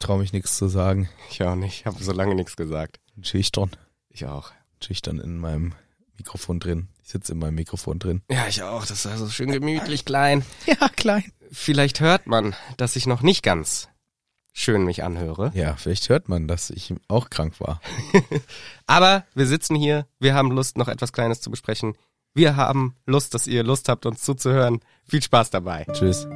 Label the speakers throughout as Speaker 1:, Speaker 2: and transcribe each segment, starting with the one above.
Speaker 1: traue mich nichts zu sagen.
Speaker 2: Ich auch nicht. Ich habe so lange nichts gesagt.
Speaker 1: Bin Schüchtern.
Speaker 2: Ich auch.
Speaker 1: Schüchtern in meinem Mikrofon drin. Ich sitze in meinem Mikrofon drin.
Speaker 2: Ja, ich auch. Das ist also schön gemütlich klein.
Speaker 1: Ja, klein.
Speaker 2: Vielleicht hört man, dass ich noch nicht ganz schön mich anhöre.
Speaker 1: Ja, vielleicht hört man, dass ich auch krank war.
Speaker 2: Aber wir sitzen hier. Wir haben Lust, noch etwas Kleines zu besprechen. Wir haben Lust, dass ihr Lust habt, uns zuzuhören. Viel Spaß dabei.
Speaker 1: Tschüss.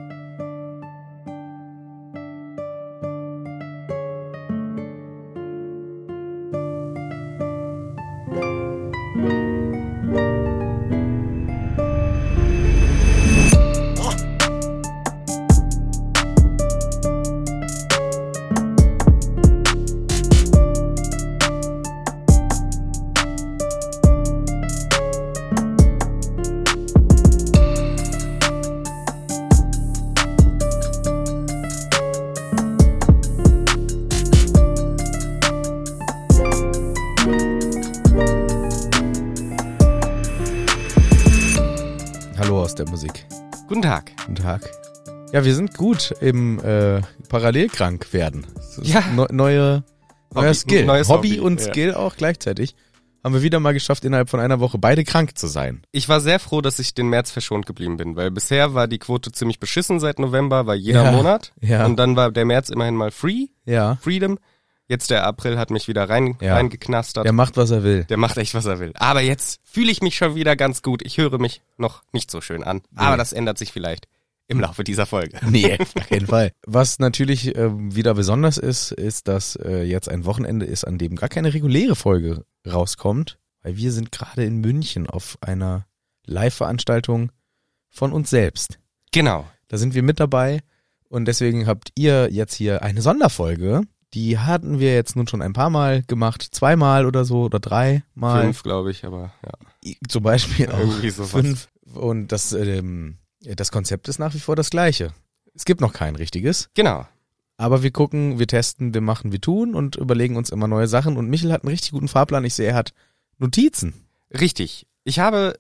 Speaker 1: Hallo aus der Musik.
Speaker 2: Guten Tag.
Speaker 1: Guten Tag. Ja, wir sind gut im äh, Parallelkrank werden. Das ist
Speaker 2: Ja.
Speaker 1: neu- neue,
Speaker 2: Hobby-
Speaker 1: neuer Skill.
Speaker 2: neues
Speaker 1: Hobby,
Speaker 2: Hobby,
Speaker 1: und
Speaker 2: ja.
Speaker 1: Skill auch gleichzeitig. Haben wir wieder mal geschafft, innerhalb von einer Woche beide krank zu sein.
Speaker 2: Ich war sehr froh, dass ich den März verschont geblieben bin, weil bisher war die Quote ziemlich beschissen seit November, war jeder
Speaker 1: Ja,
Speaker 2: Monat.
Speaker 1: ja.
Speaker 2: Und dann war der März immerhin mal free,
Speaker 1: Ja.
Speaker 2: Freedom. Jetzt der April hat mich wieder rein,
Speaker 1: Ja.
Speaker 2: reingeknastert.
Speaker 1: Der macht, was er will.
Speaker 2: Der macht echt, was er will. Aber jetzt fühle ich mich schon wieder ganz gut. Ich höre mich noch nicht so schön an. Aber das ändert sich vielleicht im Laufe dieser Folge.
Speaker 1: Nee, auf keinen Fall. Was natürlich ähm, wieder besonders ist, ist, dass äh, jetzt ein Wochenende ist, an dem gar keine reguläre Folge rauskommt, weil wir sind gerade in München auf einer Live-Veranstaltung von uns selbst.
Speaker 2: Genau.
Speaker 1: Da sind wir mit dabei und deswegen habt ihr jetzt hier eine Sonderfolge. Die hatten wir jetzt nun schon ein paar Mal gemacht, zweimal oder so oder dreimal
Speaker 2: Fünf, glaube ich, aber ja.
Speaker 1: zum Beispiel auch
Speaker 2: Irgendwie sowas.
Speaker 1: fünf. Und das, ähm, das Konzept ist nach wie vor das gleiche. Es gibt noch kein richtiges.
Speaker 2: Genau.
Speaker 1: Aber wir gucken, wir testen, wir machen, wir tun und überlegen uns immer neue Sachen. Und Michel hat einen richtig guten Fahrplan. Ich sehe, er hat Notizen.
Speaker 2: Richtig. Ich habe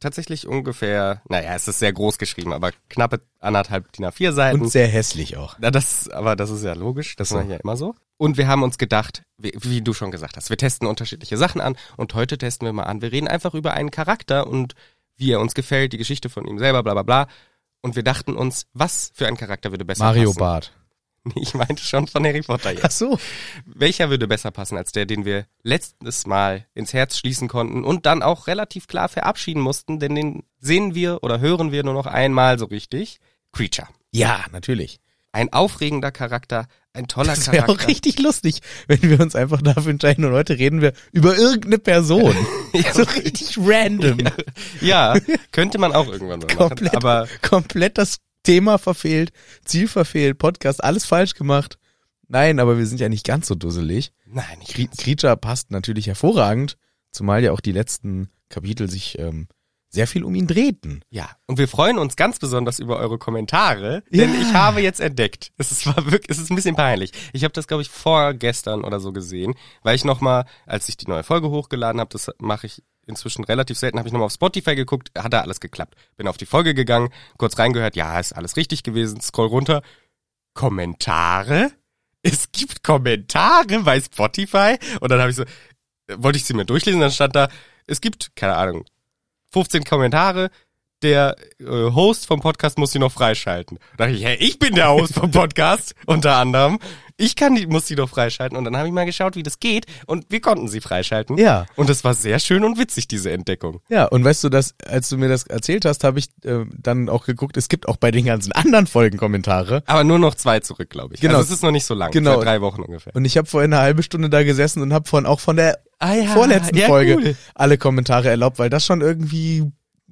Speaker 2: tatsächlich ungefähr, naja, es ist sehr groß geschrieben, aber knappe anderthalb DIN A4 Seiten.
Speaker 1: Und sehr hässlich auch.
Speaker 2: Na, das, aber das ist ja logisch, das
Speaker 1: Ach so.
Speaker 2: mache ich ja immer so. Und wir haben uns gedacht, wie, wie du schon gesagt hast, wir testen unterschiedliche Sachen an und heute testen wir mal an. Wir reden einfach über einen Charakter und wie er uns gefällt, die Geschichte von ihm selber, bla bla bla. Und wir dachten uns, was für ein Charakter würde besser
Speaker 1: Mario
Speaker 2: passen?
Speaker 1: Bart.
Speaker 2: Nee, Ich meinte schon von Harry Potter jetzt.
Speaker 1: Ach so.
Speaker 2: Welcher würde besser passen als der, den wir letztes Mal ins Herz schließen konnten und dann auch relativ klar verabschieden mussten, denn den sehen wir oder hören wir nur noch einmal so richtig. Creature.
Speaker 1: Ja, natürlich.
Speaker 2: Ein aufregender Charakter, ein toller
Speaker 1: Das wäre
Speaker 2: Charakter.
Speaker 1: auch richtig lustig, wenn wir uns einfach dafür entscheiden und heute reden wir über irgendeine Person. so richtig random.
Speaker 2: Ja, könnte man auch irgendwann mal machen.
Speaker 1: komplett,
Speaker 2: Aber
Speaker 1: komplett das Thema verfehlt, Ziel verfehlt, Podcast, alles falsch gemacht. Nein, aber wir sind ja nicht ganz so dusselig.
Speaker 2: nein, ich
Speaker 1: Cre- Creature passt natürlich hervorragend, zumal ja auch die letzten Kapitel sich ähm, sehr viel um ihn drehten.
Speaker 2: ja. Und wir freuen uns ganz besonders über eure Kommentare, denn
Speaker 1: Ja.
Speaker 2: ich habe jetzt entdeckt. Es ist, war wirklich, es ist ein bisschen peinlich. Ich habe das glaube ich vorgestern oder so gesehen, weil ich noch mal, als ich die neue Folge hochgeladen habe, das mache ich inzwischen relativ selten, habe ich noch mal auf Spotify geguckt, hat da alles geklappt. Bin auf die Folge gegangen, kurz reingehört, ja, ist alles richtig gewesen. Scroll runter, Kommentare? Es gibt Kommentare bei Spotify? Und dann habe ich so, wollte ich sie mir durchlesen, dann stand da, es gibt, keine Ahnung, 15 Kommentare. Der äh, Host vom Podcast muss sie noch freischalten. Da dachte ich, hey, ich bin der Host vom Podcast, unter anderem. Ich kann die, muss die noch freischalten. Und dann habe ich mal geschaut, wie das geht. Und wir konnten sie freischalten.
Speaker 1: Ja.
Speaker 2: Und das war sehr schön und witzig, diese Entdeckung.
Speaker 1: Ja, und weißt du, dass, als du mir das erzählt hast, habe ich äh, dann auch geguckt, es gibt auch bei den ganzen anderen Folgen Kommentare.
Speaker 2: Aber nur noch zwei zurück, glaube ich.
Speaker 1: Genau.
Speaker 2: Also es ist noch nicht so lang.
Speaker 1: Genau.
Speaker 2: Seit drei Wochen ungefähr.
Speaker 1: Und ich habe vorhin eine halbe Stunde da gesessen und habe von auch von der
Speaker 2: Ah ja,
Speaker 1: vorletzten
Speaker 2: ja,
Speaker 1: Folge
Speaker 2: cool.
Speaker 1: alle Kommentare erlaubt, weil das schon irgendwie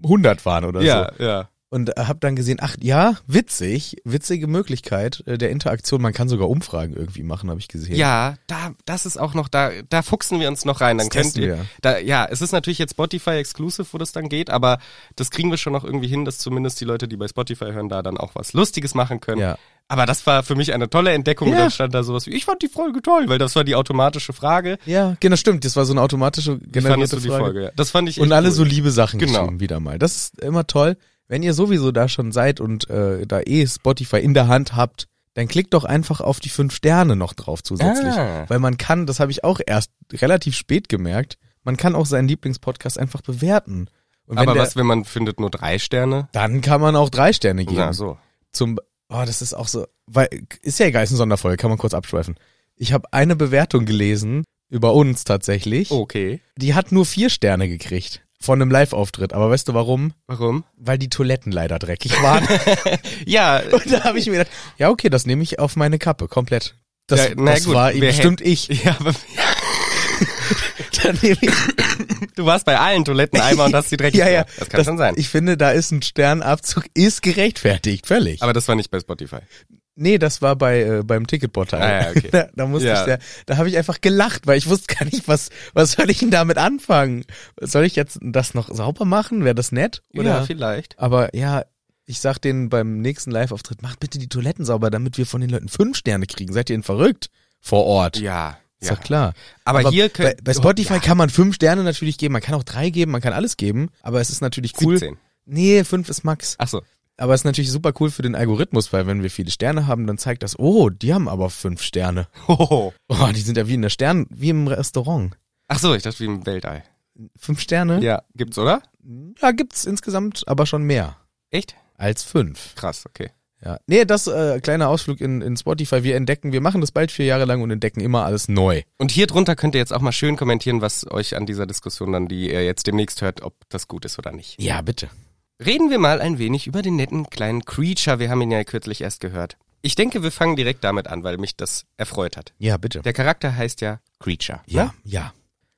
Speaker 1: 100 waren oder so.
Speaker 2: ja, ja.
Speaker 1: und äh, habe dann gesehen, ach ja, witzig, witzige Möglichkeit äh, der Interaktion. Man kann sogar Umfragen irgendwie machen, habe ich gesehen.
Speaker 2: Ja, da, das ist auch noch, da, da fuchsen wir uns noch rein. Dann
Speaker 1: Das
Speaker 2: könnt
Speaker 1: testen
Speaker 2: ihr,
Speaker 1: wir.
Speaker 2: Da, ja, es ist natürlich jetzt Spotify exclusive, wo das dann geht, aber das kriegen wir schon noch irgendwie hin, dass zumindest die Leute, die bei Spotify hören, da dann auch was Lustiges machen können.
Speaker 1: Ja.
Speaker 2: Aber das war für mich eine tolle Entdeckung.
Speaker 1: Ja.
Speaker 2: Und dann stand da sowas wie, ich fand die Folge toll, weil das war die automatische Frage.
Speaker 1: Ja, genau, stimmt. Das war so eine automatische
Speaker 2: Wie fandest
Speaker 1: generierte
Speaker 2: du die
Speaker 1: Frage.
Speaker 2: Folge? Ja, Das fand ich
Speaker 1: Und
Speaker 2: echt
Speaker 1: alle
Speaker 2: cool.
Speaker 1: so liebe Sachen
Speaker 2: Genau.
Speaker 1: geschrieben wieder mal. Das ist immer toll. Wenn ihr sowieso da schon seid und äh, da eh Spotify in der Hand habt, dann klickt doch einfach auf die fünf Sterne noch drauf zusätzlich.
Speaker 2: Ah.
Speaker 1: Weil man kann, das habe ich auch erst relativ spät gemerkt, man kann auch seinen Lieblingspodcast einfach bewerten. Und wenn
Speaker 2: Aber
Speaker 1: der,
Speaker 2: was, wenn man findet nur drei Sterne?
Speaker 1: dann kann man auch drei Sterne geben.
Speaker 2: Ja, so.
Speaker 1: Zum, oh, das ist auch so, weil, ist ja egal, ist eine Sonderfolge, kann man kurz abschweifen. Ich habe eine Bewertung gelesen über uns tatsächlich.
Speaker 2: Okay.
Speaker 1: Die hat nur vier Sterne gekriegt von einem Live-Auftritt. Aber weißt du warum?
Speaker 2: Warum?
Speaker 1: Weil die Toiletten leider dreckig waren.
Speaker 2: Ja,
Speaker 1: Und da habe ich mir gedacht, ja okay, das nehme ich auf meine Kappe, komplett. Das,
Speaker 2: Ja, na
Speaker 1: das
Speaker 2: gut,
Speaker 1: war
Speaker 2: wer
Speaker 1: bestimmt ich.
Speaker 2: ja, aber
Speaker 1: Dann nehme ich
Speaker 2: du warst bei allen Toiletten einmal und hast die dreckig
Speaker 1: ja, ja.
Speaker 2: gemacht. Das kann schon sein.
Speaker 1: Ich finde, da ist ein Sternabzug, ist gerechtfertigt, völlig.
Speaker 2: Aber das war nicht bei Spotify.
Speaker 1: nee, das war bei äh, beim Ticketportal.
Speaker 2: Ah, ja, okay.
Speaker 1: da, da musste
Speaker 2: Ja.
Speaker 1: ich sehr, da habe ich einfach gelacht, weil ich wusste gar nicht, was was soll ich denn damit anfangen? Soll ich jetzt das noch sauber machen? Wäre das nett? Oder?
Speaker 2: vielleicht.
Speaker 1: Aber ja, ich sag denen beim nächsten Live-Auftritt, macht bitte die Toiletten sauber, damit wir von den Leuten fünf Sterne kriegen. Seid ihr denn verrückt? Vor Ort.
Speaker 2: Ja.
Speaker 1: Ist
Speaker 2: ja.
Speaker 1: doch klar.
Speaker 2: Aber hier
Speaker 1: bei,
Speaker 2: könnt-
Speaker 1: bei Spotify kann man fünf Sterne natürlich geben, man kann auch drei geben, man kann alles geben, aber es ist natürlich cool.
Speaker 2: 17.
Speaker 1: Nee, fünf ist Max.
Speaker 2: Ach so.
Speaker 1: Aber es ist natürlich super cool für den Algorithmus, weil wenn wir viele Sterne haben, dann zeigt das, oh, die haben aber fünf Sterne.
Speaker 2: Hoho.
Speaker 1: Oh, die sind ja wie in der Stern, wie im Restaurant.
Speaker 2: Ach so, ich dachte wie im Weltall.
Speaker 1: Fünf Sterne?
Speaker 2: Ja, Hm? gibt's, oder?
Speaker 1: Ja, gibt's insgesamt aber schon mehr
Speaker 2: Echt?
Speaker 1: als fünf.
Speaker 2: Krass, okay.
Speaker 1: Ja. Nee, das äh, kleiner Ausflug in, in Spotify. Wir entdecken, wir machen das bald vier Jahre lang und entdecken immer alles neu.
Speaker 2: Und hier drunter könnt ihr jetzt auch mal schön kommentieren, was euch an dieser Diskussion dann, die ihr jetzt demnächst hört, ob das gut ist oder nicht.
Speaker 1: Ja, bitte.
Speaker 2: Reden wir mal ein wenig über den netten kleinen Creature. Wir haben ihn ja kürzlich erst gehört. Ich denke, wir fangen direkt damit an, weil mich das erfreut hat.
Speaker 1: Ja, bitte.
Speaker 2: Der Charakter heißt ja Creature. Ne?
Speaker 1: Ja, ja.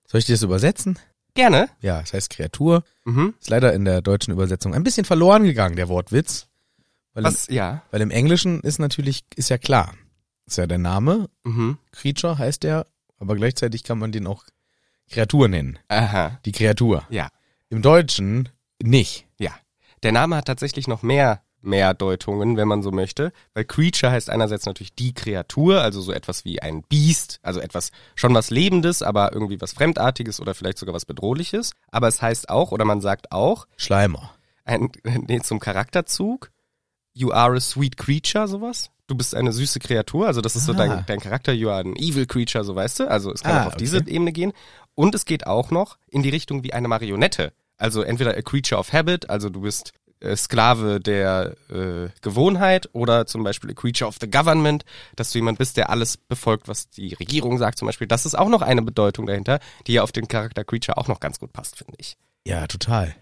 Speaker 1: Soll ich dir das übersetzen?
Speaker 2: Gerne.
Speaker 1: Ja, es heißt Kreatur.
Speaker 2: Mhm.
Speaker 1: Ist leider in der deutschen Übersetzung ein bisschen verloren gegangen, der Wortwitz. Weil, im,
Speaker 2: Was? Ja.
Speaker 1: weil im Englischen ist natürlich, ist ja klar. Ist ja der Name.
Speaker 2: Mhm.
Speaker 1: Creature heißt der, aber gleichzeitig kann man den auch Kreatur nennen.
Speaker 2: Aha.
Speaker 1: Die Kreatur.
Speaker 2: Ja.
Speaker 1: Im Deutschen nicht.
Speaker 2: Ja. Der Name hat tatsächlich noch mehr, mehr Deutungen, wenn man so möchte. Weil Creature heißt einerseits natürlich die Kreatur, also so etwas wie ein Biest, also etwas, schon was Lebendes, aber irgendwie was Fremdartiges oder vielleicht sogar was Bedrohliches. Aber es heißt auch, oder man sagt auch,
Speaker 1: Schleimer.
Speaker 2: ein, nee, zum Charakterzug, you are a sweet creature, sowas. Du bist eine süße Kreatur, also das ist so
Speaker 1: Ah.
Speaker 2: dein, dein Charakter, you are an evil creature, so weißt du. Also es kann
Speaker 1: Ah,
Speaker 2: auch auf
Speaker 1: okay.
Speaker 2: diese Ebene gehen. Und es geht auch noch in die Richtung wie eine Marionette. Also entweder a creature of habit, also du bist äh, Sklave der äh, Gewohnheit oder zum Beispiel a creature of the government, dass du jemand bist, der alles befolgt, was die Regierung sagt zum Beispiel. Das ist auch noch eine Bedeutung dahinter, die ja auf den Charakter Creature auch noch ganz gut passt, finde ich.
Speaker 1: Ja, total.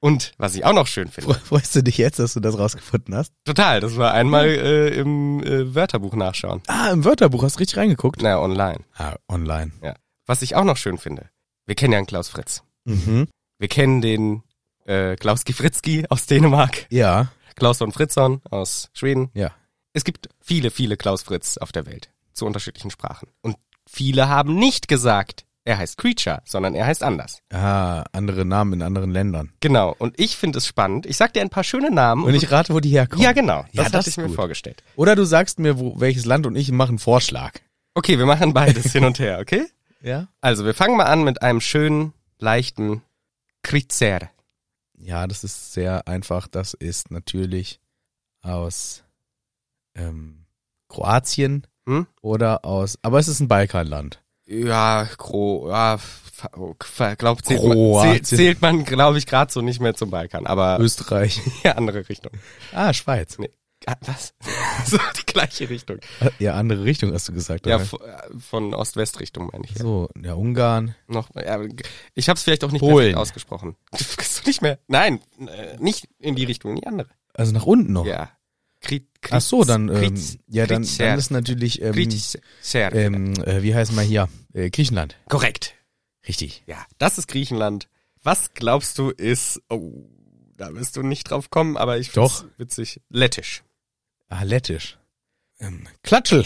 Speaker 2: Und was ich auch noch schön finde.
Speaker 1: Fre- Freust du dich jetzt, dass du das rausgefunden hast?
Speaker 2: Total, das war einmal äh, im äh, Wörterbuch nachschauen.
Speaker 1: Ah, im Wörterbuch hast du richtig reingeguckt.
Speaker 2: Naja, online.
Speaker 1: Ah, online.
Speaker 2: Ja. Was ich auch noch schön finde, wir kennen ja einen Klaus Fritz.
Speaker 1: Mhm.
Speaker 2: Wir kennen den äh, Klaus Gifritzki aus Dänemark,
Speaker 1: Ja,
Speaker 2: Klaus von Fritzson aus Schweden.
Speaker 1: ja.
Speaker 2: Es gibt viele, viele Klaus Fritz auf der Welt zu unterschiedlichen Sprachen. Und viele haben nicht gesagt, er heißt Creature, sondern er heißt anders.
Speaker 1: Ah, andere Namen in anderen Ländern.
Speaker 2: Genau, und ich finde es spannend. Ich sag dir ein paar schöne Namen.
Speaker 1: Und ich rate, wo die herkommen.
Speaker 2: ja, genau. Das,
Speaker 1: Ja, das
Speaker 2: hatte ich
Speaker 1: ist
Speaker 2: mir
Speaker 1: gut.
Speaker 2: vorgestellt.
Speaker 1: Oder du sagst mir, wo, welches Land und ich machen einen Vorschlag.
Speaker 2: Okay, wir machen beides hin und her, okay?
Speaker 1: Ja?
Speaker 2: Also, wir fangen mal an mit einem schönen, leichten Kritzer.
Speaker 1: Ja, das ist sehr einfach. Das ist natürlich aus ähm, Kroatien
Speaker 2: Hm?
Speaker 1: oder aus. Aber es ist ein Balkanland.
Speaker 2: Ja, Kro, ja, f- f- glaub, zählt, man,
Speaker 1: Kroatien.
Speaker 2: zählt, zählt man, glaube ich, gerade so nicht mehr zum Balkan, aber
Speaker 1: Österreich.
Speaker 2: ja, andere Richtung.
Speaker 1: Ah, Schweiz.
Speaker 2: Ah, was? so die gleiche Richtung.
Speaker 1: Ja, andere Richtung hast du gesagt.
Speaker 2: Ja,
Speaker 1: oder?
Speaker 2: f- äh, von Ost-West-Richtung meine ich. Ja.
Speaker 1: so, ja, Ungarn.
Speaker 2: Noch, ja, ich habe es vielleicht auch nicht
Speaker 1: Polen.
Speaker 2: perfekt ausgesprochen. Kannst du nicht mehr? Nein, äh, nicht in die Richtung, in die andere.
Speaker 1: Also nach unten noch.
Speaker 2: Ja. Kri,
Speaker 1: Ach so, dann, ähm,
Speaker 2: Kritz-
Speaker 1: ja, dann,
Speaker 2: Kritzer.
Speaker 1: dann ist natürlich, ähm,
Speaker 2: Kritzer.
Speaker 1: ähm, äh, wie heißen wir hier? Äh, Griechenland.
Speaker 2: Korrekt.
Speaker 1: Richtig.
Speaker 2: Ja, das ist Griechenland. Was glaubst du ist, oh, da wirst du nicht drauf kommen, aber ich find's witzig. Lettisch.
Speaker 1: Ah, lettisch. Ähm, Klatschel.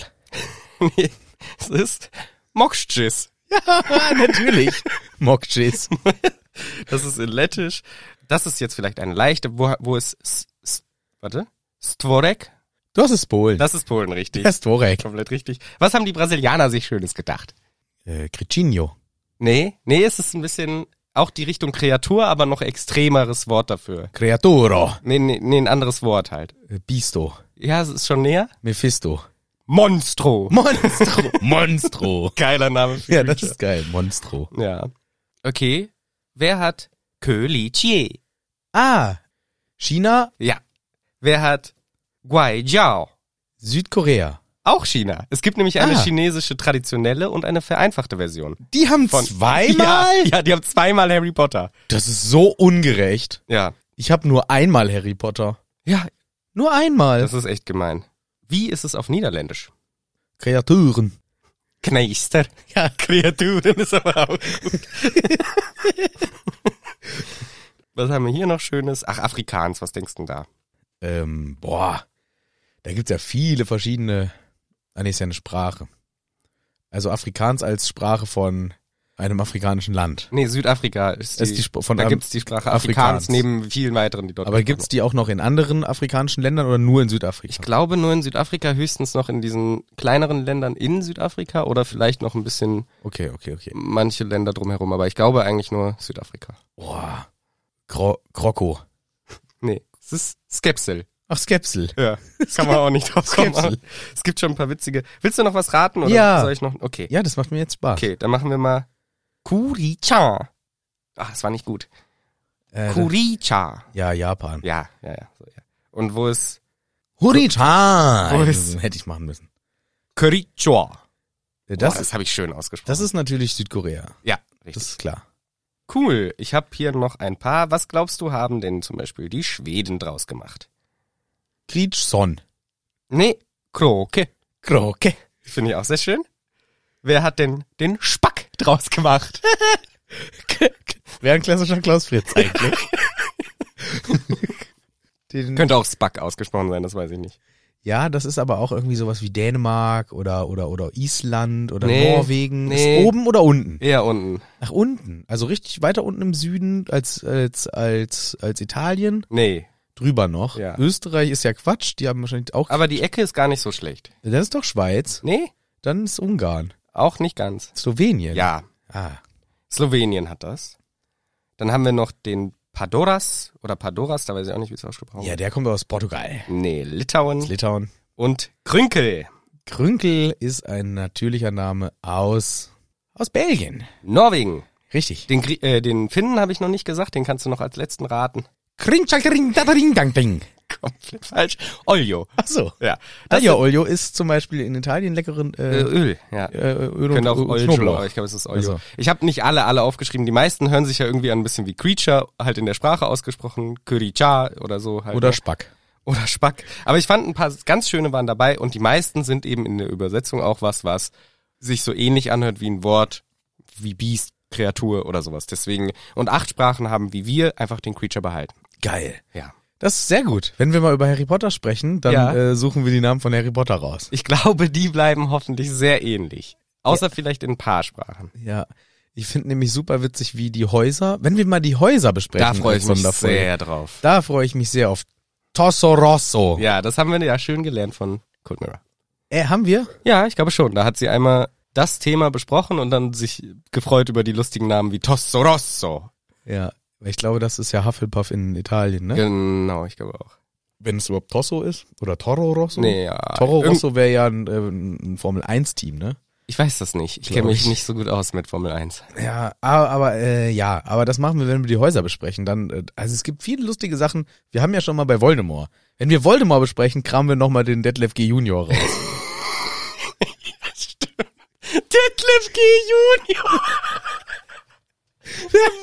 Speaker 2: Nee, es ist Mokschis.
Speaker 1: Ah, natürlich. Mokchis.
Speaker 2: Das ist in Lettisch. Das ist jetzt vielleicht eine leichte, wo, wo ist, S, S, warte, Stvorek?
Speaker 1: Das ist Polen.
Speaker 2: Das ist Polen, richtig.
Speaker 1: Das ist Torek.
Speaker 2: Komplett richtig. Was haben die Brasilianer sich Schönes gedacht?
Speaker 1: Äh, Cricinho.
Speaker 2: Nee, nee, es ist ein bisschen auch die Richtung Kreatur, aber noch extremeres Wort dafür.
Speaker 1: Creaturo.
Speaker 2: Nee, nee, nee, ein anderes Wort halt.
Speaker 1: Äh, Bisto.
Speaker 2: Ja, es ist schon näher.
Speaker 1: Mephisto.
Speaker 2: Monstro.
Speaker 1: Monstro. Monstro.
Speaker 2: Geiler Name. Für
Speaker 1: ja,
Speaker 2: Creature.
Speaker 1: das ist geil. Monstro.
Speaker 2: Ja. Okay. Wer hat Que Li Jie?
Speaker 1: Ah, China,
Speaker 2: Ja. Wer hat Guai Jiao?
Speaker 1: Südkorea.
Speaker 2: Auch China. Es gibt nämlich eine
Speaker 1: Ah.
Speaker 2: chinesische traditionelle und eine vereinfachte Version.
Speaker 1: Die haben
Speaker 2: Von-
Speaker 1: zweimal?
Speaker 2: Ja, ja, die haben zweimal Harry Potter.
Speaker 1: Das ist so ungerecht.
Speaker 2: Ja.
Speaker 1: Ich habe nur einmal Harry Potter.
Speaker 2: Ja,
Speaker 1: Nur einmal.
Speaker 2: das ist echt gemein. Wie ist es auf Niederländisch?
Speaker 1: Kreaturen.
Speaker 2: Kneister. Ja, Kreaturen ist aber auch gut. was haben wir hier noch Schönes? Ach, Afrikaans, was denkst du denn da?
Speaker 1: Ähm, boah. Da gibt's ja viele verschiedene. Ah, nee, ist ja eine Sprache. Also Afrikaans als Sprache von einem afrikanischen Land.
Speaker 2: Nee, Südafrika ist die,
Speaker 1: Ist die Sp- von
Speaker 2: da
Speaker 1: einem
Speaker 2: gibt's die Sprache
Speaker 1: Afrikaans.
Speaker 2: Afrikaans, neben vielen weiteren, die dort
Speaker 1: Aber
Speaker 2: gesprochen
Speaker 1: gibt's die auch noch in anderen afrikanischen Ländern oder nur in
Speaker 2: Ich
Speaker 1: Südafrika?
Speaker 2: glaube nur in Südafrika, höchstens noch in diesen kleineren Ländern in Südafrika oder vielleicht noch ein bisschen
Speaker 1: Okay, okay, okay.
Speaker 2: manche Länder drumherum, aber ich glaube eigentlich nur Südafrika.
Speaker 1: Boah. Kro Kroko.
Speaker 2: Nee, es ist Skepsel.
Speaker 1: Ach, Skepsel.
Speaker 2: Ja, kann man auch nicht drauf kommen.
Speaker 1: Skepsel.
Speaker 2: aber Es gibt schon ein paar witzige. Willst du noch was raten oder
Speaker 1: Ja.
Speaker 2: soll ich noch? Okay.
Speaker 1: Ja, das macht mir jetzt Spaß.
Speaker 2: Okay, dann machen wir mal Kuricha. Ah, das war nicht gut.
Speaker 1: Äh, da-
Speaker 2: Kuricha.
Speaker 1: ja, Japan.
Speaker 2: Ja, ja, ja, so, ja. Und wo ist
Speaker 1: Hurricane!
Speaker 2: Wo ist-
Speaker 1: Hätte ich machen müssen.
Speaker 2: Kurichua?
Speaker 1: Äh,
Speaker 2: Das,
Speaker 1: Das,
Speaker 2: Boah, das habe ich schön ausgesprochen.
Speaker 1: das ist natürlich Südkorea.
Speaker 2: ja, richtig.
Speaker 1: Das ist klar.
Speaker 2: Cool, ich habe hier noch ein paar. Was glaubst du, haben denn zum Beispiel die Schweden draus gemacht?
Speaker 1: Kriegson.
Speaker 2: Nee, Kroke.
Speaker 1: Kroke.
Speaker 2: Finde ich auch sehr schön. Wer hat denn den Spack draus gemacht?
Speaker 1: Wäre ein klassischer Klaus Fritz eigentlich. Den,
Speaker 2: Könnte auch Spack ausgesprochen sein, das weiß ich nicht.
Speaker 1: ja, das ist aber auch irgendwie sowas wie Dänemark oder, oder, oder Island oder
Speaker 2: Nee,
Speaker 1: Norwegen.
Speaker 2: nee.
Speaker 1: Ist oben oder unten?
Speaker 2: Eher unten.
Speaker 1: Nach unten. Also richtig weiter unten im Süden als, als, als, als Italien.
Speaker 2: Nee.
Speaker 1: Drüber noch.
Speaker 2: Ja.
Speaker 1: Österreich ist ja Quatsch. Die haben wahrscheinlich auch.
Speaker 2: Aber die Ecke ist gar nicht so schlecht.
Speaker 1: das ist doch Schweiz.
Speaker 2: Nee,
Speaker 1: Dann ist Ungarn.
Speaker 2: auch nicht ganz.
Speaker 1: Slowenien.
Speaker 2: Ja,
Speaker 1: Ah.
Speaker 2: Slowenien hat das. Dann haben wir noch den Padoras oder Padoras, da weiß ich auch nicht, wie es ausgesprochen
Speaker 1: Ja,
Speaker 2: wird.
Speaker 1: der kommt aus Portugal.
Speaker 2: Nee,
Speaker 1: Aus
Speaker 2: Litauen
Speaker 1: Litauen.
Speaker 2: und Krünkel.
Speaker 1: Krünkel ist ein natürlicher Name aus, aus Belgien.
Speaker 2: Norwegen.
Speaker 1: Richtig.
Speaker 2: Den, Grie- äh, den Finnen habe ich noch nicht gesagt, den kannst du noch als letzten raten.
Speaker 1: Kring-tschakring-tataring-dang-ding.
Speaker 2: Komplett falsch. Olio.
Speaker 1: Achso.
Speaker 2: Ja. Das
Speaker 1: Aglio Olio ist zum Beispiel in Italien leckeren
Speaker 2: äh,
Speaker 1: äh,
Speaker 2: Öl, ja.
Speaker 1: äh, Öl und
Speaker 2: Könnte auch
Speaker 1: Ö-
Speaker 2: Olio, aber
Speaker 1: Knoblauch.
Speaker 2: ich glaube, es ist Olio.
Speaker 1: Also.
Speaker 2: Ich habe nicht alle, alle aufgeschrieben. Die meisten hören sich ja irgendwie an ein bisschen wie Creature, halt in der Sprache ausgesprochen, Kuricha oder so halt.
Speaker 1: Oder
Speaker 2: ne?
Speaker 1: Spack.
Speaker 2: oder Spack. Aber ich fand ein paar ganz schöne waren dabei und die meisten sind eben in der Übersetzung auch was, was sich so ähnlich anhört wie ein Wort, wie Biest, Kreatur oder sowas. Deswegen, und acht Sprachen haben wie wir einfach den Creature behalten.
Speaker 1: Geil.
Speaker 2: Ja.
Speaker 1: Das ist sehr gut. Wenn wir mal über Harry Potter sprechen, dann
Speaker 2: Ja.
Speaker 1: äh, suchen wir die Namen von Harry Potter raus.
Speaker 2: Ich glaube, die bleiben hoffentlich sehr ähnlich. Außer vielleicht in ein paar Sprachen.
Speaker 1: Ja. Ich finde nämlich super witzig, wie die Häuser, wenn wir mal die Häuser besprechen.
Speaker 2: Da freue ich
Speaker 1: als
Speaker 2: mich
Speaker 1: Sonderfolge.
Speaker 2: sehr drauf.
Speaker 1: Da freue ich mich sehr auf Tosso Rosso.
Speaker 2: Ja, das haben wir ja schön gelernt von Kurt Mirror.
Speaker 1: Äh, haben wir?
Speaker 2: Ja, ich glaube schon. Da hat sie einmal das Thema besprochen und dann sich gefreut über die lustigen Namen wie Tosso Rosso.
Speaker 1: Ja. Ich glaube, das ist ja Hufflepuff in Italien, ne?
Speaker 2: Genau, ich glaube auch.
Speaker 1: Wenn es überhaupt Tosso ist. Oder Toro Rosso.
Speaker 2: Nee, ja.
Speaker 1: Toro
Speaker 2: Irgend-
Speaker 1: Rosso wäre ja ein, äh, ein Formel-1-Team, ne?
Speaker 2: Ich weiß das nicht. Ich
Speaker 1: Glaub
Speaker 2: kenne mich
Speaker 1: ich.
Speaker 2: nicht so gut aus mit Formel 1.
Speaker 1: Ja, aber, aber äh, ja, aber das machen wir, wenn wir die Häuser besprechen. Dann, äh, also es gibt viele lustige Sachen. Wir haben ja schon mal bei Voldemort. Wenn wir Voldemort besprechen, kramen wir nochmal den Detlef G. Junior raus.
Speaker 2: Detlef G. Junior!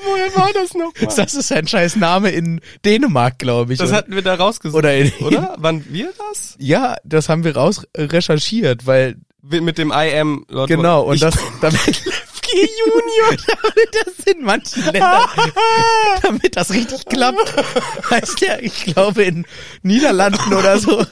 Speaker 2: Woher war das nochmal?
Speaker 1: das ist ein scheiß Name in Dänemark, glaube ich.
Speaker 2: Das
Speaker 1: oder-
Speaker 2: hatten wir da rausgesucht.
Speaker 1: oder in,
Speaker 2: oder? Waren wir das?
Speaker 1: Ja, das haben wir raus recherchiert, weil
Speaker 2: Mit dem I am Lord
Speaker 1: genau und
Speaker 2: ich
Speaker 1: das damit
Speaker 2: G. Junior!
Speaker 1: damit das in manchen Ländern, damit das richtig klappt, heißt ja, ich glaube in Niederlanden oder so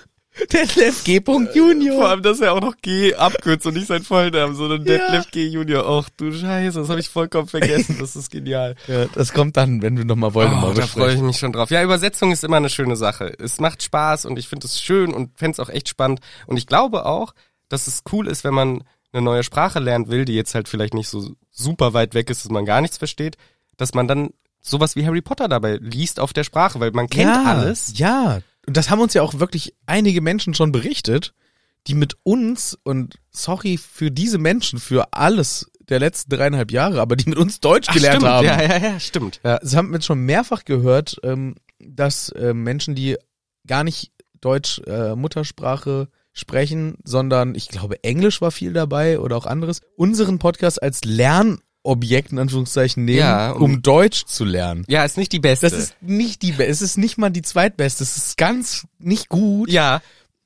Speaker 1: Detlef G.
Speaker 2: Vor
Speaker 1: Junior.
Speaker 2: allem, dass er auch noch G abkürzt und nicht seinen Vollnamen, sondern
Speaker 1: Ja.
Speaker 2: Detlef G. Junior. Och du Scheiße, das habe ich vollkommen vergessen. Das ist genial. Ah,
Speaker 1: Ja, das kommt dann, wenn wir nochmal Voldemort
Speaker 2: Oh, da
Speaker 1: besprechen.
Speaker 2: freue ich mich schon drauf. Ja, Übersetzung ist immer eine schöne Sache. Es macht Spaß und ich finde es schön und fände es auch echt spannend. Und ich glaube auch, dass es cool ist, wenn man eine neue Sprache lernen will, die jetzt halt vielleicht nicht so super weit weg ist, dass man gar nichts versteht, dass man dann sowas wie Harry Potter dabei liest auf der Sprache, weil man kennt
Speaker 1: ja,
Speaker 2: alles.
Speaker 1: Ja, und das haben uns ja auch wirklich einige Menschen schon berichtet, die mit uns und sorry für diese Menschen, für alles der letzten dreieinhalb Jahre, aber die mit uns Deutsch
Speaker 2: Ach,
Speaker 1: gelernt
Speaker 2: stimmt.
Speaker 1: haben.
Speaker 2: Ja, ja, ja, stimmt.
Speaker 1: Ja, das haben wir jetzt schon mehrfach gehört, ähm, dass äh, Menschen, die gar nicht Deutsch äh, Muttersprache sprechen, sondern ich glaube Englisch war viel dabei oder auch anderes, unseren Podcast als Lernobjekt in Anführungszeichen nehmen,
Speaker 2: Ja,
Speaker 1: um,
Speaker 2: um- Äh.
Speaker 1: Deutsch zu lernen.
Speaker 2: Ja, ist nicht die beste.
Speaker 1: Das ist nicht die, Be es ist nicht mal die zweitbeste, es ist ganz nicht gut,
Speaker 2: ja,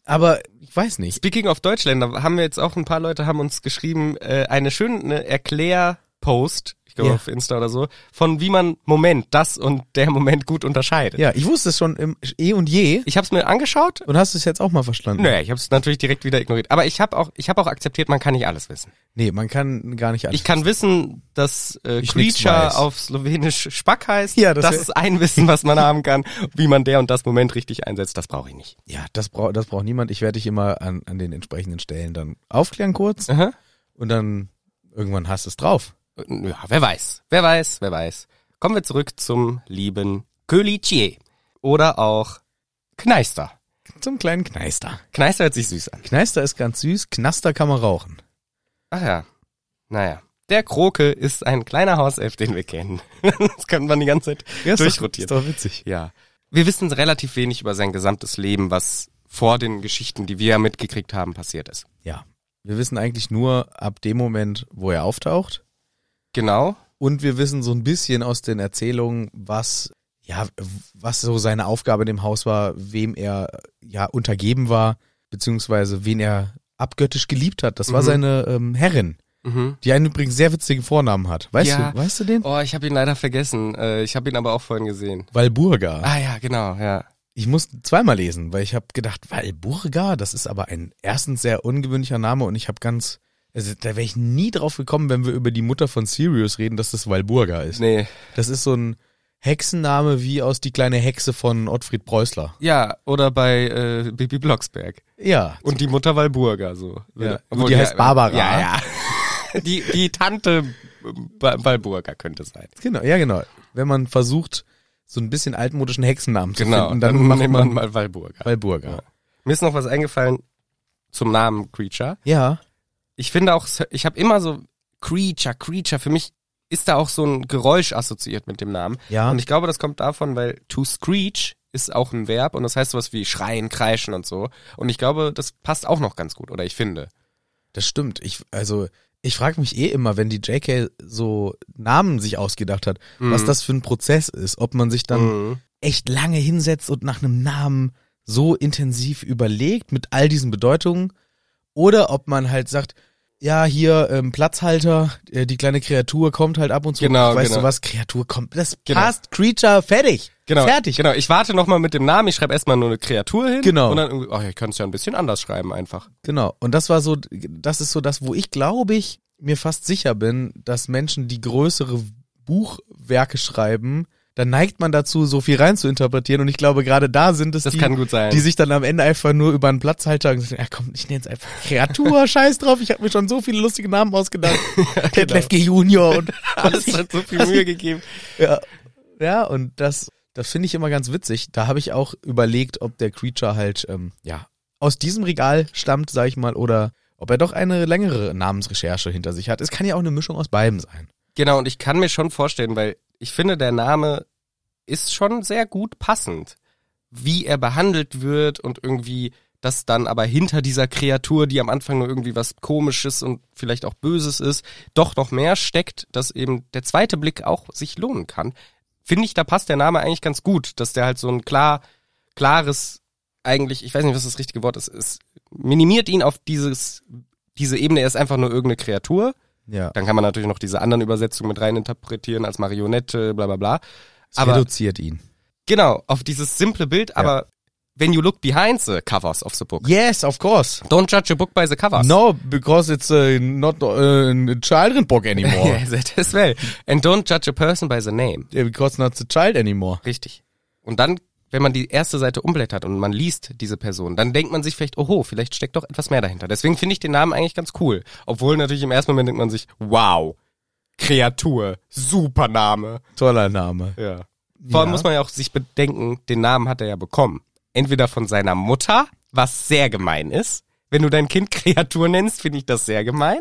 Speaker 1: aber ich weiß nicht.
Speaker 2: Speaking of Deutschländer, haben wir jetzt auch ein paar Leute haben uns geschrieben, äh, eine schöne Erklärpost, ich glaube
Speaker 1: Ja.
Speaker 2: auf Insta oder so, von wie man Moment, das und der Moment gut unterscheidet.
Speaker 1: Ja, ich wusste es schon im eh und je
Speaker 2: Ich habe es mir angeschaut.
Speaker 1: und hast es jetzt auch mal verstanden.
Speaker 2: Naja, ich habe es natürlich direkt wieder ignoriert. Aber ich habe auch, ich habe auch akzeptiert, man kann nicht alles wissen.
Speaker 1: Nee, man kann gar nicht alles.
Speaker 2: Ich kann wissen, dass äh,
Speaker 1: Ich nix weiß.
Speaker 2: Creature auf Slowenisch Spack heißt.
Speaker 1: Ja, das
Speaker 2: das,
Speaker 1: wär-
Speaker 2: ist ein Wissen, was man haben kann. Wie man der und das Moment richtig einsetzt, das brauche ich nicht.
Speaker 1: Ja, das braucht das braucht niemand. Ich werde dich immer an, an den entsprechenden Stellen dann aufklären kurz
Speaker 2: Aha.
Speaker 1: und dann irgendwann hast du es drauf.
Speaker 2: Äh, Ja, wer weiß. Wer weiß, wer weiß. Kommen wir zurück zum lieben Colicier. Oder auch Kneister.
Speaker 1: Zum kleinen Kneister.
Speaker 2: Kneister hört sich süß an.
Speaker 1: Kneister ist ganz süß, Knaster kann man rauchen.
Speaker 2: Ach ja. Naja. Der Kroke ist ein kleiner Hauself, den wir kennen. das kann man die ganze Zeit
Speaker 1: Ja, ist doch-
Speaker 2: durchrotieren.
Speaker 1: Ist doch witzig.
Speaker 2: Ja. Wir wissen relativ wenig über sein gesamtes Leben, was vor den Geschichten, die wir mitgekriegt haben, passiert ist.
Speaker 1: Ja. Wir wissen eigentlich nur ab dem Moment, wo er auftaucht.
Speaker 2: Genau.
Speaker 1: Und wir wissen so ein bisschen aus den Erzählungen, was, ja, was so seine Aufgabe in dem Haus war, wem er ja untergeben war, beziehungsweise wen er abgöttisch geliebt hat. Das war
Speaker 2: Mhm.
Speaker 1: seine ähm, Herrin.
Speaker 2: Mhm.
Speaker 1: Die einen übrigens sehr witzigen Vornamen hat. Weißt
Speaker 2: Ja.
Speaker 1: du, weißt du den?
Speaker 2: Oh, ich habe ihn leider vergessen. Äh, Ich habe ihn aber auch vorhin gesehen.
Speaker 1: Walburga.
Speaker 2: Ah ja, genau, ja.
Speaker 1: Ich muss zweimal lesen, weil ich habe gedacht, Walburga, das ist aber ein erstens sehr ungewöhnlicher Name und ich habe ganz, also da wäre ich nie drauf gekommen, wenn wir über die Mutter von Sirius reden, dass das Walburga ist.
Speaker 2: Nee.
Speaker 1: Das ist so ein Hexenname wie aus die kleine Hexe von Ottfried Preußler.
Speaker 2: Ja, oder bei äh, Bibi Blocksberg.
Speaker 1: Ja.
Speaker 2: Und die Mutter Walburga, so.
Speaker 1: Ja.
Speaker 2: Obwohl,
Speaker 1: Gut, die heißt Barbara.
Speaker 2: Ja, ja. Die, die Tante Ba- Walburga könnte sein.
Speaker 1: Genau, ja genau. Wenn man versucht, so ein bisschen altmodischen Hexennamen zu
Speaker 2: Genau,
Speaker 1: finden,
Speaker 2: dann,
Speaker 1: dann, macht
Speaker 2: nimmt
Speaker 1: man
Speaker 2: man mal Walburga.
Speaker 1: Walburga.
Speaker 2: Mir ist noch was eingefallen zum Namen Creature.
Speaker 1: Ja.
Speaker 2: Ich finde auch, ich habe immer so Creature, Creature. Für mich ist da auch so ein Geräusch assoziiert mit dem Namen.
Speaker 1: Ja.
Speaker 2: Und ich glaube, das kommt davon, weil to screech ist auch ein Verb und das heißt sowas wie schreien, kreischen und so. Und ich glaube, das passt auch noch ganz gut, oder ich finde.
Speaker 1: Das stimmt. Ich, also, ich frage mich eh immer, wenn die JK so Namen sich ausgedacht hat, was das für ein Prozess ist. Ob man sich dann
Speaker 2: Mhm.
Speaker 1: echt lange hinsetzt und nach einem Namen so intensiv überlegt mit all diesen Bedeutungen. Oder ob man halt sagt, ja, hier ähm, Platzhalter, äh, die kleine Kreatur kommt halt ab und zu.
Speaker 2: Genau,
Speaker 1: Ach, weißt
Speaker 2: genau.
Speaker 1: du was, Kreatur kommt. Das
Speaker 2: Genau.
Speaker 1: passt, Creature, fertig.
Speaker 2: Genau.
Speaker 1: Fertig.
Speaker 2: Genau, ich warte nochmal mit dem Namen, ich schreibe erstmal nur eine Kreatur hin.
Speaker 1: Genau.
Speaker 2: Und dann, irgendwie, ach, ich kann es ja ein bisschen anders schreiben einfach.
Speaker 1: Genau. Und das war so, das ist so das, wo ich glaube ich mir fast sicher bin, dass Menschen, die größere Buchwerke schreiben, dann neigt man dazu, so viel rein zu interpretieren. Und ich glaube, gerade da sind es
Speaker 2: Das
Speaker 1: die,
Speaker 2: kann gut sein.
Speaker 1: die sich dann am Ende einfach nur über einen Platzhalter und sagen, ja komm, ich nenne es einfach Kreatur, scheiß drauf, ich habe mir schon so viele lustige Namen ausgedacht. Detlef G. Junior und
Speaker 2: genau. Alles hat so viel Mühe gegeben.
Speaker 1: ja. ja, und das, das finde ich immer ganz witzig. Da habe ich auch überlegt, ob der Creature halt, ähm, ja, aus diesem Regal stammt, sag ich mal, oder ob er doch eine längere Namensrecherche hinter sich hat. Es kann ja auch eine Mischung aus beidem sein.
Speaker 2: Genau, und ich kann mir schon vorstellen, weil ich finde, der Name ist schon sehr gut passend, wie er behandelt wird und irgendwie das dann aber hinter dieser Kreatur, die am Anfang nur irgendwie was Komisches und vielleicht auch Böses ist, doch noch mehr steckt, dass eben der zweite Blick auch sich lohnen kann. Finde ich, da passt der Name eigentlich ganz gut, dass der halt so ein klar, klares, eigentlich, ich weiß nicht, was das richtige Wort ist, es minimiert ihn auf dieses, diese Ebene, er ist einfach nur irgendeine Kreatur,
Speaker 1: Ja.
Speaker 2: dann kann man natürlich noch diese anderen Übersetzungen mit reininterpretieren als Marionette, bla bla bla.
Speaker 1: Es
Speaker 2: aber-
Speaker 1: reduziert ihn.
Speaker 2: Genau, auf dieses simple Bild, aber when you look behind the covers of the book,
Speaker 1: Yes, of course.
Speaker 2: don't judge a book by the covers.
Speaker 1: No, because it's uh, not uh, a children book anymore.
Speaker 2: yes, that as well. And don't judge a person by the name.
Speaker 1: Yeah, Because not a child anymore.
Speaker 2: Richtig. Und dann, wenn man die erste Seite umblättert und man liest diese Person, dann denkt man sich vielleicht, oho, vielleicht steckt doch etwas mehr dahinter. Deswegen finde ich den Namen eigentlich ganz cool. Obwohl natürlich im ersten Moment denkt man sich, wow, Kreatur, super Name.
Speaker 1: Toller Name.
Speaker 2: Ja. Vor allem
Speaker 1: Ja.
Speaker 2: muss man ja auch sich bedenken, den Namen hat er ja bekommen. Entweder von seiner Mutter, was sehr gemein ist, Wenn du dein Kind Kreatur nennst, finde ich das sehr gemein.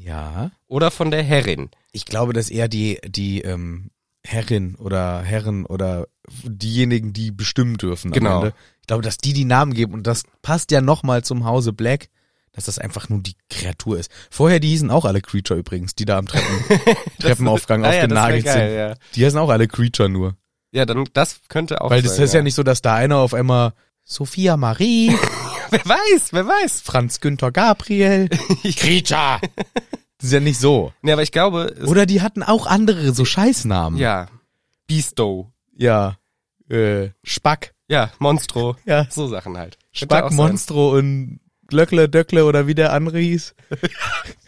Speaker 1: Ja.
Speaker 2: Oder von der Herrin.
Speaker 1: Ich glaube, dass eher die, die ähm, Herrin oder Herren oder diejenigen, die bestimmen dürfen. am
Speaker 2: Genau.
Speaker 1: Ende. Ich glaube, dass die die Namen geben und das passt ja nochmal zum Hause Black, dass das einfach nur die Kreatur ist. Vorher, die hießen auch alle Creature übrigens, die da am Treppen, Treppenaufgang
Speaker 2: Ah ja, das wär
Speaker 1: aufgenagelt
Speaker 2: geil,
Speaker 1: sind.
Speaker 2: ja.
Speaker 1: Die heißen auch alle Creature nur.
Speaker 2: ja, dann das könnte auch
Speaker 1: Weil
Speaker 2: sein.
Speaker 1: das ist ja nicht so, dass da einer auf einmal Sophia Marie,
Speaker 2: Wer weiß, wer weiß.
Speaker 1: Franz Günther Gabriel, Creature. Das ist ja nicht so.
Speaker 2: Nee, aber ich glaube, es,
Speaker 1: Oder die hatten auch andere so Scheißnamen.
Speaker 2: ja, Beasto,
Speaker 1: Ja. Äh, Spack.
Speaker 2: ja, Monstro,
Speaker 1: Ja.
Speaker 2: so Sachen halt. Könnte auch
Speaker 1: Spack,
Speaker 2: sein.
Speaker 1: Monstro und Glöckle, Döckle oder wie der andere hieß.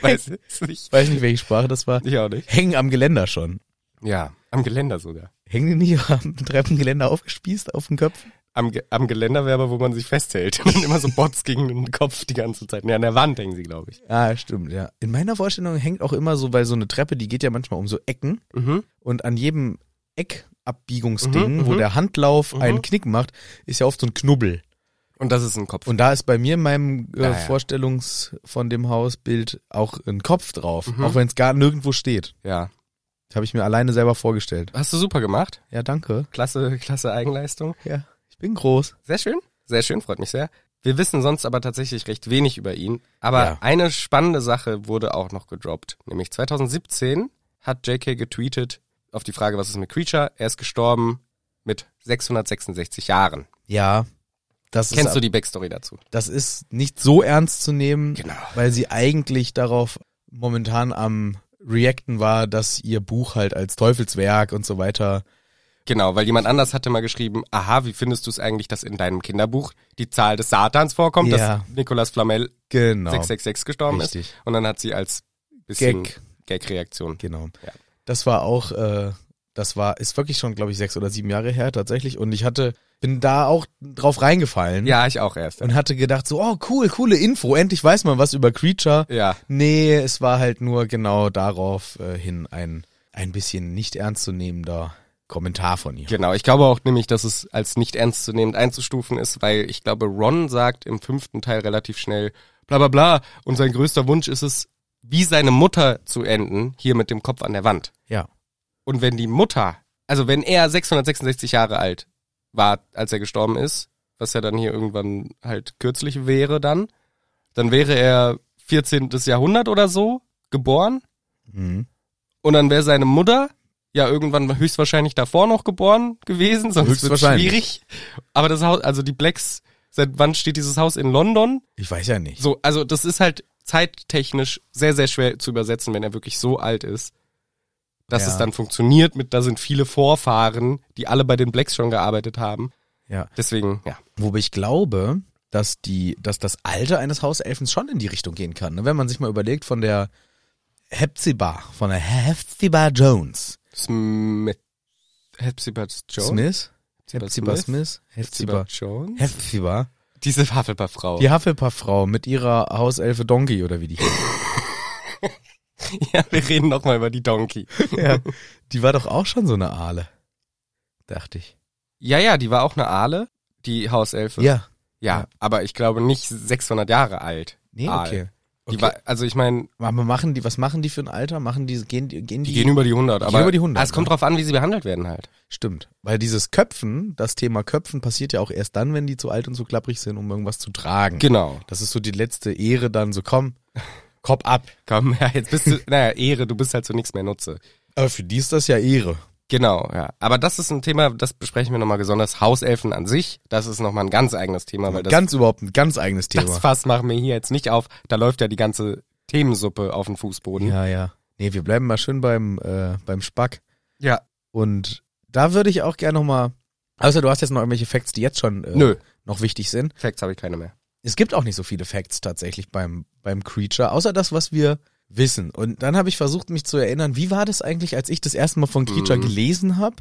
Speaker 2: Weiß ich nicht.
Speaker 1: Weiß nicht, welche Sprache das war.
Speaker 2: Ich auch nicht.
Speaker 1: Hängen am Geländer schon.
Speaker 2: Ja, am Geländer sogar.
Speaker 1: Hängen die nicht am Treppengeländer aufgespießt auf den Köpfen?
Speaker 2: Am, Ge- am Geländer wäre aber, wo man sich festhält. Und dann immer so Bots gegen den Kopf die ganze Zeit. Nee, an der Wand hängen sie, glaube ich.
Speaker 1: Ah, stimmt, ja. In meiner Vorstellung hängt auch immer so, weil so eine Treppe, die geht ja manchmal um so Ecken
Speaker 2: Mhm.
Speaker 1: und an jedem Eckabbiegungsding,
Speaker 2: Mhm,
Speaker 1: wo
Speaker 2: mhm.
Speaker 1: der Handlauf
Speaker 2: Mhm.
Speaker 1: einen Knick macht, ist ja oft so ein Knubbel.
Speaker 2: Und das ist ein Kopf.
Speaker 1: Und da ist bei mir in meinem äh,
Speaker 2: Ah, ja.
Speaker 1: Vorstellungs von dem Hausbild auch ein Kopf drauf,
Speaker 2: Mhm.
Speaker 1: auch wenn es gar nirgendwo steht.
Speaker 2: ja.
Speaker 1: Habe ich mir alleine selber vorgestellt.
Speaker 2: Hast du super gemacht.
Speaker 1: Ja, danke.
Speaker 2: Klasse, klasse Eigenleistung.
Speaker 1: Ja, ich bin groß.
Speaker 2: Sehr schön. Sehr schön, freut mich sehr. Wir wissen sonst aber tatsächlich recht wenig über ihn. Aber
Speaker 1: Ja.
Speaker 2: eine spannende Sache wurde auch noch gedroppt. Nämlich 2017 hat JK getweetet auf die Frage, was ist mit Creature? Er ist gestorben mit 666 Jahren.
Speaker 1: Ja, das
Speaker 2: Kennst
Speaker 1: ist,
Speaker 2: du die Backstory dazu?
Speaker 1: das ist nicht so ernst zu nehmen,
Speaker 2: Genau.
Speaker 1: weil sie eigentlich darauf momentan am Reacten war, dass ihr Buch halt als Teufelswerk und so weiter.
Speaker 2: Genau, weil jemand anders hatte mal geschrieben, aha, wie findest du es eigentlich, dass in deinem Kinderbuch die Zahl des Satans vorkommt,
Speaker 1: Ja.
Speaker 2: dass Nicolas Flamel
Speaker 1: Genau.
Speaker 2: 666 gestorben
Speaker 1: Richtig.
Speaker 2: ist? Und dann hat sie als bisschen
Speaker 1: Gag.
Speaker 2: Gag-Reaktion.
Speaker 1: Genau.
Speaker 2: Ja.
Speaker 1: Das war auch, äh, das war, ist wirklich schon, glaube ich, sechs oder sieben Jahre her tatsächlich. Und ich hatte, bin da auch drauf reingefallen
Speaker 2: Ja, ich auch erst.
Speaker 1: und hatte gedacht, so, oh cool, coole Info, endlich weiß man was über Creature.
Speaker 2: Ja,
Speaker 1: Nee, es war halt nur genau darauf äh, hin ein, ein bisschen nicht ernstzunehmender Kommentar von ihr.
Speaker 2: genau. Ich glaube auch nämlich, dass es als nicht ernstzunehmend einzustufen ist, weil ich glaube, Ron sagt im fünften Teil relativ schnell, bla bla bla, und sein größter Wunsch ist es, wie seine Mutter zu enden, hier mit dem Kopf an der Wand.
Speaker 1: Ja.
Speaker 2: Und wenn die Mutter, also wenn er 666 Jahre alt war, als er gestorben ist, was ja dann hier irgendwann halt kürzlich wäre dann, dann wäre er 14. Jahrhundert oder so geboren
Speaker 1: Mhm.
Speaker 2: und dann wäre seine Mutter ja irgendwann höchstwahrscheinlich davor noch geboren gewesen, sonst wird
Speaker 1: Höchstwahrscheinlich.
Speaker 2: schwierig. Aber das Haus, also die Blacks, seit wann steht dieses Haus in London?
Speaker 1: Ich weiß ja nicht.
Speaker 2: So, also das ist halt zeittechnisch sehr, sehr schwer zu übersetzen, wenn er wirklich so alt ist, dass
Speaker 1: Ja.
Speaker 2: es dann funktioniert mit, da sind viele Vorfahren, die alle bei den Blacks schon gearbeitet haben.
Speaker 1: Ja.
Speaker 2: Deswegen, ja.
Speaker 1: Wobei ich glaube, dass die, dass das Alter eines Hauselfens schon in die Richtung gehen kann. ne? Wenn man sich mal überlegt von der Hepzibah, von der Hepzibah Jones.
Speaker 2: Smith. Hepzibah Jones.
Speaker 1: Smith?
Speaker 2: Hepzibah
Speaker 1: Hepzibah Smith?
Speaker 2: Hepzibah
Speaker 1: Hepzibah.
Speaker 2: Jones.
Speaker 1: Hepzibah.
Speaker 2: Diese Hufflepuff-Frau.
Speaker 1: Die Hufflepuff-Frau mit ihrer Hauselfe Donkey oder wie die hieß.
Speaker 2: ja, wir reden nochmal über die Donkey.
Speaker 1: ja. Die war doch auch schon so eine Aale. Dachte ich.
Speaker 2: Ja, ja, die war auch eine Aale, die Hauselfe.
Speaker 1: Ja.
Speaker 2: Ja,
Speaker 1: Ja.
Speaker 2: aber ich glaube nicht 600 Jahre alt.
Speaker 1: Nee,
Speaker 2: Aal.
Speaker 1: okay.
Speaker 2: Die
Speaker 1: Okay.
Speaker 2: war, also ich meine,
Speaker 1: Aber machen die, was machen die für ein Alter? Machen die, gehen die, gehen
Speaker 2: die
Speaker 1: die?
Speaker 2: gehen über die 100.
Speaker 1: gehen
Speaker 2: Aber
Speaker 1: über die 100,
Speaker 2: Ah, es kommt drauf an, wie sie behandelt werden halt.
Speaker 1: Stimmt. Weil dieses Köpfen, das Thema Köpfen passiert ja auch erst dann, wenn die zu alt und zu klapprig sind, um irgendwas zu tragen.
Speaker 2: Genau.
Speaker 1: Das ist so die letzte Ehre dann, so komm, Kopf ab.
Speaker 2: Komm, ja, jetzt bist du, naja, Ehre, du bist halt so nichts mehr Nutze.
Speaker 1: Aber für die ist das ja Ehre.
Speaker 2: Genau, ja. Aber das ist ein Thema, das besprechen wir nochmal gesondert. Hauselfen an sich, das ist nochmal ein ganz eigenes Thema, weil das,
Speaker 1: ganz überhaupt ein ganz eigenes
Speaker 2: das
Speaker 1: Thema.
Speaker 2: Fass machen wir hier jetzt nicht auf. Da läuft ja die ganze Themensuppe auf dem Fußboden.
Speaker 1: Ja, ja. Nee, wir bleiben mal schön beim, äh, beim Spack.
Speaker 2: Ja.
Speaker 1: Und da würde ich auch gerne nochmal, außer du hast jetzt noch irgendwelche Facts, die jetzt schon äh,
Speaker 2: Nö,
Speaker 1: noch wichtig sind.
Speaker 2: Facts habe ich keine mehr.
Speaker 1: es gibt auch nicht so viele Facts tatsächlich beim, beim Creature, außer das, was wir wissen. Und dann habe ich versucht, mich zu erinnern, wie war das eigentlich, als ich das erste Mal von Creature
Speaker 2: Mhm.
Speaker 1: gelesen habe?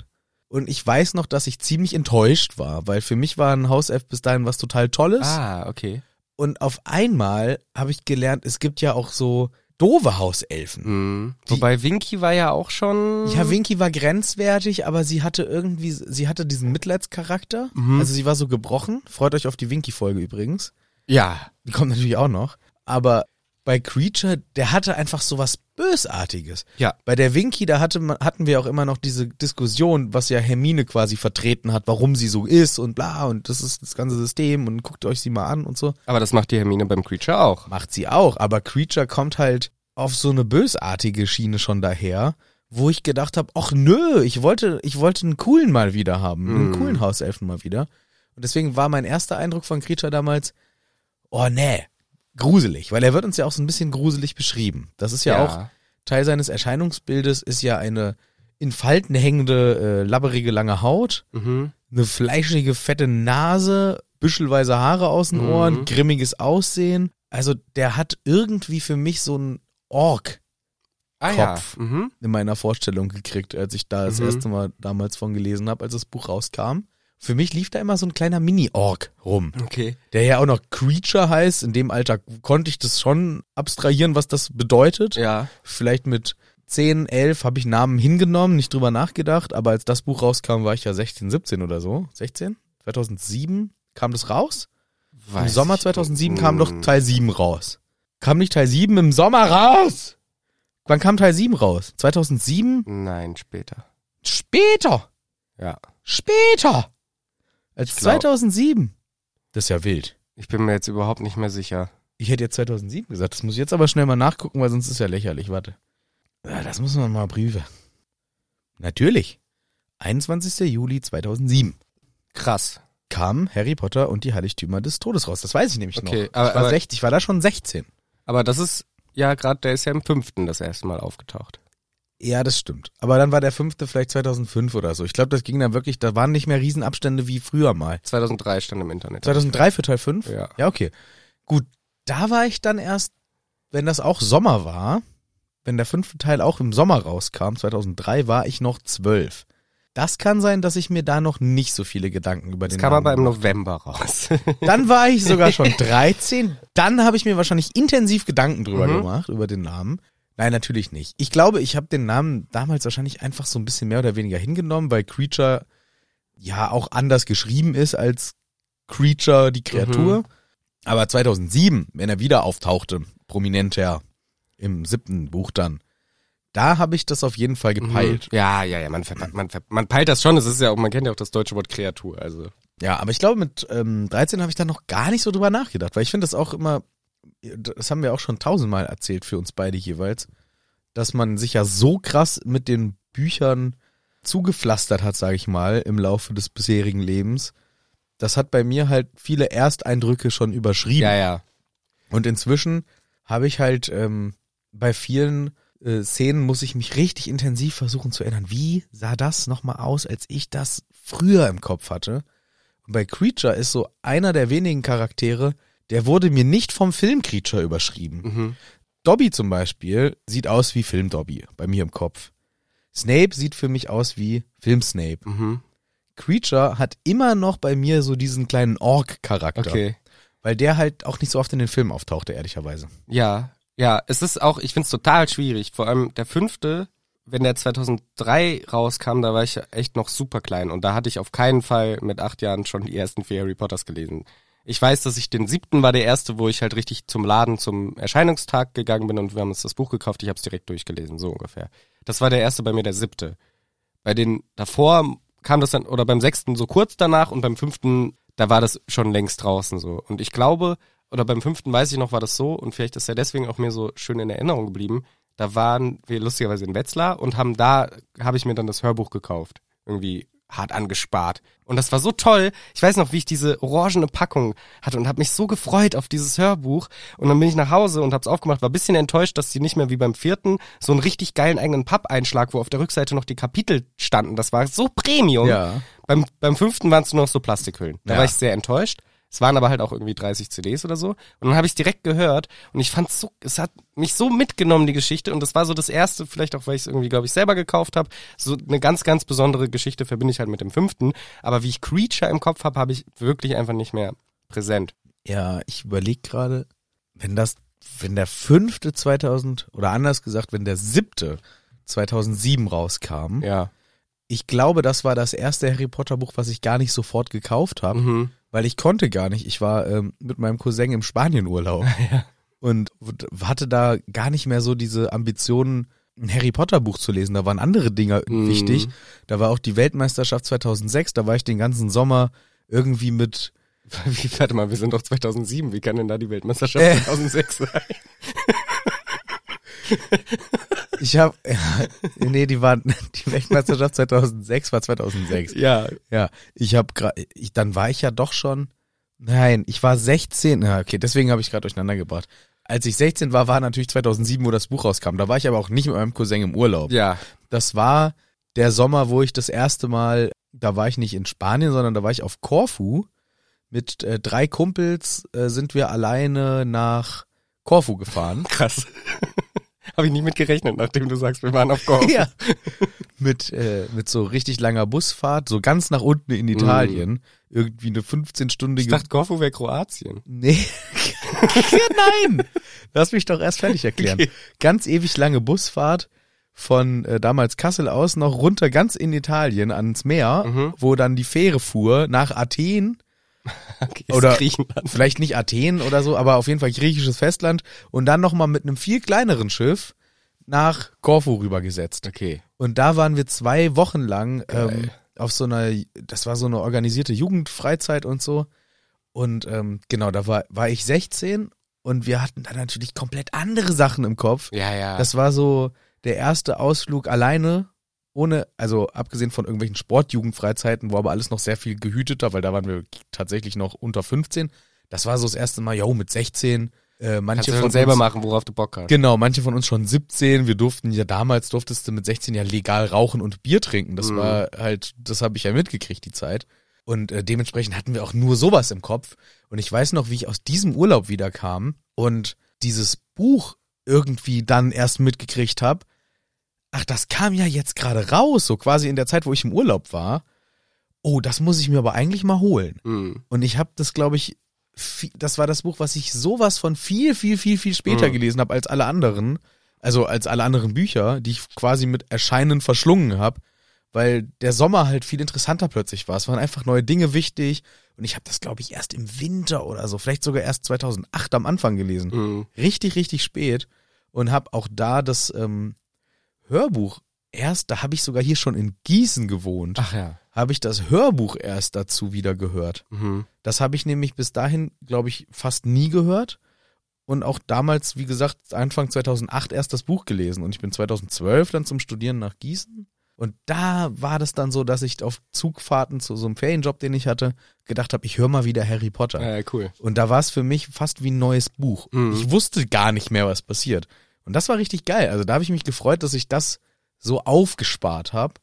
Speaker 1: Und ich weiß noch, dass ich ziemlich enttäuscht war, weil für mich war ein Hauself bis dahin was total Tolles.
Speaker 2: Ah, okay.
Speaker 1: Und auf einmal habe ich gelernt, es gibt ja auch so doofe Hauselfen.
Speaker 2: Mhm.
Speaker 1: Die-
Speaker 2: Wobei Winky war ja auch schon.
Speaker 1: Ja, Winky war grenzwertig, aber sie hatte irgendwie, sie hatte diesen Mitleidscharakter.
Speaker 2: Mhm.
Speaker 1: Also sie war so gebrochen. Freut euch auf die Winky-Folge übrigens.
Speaker 2: Ja.
Speaker 1: Die kommt natürlich auch noch. Aber bei Creature, der hatte einfach so was Bösartiges.
Speaker 2: Ja.
Speaker 1: Bei der Winky, da hatte man, hatten wir auch immer noch diese Diskussion, was ja Hermine quasi vertreten hat, warum sie so ist und bla und das ist das ganze System und guckt euch sie mal an und so.
Speaker 2: Aber das macht die Hermine beim Creature auch.
Speaker 1: Macht sie auch, aber Creature kommt halt auf so eine bösartige Schiene schon daher, wo ich gedacht habe, ach nö, ich wollte, ich wollte einen coolen mal wieder haben, einen
Speaker 2: Mm.
Speaker 1: coolen Hauselfen mal wieder. Und deswegen war mein erster Eindruck von Creature damals, oh nee, gruselig, weil er wird uns ja auch so ein bisschen gruselig beschrieben. Das ist ja, auch Teil seines Erscheinungsbildes ist ja eine in Falten hängende, äh, labberige lange Haut,
Speaker 2: Mhm.
Speaker 1: eine fleischige, fette Nase, büschelweise Haare aus den
Speaker 2: Mhm.
Speaker 1: Ohren, grimmiges Aussehen. Also der hat irgendwie für mich so einen Ork
Speaker 2: Ah,
Speaker 1: Kopf.
Speaker 2: ja. Mhm.
Speaker 1: in meiner Vorstellung gekriegt, als ich da das
Speaker 2: Mhm.
Speaker 1: erste Mal damals von gelesen habe, als das Buch rauskam. Für mich lief da immer so ein kleiner Mini-Ork rum,
Speaker 2: Okay.
Speaker 1: der ja auch noch Creature heißt. In dem Alter konnte ich das schon abstrahieren, was das bedeutet
Speaker 2: Ja.
Speaker 1: vielleicht mit 10, 11 habe ich Namen hingenommen, nicht drüber nachgedacht, aber als das Buch rauskam, war ich ja 16, 17 oder so. 16? 2007 kam das raus? Im
Speaker 2: Weiß
Speaker 1: Sommer
Speaker 2: ich
Speaker 1: 2007
Speaker 2: nicht.
Speaker 1: kam doch
Speaker 2: Mhm.
Speaker 1: Teil 7 raus. Kam nicht Teil 7 im Sommer raus? Wann kam Teil 7 raus? 2007?
Speaker 2: Nein, später.
Speaker 1: Später!
Speaker 2: Ja.
Speaker 1: Später! Als
Speaker 2: glaub-
Speaker 1: 2007. Das ist ja wild.
Speaker 2: Ich bin mir jetzt überhaupt nicht mehr sicher.
Speaker 1: Ich hätte jetzt 2007 gesagt. Das muss ich jetzt aber schnell mal nachgucken, weil sonst ist ja lächerlich. Warte. Ja, das muss man mal prüfen. Natürlich. 21. Juli 2007
Speaker 2: Krass.
Speaker 1: kam Harry Potter und die Heiligtümer des Todes raus. Das weiß ich nämlich
Speaker 2: Okay,
Speaker 1: noch.
Speaker 2: aber-
Speaker 1: ich, war
Speaker 2: aber-
Speaker 1: 60, ich war da schon 16.
Speaker 2: Aber das ist ja gerade, der ist ja im fünften das erste Mal aufgetaucht.
Speaker 1: Ja, das stimmt. Aber dann war der fünfte vielleicht 2005 oder so. Ich glaube, das ging dann wirklich, da waren nicht mehr Riesenabstände wie früher mal.
Speaker 2: 2003 stand im Internet.
Speaker 1: 2003 für Teil 5?
Speaker 2: Ja.
Speaker 1: Ja, okay. Gut, da war ich dann erst, wenn das auch Sommer war, wenn der fünfte Teil auch im Sommer rauskam, 2003, war ich noch zwölf. Das kann sein, dass ich mir da noch nicht so viele Gedanken über
Speaker 2: Das
Speaker 1: den
Speaker 2: kam
Speaker 1: Namen
Speaker 2: aber im November raus.
Speaker 1: Dann war ich sogar schon 13. Dann habe ich mir wahrscheinlich intensiv Gedanken drüber
Speaker 2: Mhm.
Speaker 1: gemacht, über den Namen. Nein, natürlich nicht. Ich glaube, ich habe den Namen damals wahrscheinlich einfach so ein bisschen mehr oder weniger hingenommen, weil Creature ja auch anders geschrieben ist als Creature, die Kreatur. Aber 2007, wenn er wieder auftauchte, prominenter im siebten Buch dann, da habe ich das auf jeden Fall gepeilt.
Speaker 2: Mhm. Ja, ja, ja, man, ver man, ver man peilt das schon. Es ist ja auch, man kennt ja auch das deutsche Wort Kreatur. Also
Speaker 1: Ja, aber ich glaube, mit ähm, 13 habe ich da noch gar nicht so drüber nachgedacht, weil ich finde das auch immer, das haben wir auch schon tausendmal erzählt für uns beide jeweils, dass man sich ja so krass mit den Büchern zugepflastert hat, sage ich mal, im Laufe des bisherigen Lebens. Das hat bei mir halt viele Ersteindrücke schon überschrieben.
Speaker 2: ja, ja.
Speaker 1: Und inzwischen habe ich halt ähm, bei vielen äh, Szenen muss ich mich richtig intensiv versuchen zu erinnern. Wie sah das nochmal aus, als ich das früher im Kopf hatte? Und bei Creature ist so einer der wenigen Charaktere, der wurde mir nicht vom Film Creature überschrieben.
Speaker 2: Mhm.
Speaker 1: Dobby zum Beispiel sieht aus wie Film Dobby bei mir im Kopf. Snape sieht für mich aus wie Film Snape.
Speaker 2: Mhm.
Speaker 1: Creature hat immer noch bei mir so diesen kleinen Ork-Charakter.
Speaker 2: Okay.
Speaker 1: Weil der halt auch nicht so oft in den Filmen auftauchte, ehrlicherweise.
Speaker 2: Ja, ja, es ist auch, ich find's total schwierig. Vor allem der fünfte, wenn der 2003 rauskam, da war ich echt noch super klein und da hatte ich auf keinen Fall mit acht Jahren schon die ersten vier Harry Potters gelesen. Ich weiß, dass ich den siebten war der erste, wo ich halt richtig zum Laden zum Erscheinungstag gegangen bin und wir haben uns das Buch gekauft. Ich hab's direkt durchgelesen, so ungefähr. Das war der erste bei mir, der siebte. Bei den davor kam das dann, oder beim sechsten so kurz danach und beim fünften, da war das schon längst draußen so. Und ich glaube, oder beim fünften weiß ich noch, war das so und vielleicht ist er deswegen auch mir so schön in Erinnerung geblieben. Da waren wir lustigerweise in Wetzlar und haben da, habe ich mir dann das Hörbuch gekauft. Irgendwie hart angespart. Und das war so toll. Ich weiß noch, wie ich diese orangene Packung hatte und habe mich so gefreut auf dieses Hörbuch. Und dann bin ich nach Hause und habe es aufgemacht, war ein bisschen enttäuscht, dass die nicht mehr wie beim vierten so einen richtig geilen eigenen Pappeinschlag, wo auf der Rückseite noch die Kapitel standen. Das war so Premium.
Speaker 1: Ja.
Speaker 2: Beim, beim fünften waren es nur noch so Plastikhüllen. Da
Speaker 1: Ja.
Speaker 2: war ich sehr enttäuscht. Es waren aber halt auch irgendwie 30 CDs oder so. Und dann habe ich direkt gehört und ich fand so, es hat mich so mitgenommen, die Geschichte. Und das war so das erste, vielleicht auch, weil ich es irgendwie, glaube ich, selber gekauft habe. So eine ganz, ganz besondere Geschichte verbinde ich halt mit dem fünften. Aber wie ich Creature im Kopf habe, habe ich wirklich einfach nicht mehr präsent.
Speaker 1: Ja, ich überlege gerade, wenn das, wenn der fünfte 2000 oder anders gesagt, wenn der siebte 2007 rauskam,
Speaker 2: Ja.
Speaker 1: ich glaube, das war das erste Harry Potter Buch, was ich gar nicht sofort gekauft habe,
Speaker 2: Mhm.
Speaker 1: weil ich konnte gar nicht. Ich war ähm, mit meinem Cousin im Spanienurlaub und und hatte da gar nicht mehr so diese Ambitionen, ein Harry Potter Buch zu lesen. Da waren andere Dinger
Speaker 2: Mhm.
Speaker 1: wichtig. Da war auch die Weltmeisterschaft 2006. Da war ich den ganzen Sommer irgendwie mit
Speaker 2: Wie, warte mal, wir sind doch 2007. Wie kann denn da die Weltmeisterschaft
Speaker 1: Äh.
Speaker 2: 2006 sein?
Speaker 1: Ich habe ja, nee, die waren die Weltmeisterschaft 2006 war 2006.
Speaker 2: Ja,
Speaker 1: Ja, ich habe ich dann war ich ja doch schon nein, ich war 16. Ja, okay, deswegen habe ich gerade durcheinander gebracht. Als ich 16 war, war natürlich 2007, wo das Buch rauskam. Da war ich aber auch nicht mit meinem Cousin im Urlaub.
Speaker 2: ja.
Speaker 1: Das war der Sommer, wo ich das erste Mal, da war ich nicht in Spanien, sondern da war ich auf Korfu. Mit äh, drei Kumpels äh, sind wir alleine nach Korfu gefahren.
Speaker 2: Krass. Habe ich nicht mit gerechnet, nachdem du sagst, wir waren auf Korfu.
Speaker 1: Ja. mit, äh, mit so richtig langer Busfahrt, so ganz nach unten in Italien. Irgendwie eine 15-stündige.
Speaker 2: Mm. Ich dachte, Korfu wäre Kroatien.
Speaker 1: nee. ja, nein! Lass mich doch erst fertig erklären.
Speaker 2: Okay.
Speaker 1: Ganz ewig lange Busfahrt von äh, damals Kassel aus noch runter ganz in Italien ans Meer,
Speaker 2: Mhm.
Speaker 1: wo dann die Fähre fuhr nach Athen.
Speaker 2: Okay, ist
Speaker 1: Oder-
Speaker 2: Griechenland.
Speaker 1: Vielleicht nicht Athen oder so, aber auf jeden Fall griechisches Festland und dann nochmal mit einem viel kleineren Schiff nach Korfu rübergesetzt.
Speaker 2: Okay.
Speaker 1: Und da waren wir zwei Wochen lang ähm,
Speaker 2: Geil.
Speaker 1: auf so einer, das war so eine organisierte Jugendfreizeit und so. Und ähm, genau, da war, war ich 16 und wir hatten da natürlich komplett andere Sachen im Kopf.
Speaker 2: Ja, ja.
Speaker 1: Das war so der erste Ausflug alleine, ohne, also abgesehen von irgendwelchen Sportjugendfreizeiten, wo aber alles noch sehr viel gehüteter, weil da waren wir tatsächlich noch unter 15. Das war so das erste Mal, jo, mit 16. Äh, manche
Speaker 2: Kannst du schon
Speaker 1: von
Speaker 2: selber
Speaker 1: uns,
Speaker 2: machen, worauf du Bock hast.
Speaker 1: Genau, manche von uns schon 17. Wir durften ja damals, durftest du mit 16 ja legal rauchen und Bier trinken. Das
Speaker 2: Mhm.
Speaker 1: war halt, das habe ich ja mitgekriegt, die Zeit. Und äh, dementsprechend hatten wir auch nur sowas im Kopf. Und ich weiß noch, wie ich aus diesem Urlaub wieder kam und dieses Buch irgendwie dann erst mitgekriegt habe. Ach, das kam ja jetzt gerade raus, so quasi in der Zeit, wo ich im Urlaub war. Oh, das muss ich mir aber eigentlich mal holen.
Speaker 2: Mhm.
Speaker 1: Und ich habe das, glaube ich, vi- das war das Buch, was ich sowas von viel, viel, viel, viel später
Speaker 2: Mhm.
Speaker 1: gelesen habe als alle anderen. Also als alle anderen Bücher, die ich quasi mit Erscheinen verschlungen habe, weil der Sommer halt viel interessanter plötzlich war. Es waren einfach neue Dinge wichtig. Und ich habe das, glaube ich, erst im Winter oder so, vielleicht sogar erst 2008 am Anfang gelesen.
Speaker 2: Mhm.
Speaker 1: Richtig, richtig spät. Und habe auch da das ähm, Hörbuch erst, da habe ich sogar hier schon in Gießen gewohnt,
Speaker 2: Ach ja.
Speaker 1: habe ich das Hörbuch erst dazu wieder gehört.
Speaker 2: Mhm.
Speaker 1: Das habe ich nämlich bis dahin, glaube ich, fast nie gehört. Und auch damals, wie gesagt, Anfang 2008 erst das Buch gelesen. Und ich bin 2012 dann zum Studieren nach Gießen. Und da war das dann so, dass ich auf Zugfahrten zu so einem Ferienjob, den ich hatte, gedacht habe, ich höre mal wieder Harry Potter.
Speaker 2: Ja, ja, cool.
Speaker 1: Und da war es für mich fast wie ein neues Buch.
Speaker 2: Mhm.
Speaker 1: Ich wusste gar nicht mehr, was passiert. Und das war richtig geil. Also da habe ich mich gefreut, dass ich das so aufgespart habe,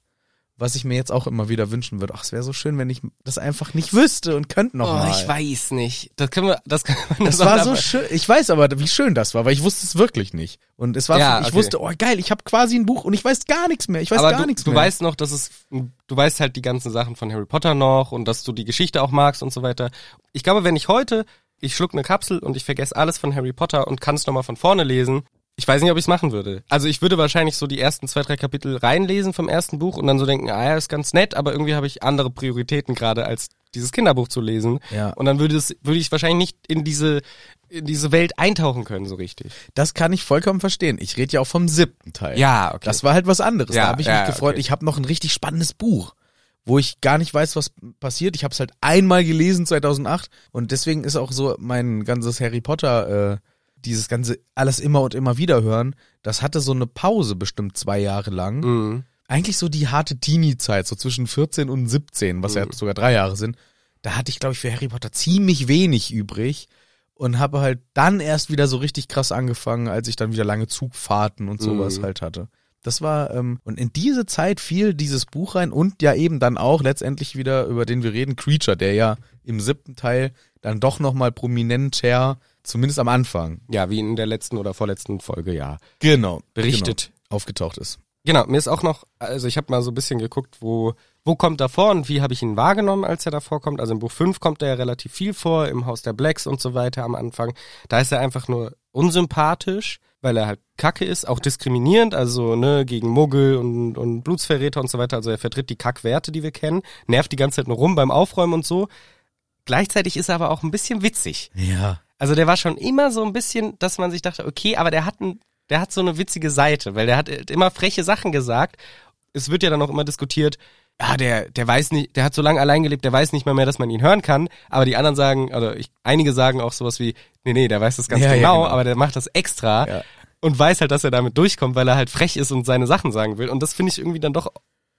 Speaker 1: was ich mir jetzt auch immer wieder wünschen würde. Ach, es wäre so schön, wenn ich das einfach nicht wüsste und könnte noch mal.
Speaker 2: Oh, ich weiß nicht. Das können wir, das können wir
Speaker 1: Das war so schön. Ich weiß aber, wie schön das war, weil ich wusste es wirklich nicht. Und es war,
Speaker 2: Ja,
Speaker 1: ich
Speaker 2: okay.
Speaker 1: wusste, oh geil, ich habe quasi ein Buch und ich weiß gar nichts mehr. Ich weiß
Speaker 2: aber
Speaker 1: gar
Speaker 2: du,
Speaker 1: nichts
Speaker 2: du
Speaker 1: mehr.
Speaker 2: weißt noch, dass es, du weißt halt die ganzen Sachen von Harry Potter noch und dass du die Geschichte auch magst und so weiter. Ich glaube, wenn ich heute, ich schluck eine Kapsel und ich vergesse alles von Harry Potter und kann es nochmal von vorne lesen, ich weiß nicht, ob ich es machen würde. Also ich würde wahrscheinlich so die ersten zwei, drei Kapitel reinlesen vom ersten Buch und dann so denken, ah ja, ist ganz nett, aber irgendwie habe ich andere Prioritäten gerade als dieses Kinderbuch zu lesen.
Speaker 1: Ja.
Speaker 2: Und dann würde es, würde ich wahrscheinlich nicht in diese, in diese Welt eintauchen können, so richtig.
Speaker 1: Das kann ich vollkommen verstehen. Ich rede ja auch vom siebten Teil.
Speaker 2: Ja, okay.
Speaker 1: Das war halt was anderes.
Speaker 2: Ja,
Speaker 1: da habe ich
Speaker 2: ja,
Speaker 1: mich gefreut.
Speaker 2: okay.
Speaker 1: Ich habe noch ein richtig spannendes Buch, wo ich gar nicht weiß, was passiert. Ich habe es halt einmal gelesen 2008 und deswegen ist auch so mein ganzes Harry Potter, äh, dieses ganze alles immer und immer wieder hören, das hatte so eine Pause bestimmt zwei Jahre lang.
Speaker 2: Mhm.
Speaker 1: Eigentlich so die harte Teenie-Zeit, so zwischen 14 und 17, was
Speaker 2: Mhm.
Speaker 1: ja sogar drei Jahre sind. Da hatte ich, glaube ich, für Harry Potter ziemlich wenig übrig und habe halt dann erst wieder so richtig krass angefangen, als ich dann wieder lange Zugfahrten und sowas
Speaker 2: Mhm.
Speaker 1: halt hatte. Das war, ähm, und in diese Zeit fiel dieses Buch rein und ja eben dann auch letztendlich wieder, über den wir reden, Creature, der ja im siebten Teil dann doch nochmal prominenter, zumindest am Anfang,
Speaker 2: Ja, wie in der letzten oder vorletzten Folge, ja.
Speaker 1: genau,
Speaker 2: Berichtet.
Speaker 1: genau, aufgetaucht ist.
Speaker 2: Genau, mir ist auch noch, also ich habe mal so ein bisschen geguckt, wo, wo kommt er vor und wie habe ich ihn wahrgenommen, als er davor kommt. Also im Buch 5 kommt er ja relativ viel vor, im Haus der Blacks und so weiter am Anfang. Da ist er einfach nur unsympathisch, weil er halt kacke ist, auch diskriminierend, also ne, gegen Muggel und, und Blutsverräter und so weiter. Also er vertritt die Kackwerte, die wir kennen, nervt die ganze Zeit nur rum beim Aufräumen und so. Gleichzeitig ist er aber auch ein bisschen witzig.
Speaker 1: Ja.
Speaker 2: Also der war schon immer so ein bisschen, dass man sich dachte, okay, aber der hat, ein, der hat so eine witzige Seite, weil der hat äh, immer freche Sachen gesagt. Es wird ja dann auch immer diskutiert, ja, der, der weiß nicht, der hat so lange allein gelebt, der weiß nicht mal mehr, dass man ihn hören kann. Aber die anderen sagen, oder ich, einige sagen auch sowas wie, nee, nee, der weiß das ganz
Speaker 1: Ja, ja,
Speaker 2: genau,
Speaker 1: genau.
Speaker 2: aber der macht das extra
Speaker 1: Ja.
Speaker 2: und weiß halt, dass er damit durchkommt, weil er halt frech ist und seine Sachen sagen will. Und das finde ich irgendwie dann doch,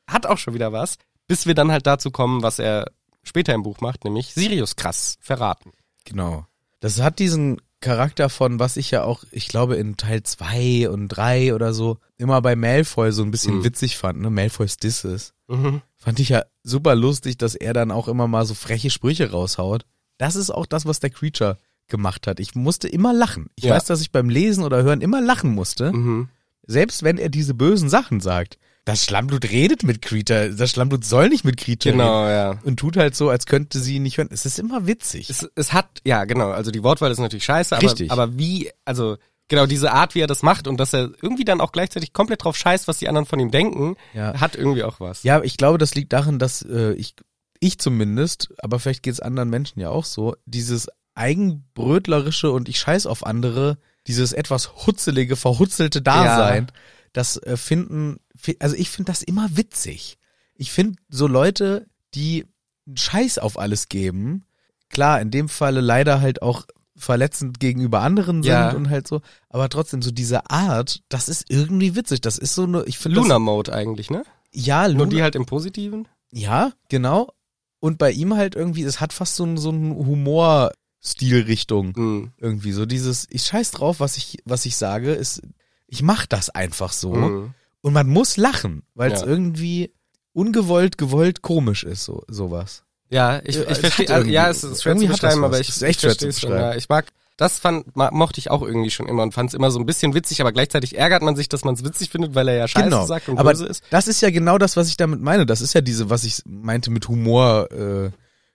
Speaker 2: hat auch schon wieder was, bis wir dann halt dazu kommen, was er später im Buch macht, nämlich Sirius krass verraten.
Speaker 1: Genau. Das hat diesen Charakter von, was ich ja auch, ich glaube, in Teil 2 und 3 oder so, immer bei Malfoy so ein bisschen
Speaker 2: Mhm.
Speaker 1: witzig fand, ne? Malfoys Disses. Fand ich ja super lustig, dass er dann auch immer mal so freche Sprüche raushaut. Das ist auch das, was der Creature gemacht hat. Ich musste immer lachen. Ich
Speaker 2: Ja.
Speaker 1: weiß, dass ich beim Lesen oder Hören immer lachen musste,
Speaker 2: Mhm.
Speaker 1: selbst wenn er diese bösen Sachen sagt. Das Schlammblut redet mit Creature. Das Schlammblut soll nicht mit Creature reden.
Speaker 2: Genau, ja.
Speaker 1: Und tut halt so, als könnte sie ihn nicht hören. Es ist immer witzig.
Speaker 2: Es, es hat, ja, genau, also die Wortwahl ist natürlich scheiße, aber,
Speaker 1: Richtig.
Speaker 2: aber wie, also genau diese Art, wie er das macht und dass er irgendwie dann auch gleichzeitig komplett drauf scheißt, was die anderen von ihm denken,
Speaker 1: Ja.
Speaker 2: hat irgendwie auch was.
Speaker 1: Ja, ich glaube, das liegt daran, dass äh, ich, ich zumindest, aber vielleicht geht's anderen Menschen ja auch so, dieses eigenbrötlerische und ich scheiß auf andere, dieses etwas hutzelige, verhutzelte Dasein, das äh, finden, fi- also ich finde das immer witzig. Ich finde so Leute, die einen Scheiß auf alles geben, klar, in dem Falle leider halt auch verletzend gegenüber anderen sind
Speaker 2: Ja.
Speaker 1: und halt so, aber trotzdem so diese Art, das ist irgendwie witzig, das ist so eine, ich finde das,
Speaker 2: Luna-Mode eigentlich, ne?
Speaker 1: ja, Luna,
Speaker 2: Nur die halt im Positiven.
Speaker 1: ja, genau. Und bei ihm halt irgendwie, es hat fast so, ein- so einen Humor-Stilrichtung.
Speaker 2: Mhm.
Speaker 1: Irgendwie so dieses, ich scheiß drauf, was ich, was ich sage, ist, ich mach das einfach so.
Speaker 2: Mhm.
Speaker 1: Und man muss lachen, weil es
Speaker 2: Ja.
Speaker 1: irgendwie ungewollt, gewollt komisch ist, so, sowas.
Speaker 2: Ja, ich,
Speaker 1: Ja,
Speaker 2: ich
Speaker 1: es
Speaker 2: verstehe,
Speaker 1: hat
Speaker 2: also, ja, es
Speaker 1: irgendwie-
Speaker 2: ist schwer zu
Speaker 1: irgendwie hat das
Speaker 2: beschreiben,
Speaker 1: was.
Speaker 2: aber ich,
Speaker 1: Es ist echt
Speaker 2: ich
Speaker 1: schwer zu
Speaker 2: verstehe es schon.
Speaker 1: beschreiben.
Speaker 2: Ja, ich mag, das fand, ma- mochte ich auch irgendwie schon immer und fand es immer so ein bisschen witzig, aber gleichzeitig ärgert man sich, dass man es witzig findet, weil er ja Scheiße
Speaker 1: genau.
Speaker 2: sagt und
Speaker 1: Aber
Speaker 2: böse ist.
Speaker 1: das ist ja genau das, was ich damit meine. Das ist ja diese, was ich meinte mit Humor, äh,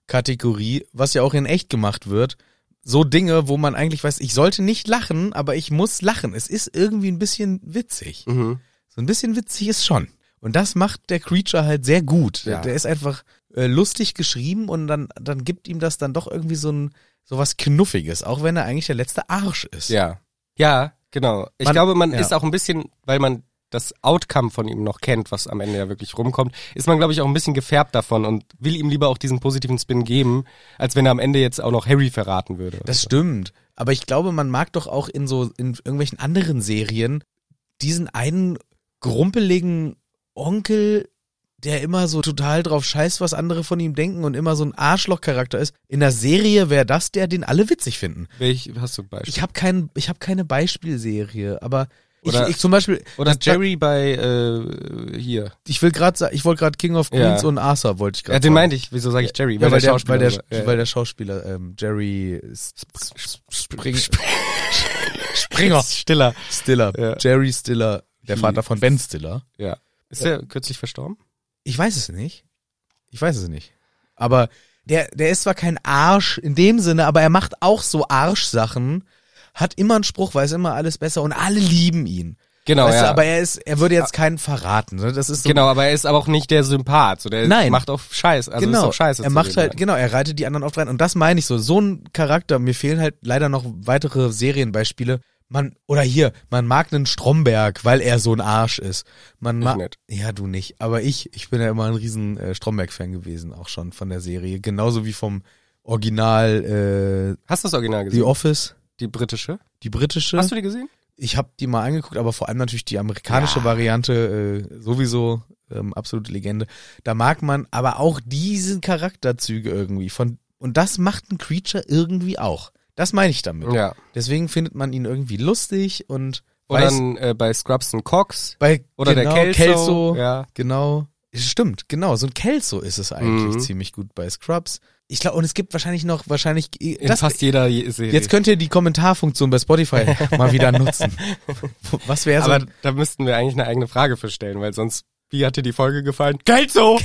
Speaker 1: Kategorie, was ja auch in echt gemacht wird. So Dinge, wo man eigentlich weiß, ich sollte nicht lachen, aber ich muss lachen. Es ist irgendwie ein bisschen witzig.
Speaker 2: Mhm.
Speaker 1: So ein bisschen witzig ist schon. Und das macht der Creature halt sehr gut.
Speaker 2: Ja.
Speaker 1: Der ist einfach äh, lustig geschrieben und dann, dann gibt ihm das dann doch irgendwie so ein so was Knuffiges, auch wenn er eigentlich der letzte Arsch ist.
Speaker 2: Ja. Ja, genau. Ich
Speaker 1: Man-
Speaker 2: glaube, man
Speaker 1: ja.
Speaker 2: ist auch ein bisschen, weil man das Outcome von ihm noch kennt, was am Ende ja wirklich rumkommt, ist man, glaube ich, auch ein bisschen gefärbt davon und will ihm lieber auch diesen positiven Spin geben, als wenn er am Ende jetzt auch noch Harry verraten würde.
Speaker 1: Das stimmt. Aber ich glaube, man mag doch auch in so in irgendwelchen anderen Serien diesen einen grumpeligen Onkel, der immer so total drauf scheißt, was andere von ihm denken und immer so ein Arschlochcharakter ist. In der Serie wäre das der, den alle witzig finden.
Speaker 2: Welch, hast du ein Beispiel?
Speaker 1: Ich habe kein, ich habe keine Beispielserie, aber ich,
Speaker 2: Oder-
Speaker 1: ich zum Beispiel
Speaker 2: Oder
Speaker 1: das-
Speaker 2: Jerry bei äh, hier.
Speaker 1: Ich will gerade, ich wollte gerade King of Queens
Speaker 2: Ja.
Speaker 1: und Arthur wollte ich gerade.
Speaker 2: Ja, den meinte ich. Wieso sage ich Jerry?
Speaker 1: Ja, weil, der, weil, der,
Speaker 2: war. Ja.
Speaker 1: weil der Schauspieler ähm, Jerry Spring,
Speaker 2: Springer. Stiller.
Speaker 1: Stiller,
Speaker 2: Ja. Hm.
Speaker 1: Jerry Stiller, der
Speaker 2: He-
Speaker 1: Vater von Ben Stiller.
Speaker 2: Ja. Ist der kürzlich verstorben?
Speaker 1: Ich weiß es nicht. Ich weiß es nicht. Aber der, der ist zwar kein Arsch in dem Sinne, aber er macht auch so Arschsachen, hat immer einen Spruch, weiß immer alles besser und alle lieben ihn.
Speaker 2: Genau,
Speaker 1: weißt
Speaker 2: ja. Ah.
Speaker 1: du, aber er ist, er würde jetzt keinen verraten. Ne? Das ist so
Speaker 2: genau, aber er ist aber auch nicht der Sympath. So, der
Speaker 1: Nein.
Speaker 2: macht auch Scheiß. Also ist
Speaker 1: genau,
Speaker 2: auch Scheiße
Speaker 1: er
Speaker 2: zu
Speaker 1: macht
Speaker 2: denen
Speaker 1: halt,
Speaker 2: dann.
Speaker 1: genau, er reitet die anderen oft rein. Und das meine ich so. So ein Charakter, mir fehlen halt leider noch weitere Serienbeispiele. Man, oder hier, man mag einen Stromberg, weil er so ein Arsch ist. Man
Speaker 2: Ich
Speaker 1: mag.
Speaker 2: nicht.
Speaker 1: Ja, du nicht. Aber ich, ich bin ja immer ein riesen äh, Stromberg-Fan gewesen, auch schon von der Serie. Genauso wie vom Original
Speaker 2: Hast du das Original
Speaker 1: äh,
Speaker 2: gesehen?
Speaker 1: The Office,
Speaker 2: Die britische?
Speaker 1: die britische.
Speaker 2: Hast du die gesehen?
Speaker 1: ich habe die mal angeguckt, aber vor allem natürlich die amerikanische
Speaker 2: Ja.
Speaker 1: Variante äh, sowieso ähm, absolute Legende. Da mag man aber auch diesen Charakterzüge irgendwie von und das macht ein Creature irgendwie auch. Das meine ich damit.
Speaker 2: Ja.
Speaker 1: Deswegen findet man ihn irgendwie lustig und
Speaker 2: Oder
Speaker 1: weiß,
Speaker 2: dann, äh, bei Scrubs und Cox.
Speaker 1: bei
Speaker 2: Oder
Speaker 1: genau,
Speaker 2: der Kelso.
Speaker 1: Ja.
Speaker 2: Ja.
Speaker 1: Genau. Stimmt, genau. So ein Kelso ist es eigentlich
Speaker 2: Mhm.
Speaker 1: ziemlich gut bei Scrubs. Ich glaube, und es gibt wahrscheinlich noch wahrscheinlich äh,
Speaker 2: In fast jeder Je- Serie.
Speaker 1: Jetzt könnt ihr die Kommentarfunktion bei Spotify mal wieder nutzen. Was wäre so
Speaker 2: Aber
Speaker 1: ein
Speaker 2: da müssten wir eigentlich eine eigene Frage für stellen, weil sonst, wie hat dir die Folge gefallen? Kelso!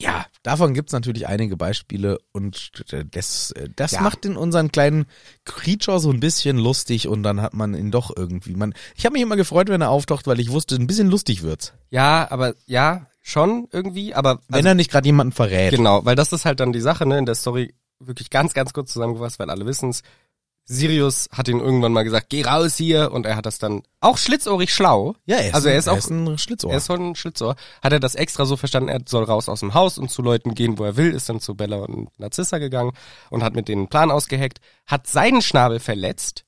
Speaker 1: Ja, davon gibt's natürlich einige Beispiele und äh, das, äh, das
Speaker 2: Ja.
Speaker 1: macht in unseren kleinen Creature so ein bisschen lustig und dann hat man ihn doch irgendwie. Man, ich habe mich immer gefreut, wenn er auftaucht, weil ich wusste, ein bisschen lustig wird's.
Speaker 2: Ja, aber ja, schon irgendwie, aber also
Speaker 1: Wenn er nicht gerade jemanden verrät.
Speaker 2: Genau, weil das ist halt dann die Sache, ne, in der Story wirklich ganz, ganz kurz zusammengefasst, weil alle wissen's. Sirius hat ihn irgendwann mal gesagt, geh raus hier, und er hat das dann auch schlitzohrig schlau.
Speaker 1: Ja, er ist,
Speaker 2: Also er ist auch-
Speaker 1: ein Schlitzohr.
Speaker 2: Er ist schon ein Schlitzohr. Hat er das extra so verstanden, er soll raus aus dem Haus und zu Leuten gehen, wo er will, ist dann zu Bella und Narzissa gegangen und hat mit denen einen Plan ausgeheckt, hat seinen Schnabel verletzt,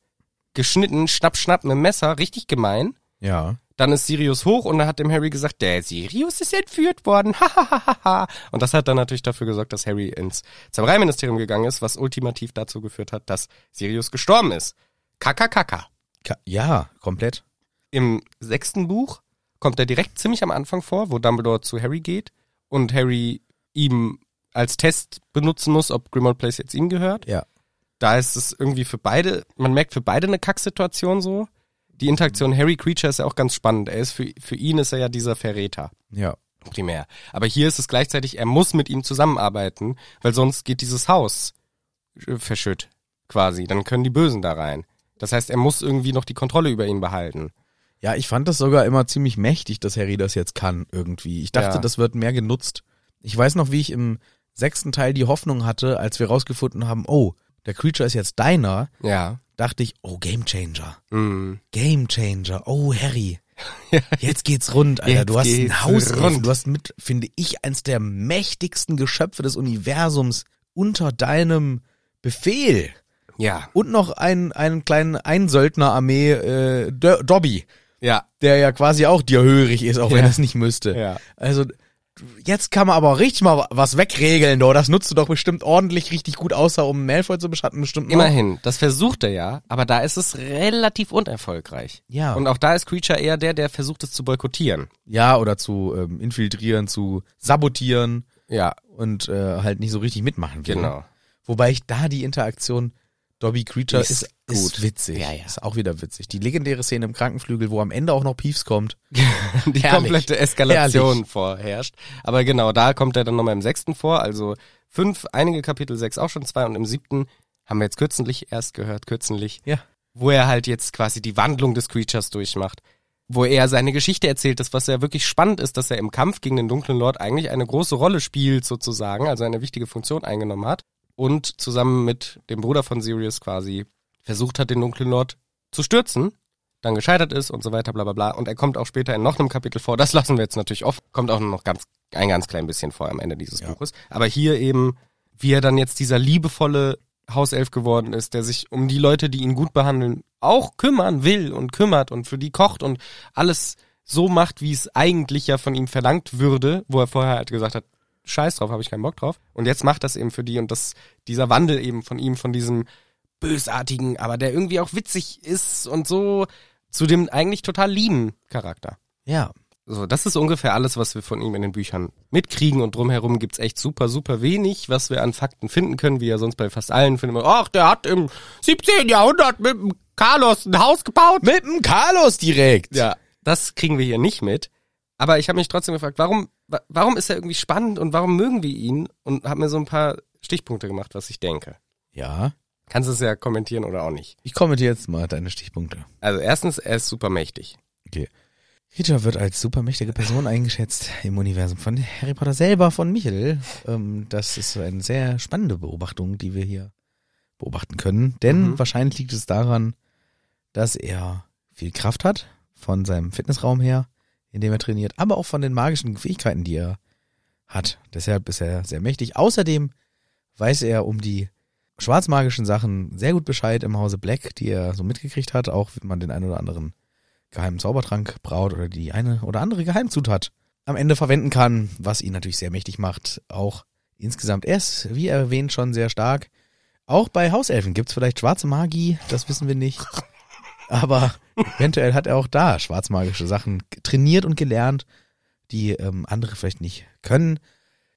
Speaker 2: geschnitten, schnapp, schnapp, mit dem Messer, richtig gemein.
Speaker 1: ja.
Speaker 2: Dann ist Sirius hoch und dann hat dem Harry gesagt, der Sirius ist entführt worden. Hahaha. und das hat dann natürlich dafür gesorgt, dass Harry ins Zaubereiministerium gegangen ist, was ultimativ dazu geführt hat, dass Sirius gestorben ist. Kaka kaka.
Speaker 1: Ka- Ja, komplett.
Speaker 2: Im sechsten Buch kommt er direkt ziemlich am Anfang vor, wo Dumbledore zu Harry geht und Harry ihm als Test benutzen muss, ob Grimmauld Place jetzt ihm gehört
Speaker 1: Ja.
Speaker 2: da ist es irgendwie für beide, man merkt für beide eine Kacksituation so. Die Interaktion Harry Creature ist ja auch ganz spannend. Er ist für, für ihn ist er ja dieser Verräter
Speaker 1: Ja.
Speaker 2: primär. Aber hier ist es gleichzeitig, er muss mit ihm zusammenarbeiten, weil sonst geht dieses Haus äh, verschütt quasi. Dann können die Bösen da rein. Das heißt, er muss irgendwie noch die Kontrolle über ihn behalten.
Speaker 1: Ja, ich fand das sogar immer ziemlich mächtig, dass Harry das jetzt kann, irgendwie. Ich dachte,
Speaker 2: Ja.
Speaker 1: das wird mehr genutzt. Ich weiß noch, wie ich im sechsten Teil die Hoffnung hatte, als wir rausgefunden haben, oh, der Creature ist jetzt deiner,
Speaker 2: Ja.
Speaker 1: dachte ich, oh, Gamechanger,
Speaker 2: Mhm.
Speaker 1: Gamechanger, oh, Harry. Jetzt geht's rund, Alter.
Speaker 2: Jetzt
Speaker 1: du hast
Speaker 2: geht's
Speaker 1: ein Haus
Speaker 2: rund.
Speaker 1: Du hast mit, finde ich, eins der mächtigsten Geschöpfe des Universums unter deinem Befehl.
Speaker 2: Ja.
Speaker 1: Und noch einen, einen kleinen Einsöldnerarmee, äh, Do- Dobby
Speaker 2: Ja.
Speaker 1: der ja quasi auch dir hörig ist, auch wenn
Speaker 2: Ja.
Speaker 1: er es nicht müsste.
Speaker 2: Ja.
Speaker 1: Also jetzt kann man aber richtig mal was wegregeln, doch. Das nutzt du doch bestimmt ordentlich richtig gut, außer um Malfoy zu beschatten, bestimmt noch.
Speaker 2: Immerhin, das versucht er ja, aber da ist es relativ unerfolgreich.
Speaker 1: Ja.
Speaker 2: Und auch da ist Creature eher der, der versucht es zu boykottieren.
Speaker 1: Ja, oder zu ähm, infiltrieren, zu sabotieren
Speaker 2: Ja,
Speaker 1: und äh, halt nicht so richtig mitmachen will.
Speaker 2: genau.
Speaker 1: Wobei ich da die Interaktion Dobby Creature
Speaker 2: Ist
Speaker 1: ist, ist,
Speaker 2: gut.
Speaker 1: witzig.
Speaker 2: Ja, ja.
Speaker 1: Ist auch wieder witzig. Die legendäre Szene im Krankenflügel, wo am Ende auch noch Peeves kommt.
Speaker 2: die
Speaker 1: Herrlich.
Speaker 2: komplette Eskalation
Speaker 1: Herrlich.
Speaker 2: vorherrscht. Aber genau, da kommt er dann nochmal im sechsten vor. Also fünf, einige Kapitel sechs auch schon zwei und im siebten haben wir jetzt kürzlich erst gehört, kürzlich,
Speaker 1: Ja.
Speaker 2: wo er halt jetzt quasi die Wandlung des Creatures durchmacht. Wo er seine Geschichte erzählt, das was ja wirklich spannend ist, dass er im Kampf gegen den dunklen Lord eigentlich eine große Rolle spielt sozusagen, also eine wichtige Funktion eingenommen hat und zusammen mit dem Bruder von Sirius quasi versucht hat, den dunklen Lord zu stürzen dann gescheitert ist und so weiter, bla bla bla. Und er kommt auch später in noch einem Kapitel vor. Das lassen wir jetzt natürlich offen. Kommt auch noch ganz, ein ganz klein bisschen vor am Ende dieses
Speaker 1: Ja.
Speaker 2: Buches. Aber hier eben, wie er dann jetzt dieser liebevolle Hauself geworden ist, der sich um die Leute, die ihn gut behandeln, auch kümmern will und kümmert und für die kocht und alles so macht, wie es eigentlich ja von ihm verlangt würde, wo er vorher halt gesagt hat, scheiß drauf, habe ich keinen Bock drauf. Und jetzt macht das eben für die und das, dieser Wandel eben von ihm, von diesem bösartigen, aber der irgendwie auch witzig ist und so zu dem eigentlich total lieben Charakter.
Speaker 1: Ja.
Speaker 2: So, das ist ungefähr alles, was wir von ihm in den Büchern mitkriegen und drumherum gibt's echt super, super wenig, was wir an Fakten finden können, wie ja sonst bei fast allen Filmen. Ach, der hat im 17. Jahrhundert mit dem Carlos ein Haus gebaut.
Speaker 1: Mit dem Carlos direkt.
Speaker 2: Ja, das kriegen wir hier nicht mit. Aber ich habe mich trotzdem gefragt, warum, wa- warum ist er irgendwie spannend und warum mögen wir ihn? Und habe mir so ein paar Stichpunkte gemacht, was ich denke.
Speaker 1: Ja.
Speaker 2: Kannst es ja kommentieren oder auch nicht.
Speaker 1: Ich kommentiere jetzt mal deine Stichpunkte.
Speaker 2: Also erstens, er ist super mächtig.
Speaker 1: Okay. Rita wird als supermächtige Person eingeschätzt im Universum von Harry Potter selber, von Michel. Ähm, das ist eine sehr spannende Beobachtung, die wir hier beobachten können. Denn
Speaker 2: Mhm.
Speaker 1: wahrscheinlich liegt es daran, dass er viel Kraft hat von seinem Fitnessraum her, in dem er trainiert, aber auch von den magischen Fähigkeiten, die er hat. Deshalb ist er sehr mächtig. Außerdem weiß er um die schwarzmagischen Sachen sehr gut Bescheid im Hause Black, die er so mitgekriegt hat, auch wie man den einen oder anderen geheimen Zaubertrank braut oder die eine oder andere Geheimzutat am Ende verwenden kann, was ihn natürlich sehr mächtig macht. Auch insgesamt er ist, wie erwähnt, schon sehr stark. Auch bei Hauselfen gibt's vielleicht schwarze Magie, das wissen wir nicht. Aber eventuell hat er auch da schwarzmagische Sachen trainiert und gelernt, die ähm, andere vielleicht nicht können.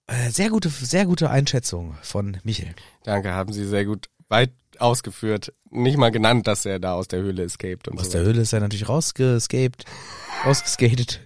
Speaker 1: Äh, sehr gute, sehr gute Einschätzung von Michel.
Speaker 2: Danke, haben Sie sehr gut weit ausgeführt. Nicht mal genannt, dass er da aus der Höhle escaped und
Speaker 1: Aus
Speaker 2: so.
Speaker 1: der Höhle ist er natürlich rausgescaped, rausgeskatet.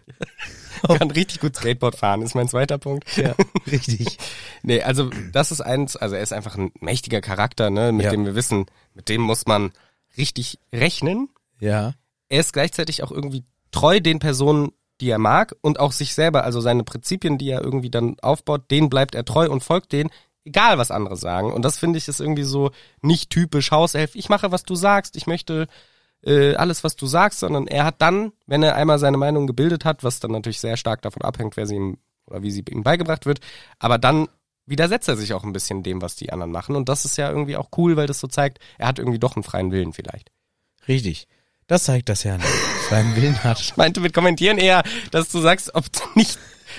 Speaker 2: Kann richtig gut Skateboard fahren, ist mein zweiter Punkt.
Speaker 1: Ja, richtig.
Speaker 2: Nee, also das ist eins, also er ist einfach ein mächtiger Charakter, ne, mit
Speaker 1: Ja.
Speaker 2: dem wir wissen, mit dem muss man richtig rechnen.
Speaker 1: Ja.
Speaker 2: er ist gleichzeitig auch irgendwie treu den Personen, die er mag und auch sich selber, also seine Prinzipien, die er irgendwie dann aufbaut, denen bleibt er treu und folgt denen, egal was andere sagen. Und das finde ich ist irgendwie so nicht typisch Hauself. Ich mache, was du sagst. Ich möchte äh, alles, was du sagst, sondern er hat dann, wenn er einmal seine Meinung gebildet hat, was dann natürlich sehr stark davon abhängt, wer sie ihm oder wie sie ihm beigebracht wird, aber dann widersetzt er sich auch ein bisschen dem, was die anderen machen. Und das ist ja irgendwie auch cool, weil das so zeigt, er hat irgendwie doch einen freien Willen vielleicht.
Speaker 1: Richtig. Das zeigt, dass er einen seinen Willen hat.
Speaker 2: Ich meinte mit kommentieren eher, dass du sagst, ob du nicht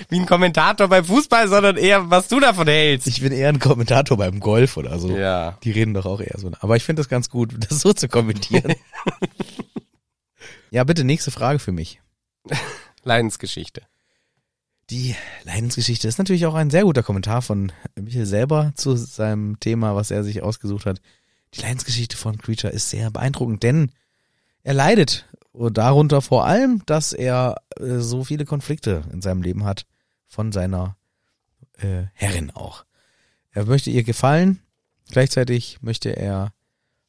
Speaker 2: wie ein Kommentator beim Fußball, sondern eher, was du davon hältst.
Speaker 1: Ich bin eher ein Kommentator beim Golf oder so.
Speaker 2: Ja.
Speaker 1: Die reden doch auch eher so. Aber ich finde das ganz gut, das so zu kommentieren. ja, bitte, nächste Frage für mich.
Speaker 2: Leidensgeschichte.
Speaker 1: Die Leidensgeschichte ist natürlich auch ein sehr guter Kommentar von Michael selber zu seinem Thema, was er sich ausgesucht hat. Die Leidensgeschichte von Creature ist sehr beeindruckend, denn er leidet darunter vor allem, dass er äh, so viele Konflikte in seinem Leben hat von seiner äh, Herrin auch. Er möchte ihr gefallen, gleichzeitig möchte er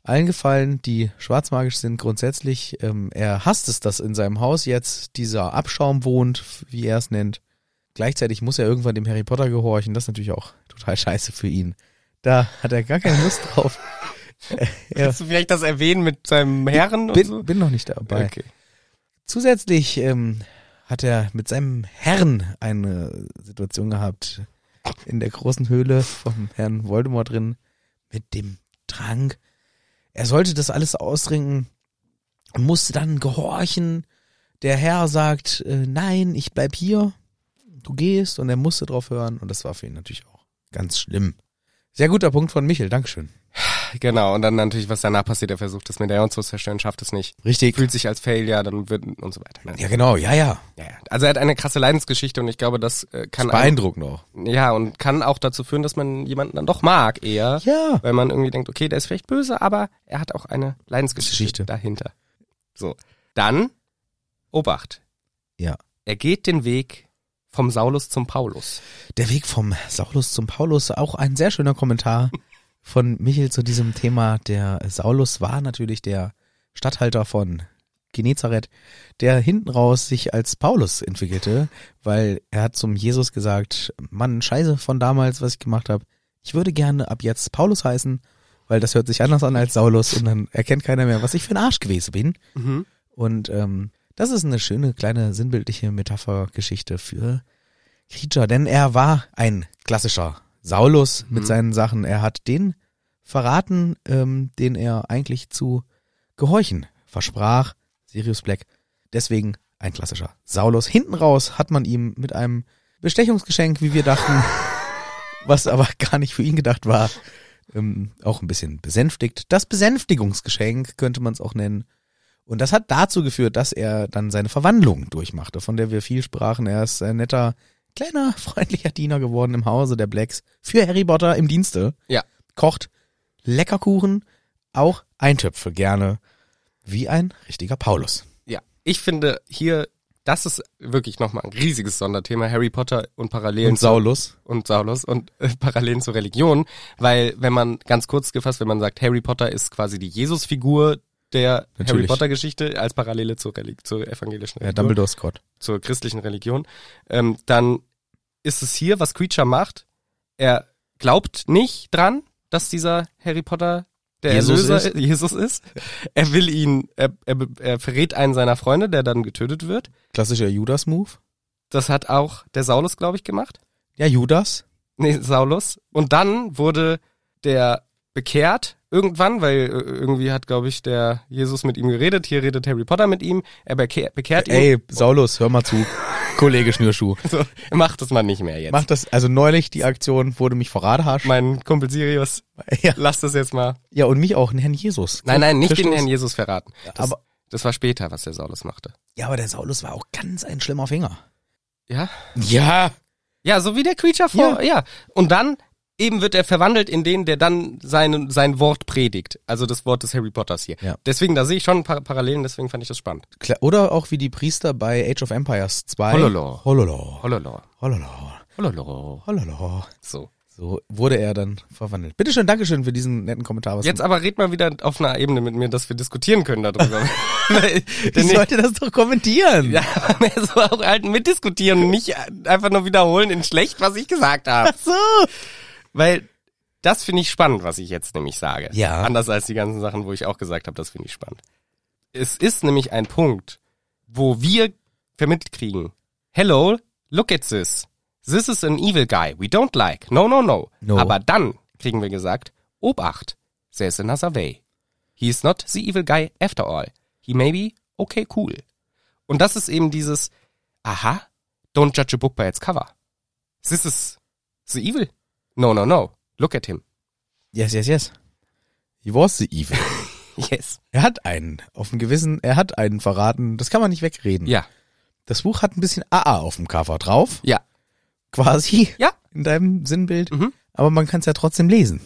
Speaker 1: allen gefallen, die schwarzmagisch sind grundsätzlich. Ähm, er hasst es, dass in seinem Haus jetzt dieser Abschaum wohnt, wie er es nennt. Gleichzeitig muss er irgendwann dem Harry Potter gehorchen. Das ist natürlich auch total scheiße für ihn. Da hat er gar keine Lust drauf. Er-
Speaker 2: Kannst du vielleicht das erwähnen mit seinem Herren und
Speaker 1: bin,
Speaker 2: so?
Speaker 1: bin noch nicht dabei. Zusätzlich ähm, hat er mit seinem Herrn eine Situation gehabt in der großen Höhle vom Herrn Voldemort drin mit dem Trank. Er sollte das alles austrinken und musste dann gehorchen. Der Herr sagt, äh, nein, ich bleib hier, du gehst und er musste drauf hören und das war für ihn natürlich auch ganz schlimm. Sehr guter Punkt von Michel, Dankeschön.
Speaker 2: Genau, und dann natürlich, was danach passiert, er versucht das Medaillon zu zerstören, schafft es nicht.
Speaker 1: Richtig.
Speaker 2: Fühlt sich als Failure, dann wird und so weiter.
Speaker 1: Ja, genau, ja, ja.
Speaker 2: Ja, ja. Also er hat eine krasse Leidensgeschichte und ich glaube, das äh, kann einem-
Speaker 1: Beeindruckend auch.
Speaker 2: ja und kann auch dazu führen, dass man jemanden dann doch mag eher,
Speaker 1: Ja.
Speaker 2: weil man irgendwie denkt, okay, der ist vielleicht böse, aber er hat auch eine Leidensgeschichte
Speaker 1: Geschichte.
Speaker 2: dahinter. So, dann Obacht.
Speaker 1: Ja.
Speaker 2: Er geht den Weg vom Saulus zum Paulus.
Speaker 1: Der Weg vom Saulus zum Paulus, auch ein sehr schöner Kommentar von Michel zu diesem Thema. Der Saulus war natürlich der Statthalter von Genezareth, der hinten raus sich als Paulus entwickelte, weil er hat zum Jesus gesagt, Mann, scheiße von damals, was ich gemacht habe. Ich würde gerne ab jetzt Paulus heißen, weil das hört sich anders an als Saulus und dann erkennt keiner mehr, was ich für ein Arsch gewesen bin. Und ähm, das ist eine schöne kleine sinnbildliche Metaphergeschichte für Creature, denn er war ein klassischer Saulus mit
Speaker 2: Mhm.
Speaker 1: seinen Sachen. Er hat den verraten, ähm, den er eigentlich zu gehorchen versprach, Sirius Black. Deswegen ein klassischer Saulus. Hinten raus hat man ihm mit einem Bestechungsgeschenk, wie wir dachten, was aber gar nicht für ihn gedacht war, ähm, auch ein bisschen besänftigt. Das Besänftigungsgeschenk könnte man es auch nennen. Und das hat dazu geführt, dass er dann seine Verwandlung durchmachte, von der wir viel sprachen. Er ist ein netter, kleiner, freundlicher Diener geworden im Hause der Blacks für Harry Potter im Dienste.
Speaker 2: Ja.
Speaker 1: Kocht Leckerkuchen, auch Eintöpfe gerne, wie ein richtiger Paulus.
Speaker 2: Ja, ich finde hier, das ist wirklich nochmal ein riesiges Sonderthema, Harry Potter und Parallelen
Speaker 1: Und Saulus.
Speaker 2: und Saulus und äh, Parallelen zur Religion, weil wenn man ganz kurz gefasst, wenn man sagt, Harry Potter ist quasi die Jesusfigur der
Speaker 1: Natürlich.
Speaker 2: Harry Potter Geschichte als Parallele zur, Reli- zur evangelischen
Speaker 1: Ja,
Speaker 2: Religion,
Speaker 1: Dumbledore Scott.
Speaker 2: zur christlichen Religion, ähm, dann ist es hier, was Creature macht. Er glaubt nicht dran, dass dieser Harry Potter der
Speaker 1: Jesus
Speaker 2: Erlöser
Speaker 1: ist.
Speaker 2: Jesus ist. Er will ihn, er, er, er verrät einen seiner Freunde, der dann getötet wird.
Speaker 1: Klassischer Judas-Move.
Speaker 2: Das hat auch der Saulus, glaube ich, gemacht.
Speaker 1: Ja, Judas.
Speaker 2: Nee, Saulus. Und dann wurde der bekehrt irgendwann, weil äh, irgendwie hat, glaube ich, der Jesus mit ihm geredet. Hier redet Harry Potter mit ihm. Er bekehr, bekehrt ihn.
Speaker 1: Ey, Saulus, hör mal zu. Kollege Schnürschuh.
Speaker 2: So, macht das mal nicht mehr jetzt.
Speaker 1: Mach das, also neulich die Aktion wurde mich verratenhasch.
Speaker 2: mein Kumpel Sirius,
Speaker 1: Ja,
Speaker 2: lass das jetzt mal.
Speaker 1: ja, und mich auch, den Herrn Jesus.
Speaker 2: Nein, nein, nicht den
Speaker 1: Christus.
Speaker 2: Herrn Jesus verraten. Das,
Speaker 1: aber-
Speaker 2: das war später, was der Saulus machte.
Speaker 1: Ja, aber der Saulus war auch ganz ein schlimmer Finger.
Speaker 2: Ja?
Speaker 1: Ja.
Speaker 2: Ja, so wie der Creature vor, ja. Und dann eben wird er verwandelt in den, der dann seinen, sein Wort predigt. Also das Wort des Harry Potters hier.
Speaker 1: Ja.
Speaker 2: Deswegen, da sehe ich schon ein paar Parallelen, deswegen fand ich das spannend.
Speaker 1: Kla- Oder auch wie die Priester bei Age of Empires 2.
Speaker 2: Hololor.
Speaker 1: Hololor.
Speaker 2: Hololor.
Speaker 1: Hololor.
Speaker 2: Hololor.
Speaker 1: Hololor.
Speaker 2: So.
Speaker 1: So wurde er dann verwandelt. Bitteschön, Dankeschön für diesen netten Kommentar. Was
Speaker 2: Jetzt aber red mal wieder auf einer Ebene mit mir, dass wir diskutieren können darüber. Weil-
Speaker 1: ich
Speaker 2: denn ich-
Speaker 1: sollte das doch kommentieren.
Speaker 2: ja, mehr so auch halt mitdiskutieren und nicht einfach nur wiederholen in schlecht, was ich gesagt habe.
Speaker 1: So.
Speaker 2: Weil das finde ich spannend, was ich jetzt nämlich sage.
Speaker 1: Ja.
Speaker 2: Anders als die ganzen Sachen, wo ich auch gesagt habe, das finde ich spannend. Es ist nämlich ein Punkt, wo wir vermittelt kriegen, hello, look at this. This is an evil guy. We don't like. No, no, no.
Speaker 1: No.
Speaker 2: Aber dann kriegen wir gesagt, Obacht, there's another way. He is not the evil guy after all. He may be okay cool. Und das ist eben dieses, aha, don't judge a book by its cover. This is the evil. No, no, no. Look at him.
Speaker 1: Yes, yes, yes. He was the evil.
Speaker 2: Yes.
Speaker 1: Er hat einen auf dem Gewissen, er hat einen verraten. Das kann man nicht wegreden.
Speaker 2: Ja.
Speaker 1: Das Buch hat ein bisschen AA auf dem Cover drauf,
Speaker 2: Ja.
Speaker 1: quasi.
Speaker 2: Ja.
Speaker 1: In deinem Sinnbild.
Speaker 2: Mhm.
Speaker 1: Aber man kann es ja trotzdem lesen.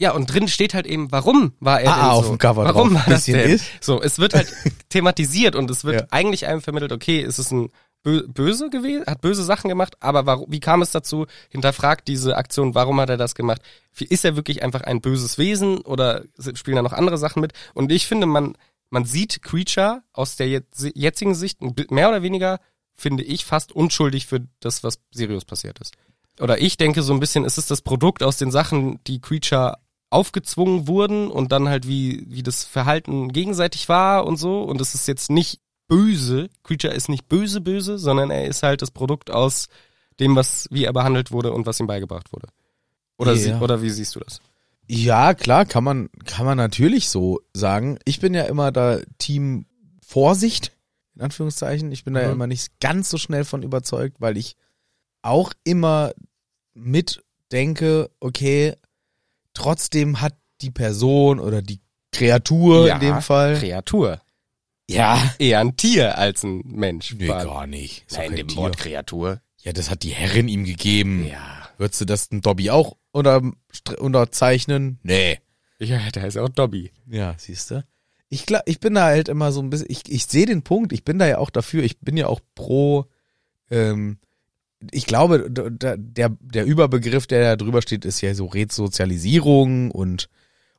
Speaker 2: Ja, und drin steht halt eben, warum war er
Speaker 1: Ah,
Speaker 2: denn
Speaker 1: auf
Speaker 2: so?
Speaker 1: dem Cover
Speaker 2: warum
Speaker 1: drauf.
Speaker 2: war das
Speaker 1: Bisschen
Speaker 2: denn?
Speaker 1: ist.
Speaker 2: So, es wird halt thematisiert und es wird
Speaker 1: Ja.
Speaker 2: eigentlich einem vermittelt, okay, ist es ein Bö- böse gewesen, hat böse Sachen gemacht, aber warum, wie kam es dazu? Hinterfragt diese Aktion, warum hat er das gemacht? Ist er wirklich einfach ein böses Wesen oder spielen da noch andere Sachen mit? Und ich finde, man, man sieht Creature aus der jetz- jetzigen Sicht ein bi- mehr oder weniger, finde ich, fast unschuldig für das, was Sirius passiert ist. Oder ich denke so ein bisschen, es ist das Produkt aus den Sachen, die Creature aufgezwungen wurden und dann halt wie, wie das Verhalten gegenseitig war und so. Und es ist jetzt nicht böse. Creature ist nicht böse, böse, sondern er ist halt das Produkt aus dem, was, wie er behandelt wurde und was ihm beigebracht wurde. Oder, sie,
Speaker 1: Ja.
Speaker 2: oder wie siehst du das?
Speaker 1: Ja, klar, kann man, kann man natürlich so sagen. Ich bin ja immer da Team Vorsicht, in Anführungszeichen. Ich bin da ja
Speaker 2: Mhm.
Speaker 1: immer nicht ganz so schnell von überzeugt, weil ich auch immer mitdenke, okay, trotzdem hat die Person oder die Kreatur
Speaker 2: Ja,
Speaker 1: in dem Fall.
Speaker 2: Kreatur.
Speaker 1: ja.
Speaker 2: Eher ein Tier als ein Mensch.
Speaker 1: Nee,
Speaker 2: war-
Speaker 1: gar nicht. Ist doch
Speaker 2: Nein,
Speaker 1: kein
Speaker 2: dem
Speaker 1: Tier. Hm.
Speaker 2: Wort Kreatur.
Speaker 1: Ja, das hat die Herrin ihm gegeben.
Speaker 2: Ja.
Speaker 1: Würdest du das denn Dobby auch unter, unterzeichnen? Nee.
Speaker 2: Ja, der heißt auch Dobby.
Speaker 1: Ja, siehst du. Ich glaube, ich bin da halt immer so ein bisschen, ich, ich sehe den Punkt, ich bin da ja auch dafür, ich bin ja auch pro, ähm, ich glaube, d- d- der, der Überbegriff, der da drüber steht, ist ja so Resozialisierung und,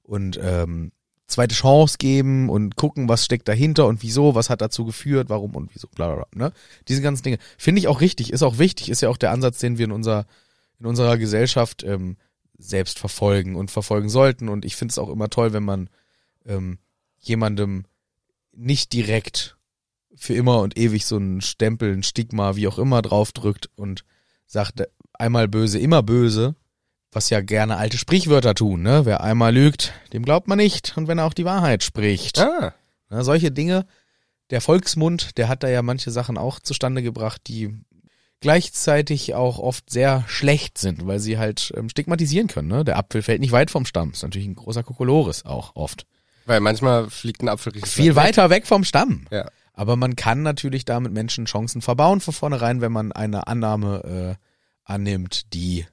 Speaker 1: und ähm, zweite Chance geben und gucken, was steckt dahinter und wieso, was hat dazu geführt, warum und wieso, bla bla bla. Ne? Diese ganzen Dinge. Finde ich auch richtig, ist auch wichtig, ist ja auch der Ansatz, den wir in unserer, in unserer Gesellschaft ähm, selbst verfolgen und verfolgen sollten. Und ich finde es auch immer toll, wenn man ähm, jemandem nicht direkt für immer und ewig so einen Stempel, ein Stigma, wie auch immer draufdrückt und sagt, äh, einmal böse, immer böse, was ja gerne alte Sprichwörter tun, ne? Wer einmal lügt, dem glaubt man nicht und wenn er auch die Wahrheit spricht.
Speaker 2: Ah.
Speaker 1: Ne, solche Dinge, der Volksmund, der hat da ja manche Sachen auch zustande gebracht, die gleichzeitig auch oft sehr schlecht sind, weil sie halt ähm, stigmatisieren können. Ne? Der Apfel fällt nicht weit vom Stamm. Ist natürlich ein großer Kokolores auch oft.
Speaker 2: Weil manchmal fliegt ein Apfel richtig
Speaker 1: Viel weiter weg vom Stamm.
Speaker 2: Ja.
Speaker 1: Aber man kann natürlich damit Menschen Chancen verbauen von vornherein, wenn man eine Annahme äh, annimmt, die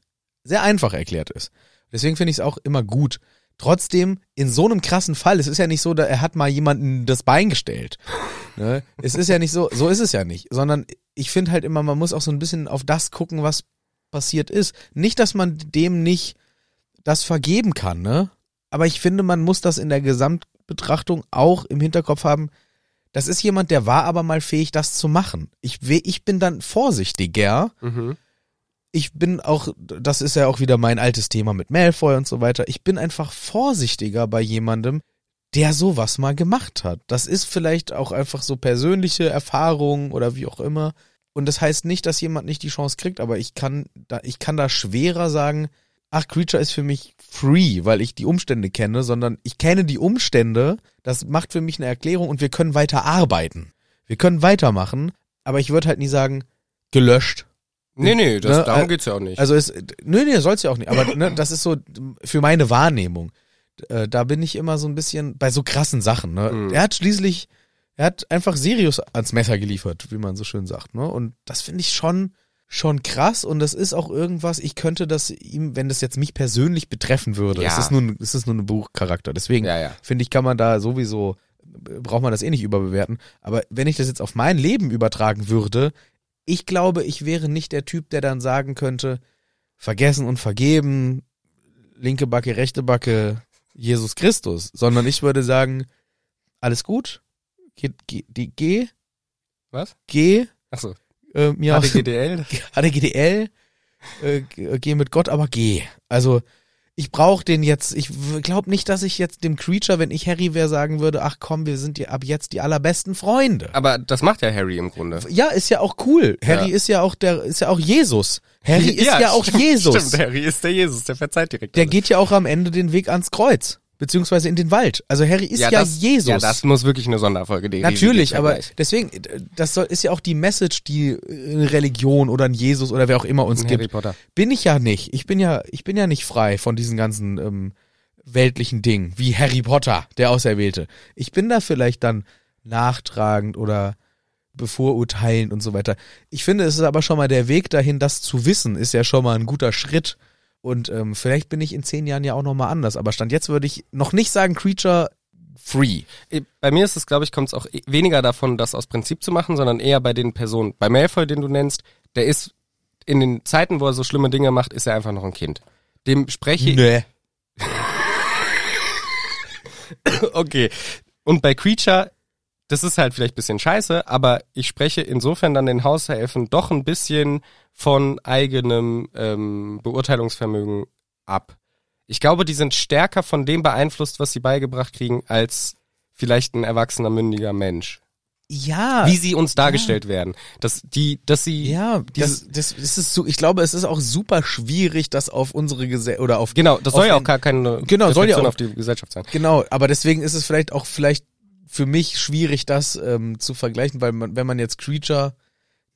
Speaker 1: sehr einfach erklärt ist. Deswegen finde ich es auch immer gut. Trotzdem, in so einem krassen Fall, es ist ja nicht so, da er hat mal jemanden das Bein gestellt. Ne? Es ist ja nicht so, so ist es ja nicht. Sondern ich finde halt immer, man muss auch so ein bisschen auf das gucken, was passiert ist. Nicht, dass man dem nicht das vergeben kann, ne? Aber ich finde, man muss das in der Gesamtbetrachtung auch im Hinterkopf haben. Das ist jemand, der war aber mal fähig, das zu machen. Ich, we- ich bin dann vorsichtiger.
Speaker 2: Mhm.
Speaker 1: Ich bin auch, das ist ja auch wieder mein altes Thema mit Malfoy und so weiter. Ich bin einfach vorsichtiger bei jemandem, der sowas mal gemacht hat. Das ist vielleicht auch einfach so persönliche Erfahrung oder wie auch immer. Und das heißt nicht, dass jemand nicht die Chance kriegt, aber ich kann da, ich kann da schwerer sagen, ach, Creature ist für mich free, weil ich die Umstände kenne, sondern ich kenne die Umstände, das macht für mich eine Erklärung und wir können weiter arbeiten. Wir können weitermachen, aber ich würde halt nie sagen, gelöscht.
Speaker 2: Nee, nee, das,
Speaker 1: Ne,
Speaker 2: darum
Speaker 1: äh,
Speaker 2: geht's ja auch nicht.
Speaker 1: Also es, nö, nö, soll's ja auch nicht, aber ne, das ist so für meine Wahrnehmung. Äh, Da bin ich immer so ein bisschen bei so krassen Sachen. Ne?
Speaker 2: Mhm.
Speaker 1: Er hat schließlich, er hat einfach Sirius ans Messer geliefert, wie man so schön sagt. Ne? Und das finde ich schon, schon krass. Und das ist auch irgendwas, ich könnte das ihm, wenn das jetzt mich persönlich betreffen würde,
Speaker 2: Ja.
Speaker 1: es ist nun, es ist nur ein Buchcharakter. Deswegen
Speaker 2: ja, ja.
Speaker 1: finde ich, kann man da sowieso, äh, braucht man das eh nicht überbewerten. Aber wenn ich das jetzt auf mein Leben übertragen würde, ich glaube, ich wäre nicht der Typ, der dann sagen könnte, vergessen und vergeben, linke Backe, rechte Backe, Jesus Christus, sondern ich würde sagen, alles gut, geh, geh, die- geh,
Speaker 2: Was?
Speaker 1: geh,
Speaker 2: Achso.
Speaker 1: äh, mir aus,
Speaker 2: HDGDL?
Speaker 1: HDGDL, äh, g- geh mit Gott, aber geh. Also, ich brauche den jetzt, ich glaube nicht, dass ich jetzt dem Creature, wenn ich Harry wäre, sagen würde, ach komm, wir sind die, ab jetzt die allerbesten Freunde.
Speaker 2: Aber das macht ja Harry im Grunde.
Speaker 1: Ja, ist ja auch cool. Harry ist ja auch der, ist ja auch Jesus. Harry ist ja, auch
Speaker 2: stimmt,
Speaker 1: Jesus.
Speaker 2: Stimmt, Harry ist der Jesus, der verzeiht direkt.
Speaker 1: Der
Speaker 2: alles.
Speaker 1: geht ja auch am Ende den Weg ans Kreuz, beziehungsweise in den Wald. Also Harry ist ja,
Speaker 2: das,
Speaker 1: Jesus.
Speaker 2: Ja, das muss wirklich eine Sonderfolge. Die
Speaker 1: Natürlich,
Speaker 2: die-
Speaker 1: aber deswegen, das soll, ist ja auch die Message, die äh, eine Religion oder ein Jesus oder wer auch immer uns
Speaker 2: Ein
Speaker 1: gibt.
Speaker 2: Harry Potter.
Speaker 1: Bin ich ja nicht. Ich bin ja, ich bin ja nicht frei von diesen ganzen ähm, weltlichen Dingen, wie Harry Potter, der Auserwählte. Ich bin da vielleicht dann nachtragend oder bevorurteilend und so weiter. Ich finde, es ist aber schon mal der Weg dahin, das zu wissen, ist ja schon mal ein guter Schritt. Und ähm, vielleicht bin ich in zehn Jahren ja auch nochmal anders. Aber Stand jetzt würde ich noch nicht sagen, Creature free.
Speaker 2: Äh, Bei mir ist es, glaube ich, kommt es auch eh- weniger davon, das aus Prinzip zu machen, sondern eher bei den Personen. Bei Malfoy, den du nennst, der ist in den Zeiten, wo er so schlimme Dinge macht, ist er einfach noch ein Kind. Dem spreche
Speaker 1: Nee.
Speaker 2: Okay. Und bei Creature, das ist halt vielleicht ein bisschen scheiße, aber ich spreche insofern dann den Haushelfen doch ein bisschen von eigenem ähm, Beurteilungsvermögen ab. Ich glaube, die sind stärker von dem beeinflusst, was sie beigebracht kriegen, als vielleicht ein erwachsener, mündiger Mensch.
Speaker 1: Ah, Ja.
Speaker 2: Wie sie uns dargestellt werden. Dass die, dass sie.
Speaker 1: Ja, das, das, das ist so, ich glaube, es ist auch super schwierig, das auf unsere Gesellschaft oder auf
Speaker 2: Genau, das
Speaker 1: Auf
Speaker 2: soll ja
Speaker 1: ein-
Speaker 2: auch gar keine
Speaker 1: Genau, soll ja
Speaker 2: Reflexion
Speaker 1: auch-
Speaker 2: auf die Gesellschaft sein.
Speaker 1: Genau, aber deswegen ist es vielleicht auch vielleicht für mich schwierig, das ähm, zu vergleichen, weil man, wenn man jetzt Creature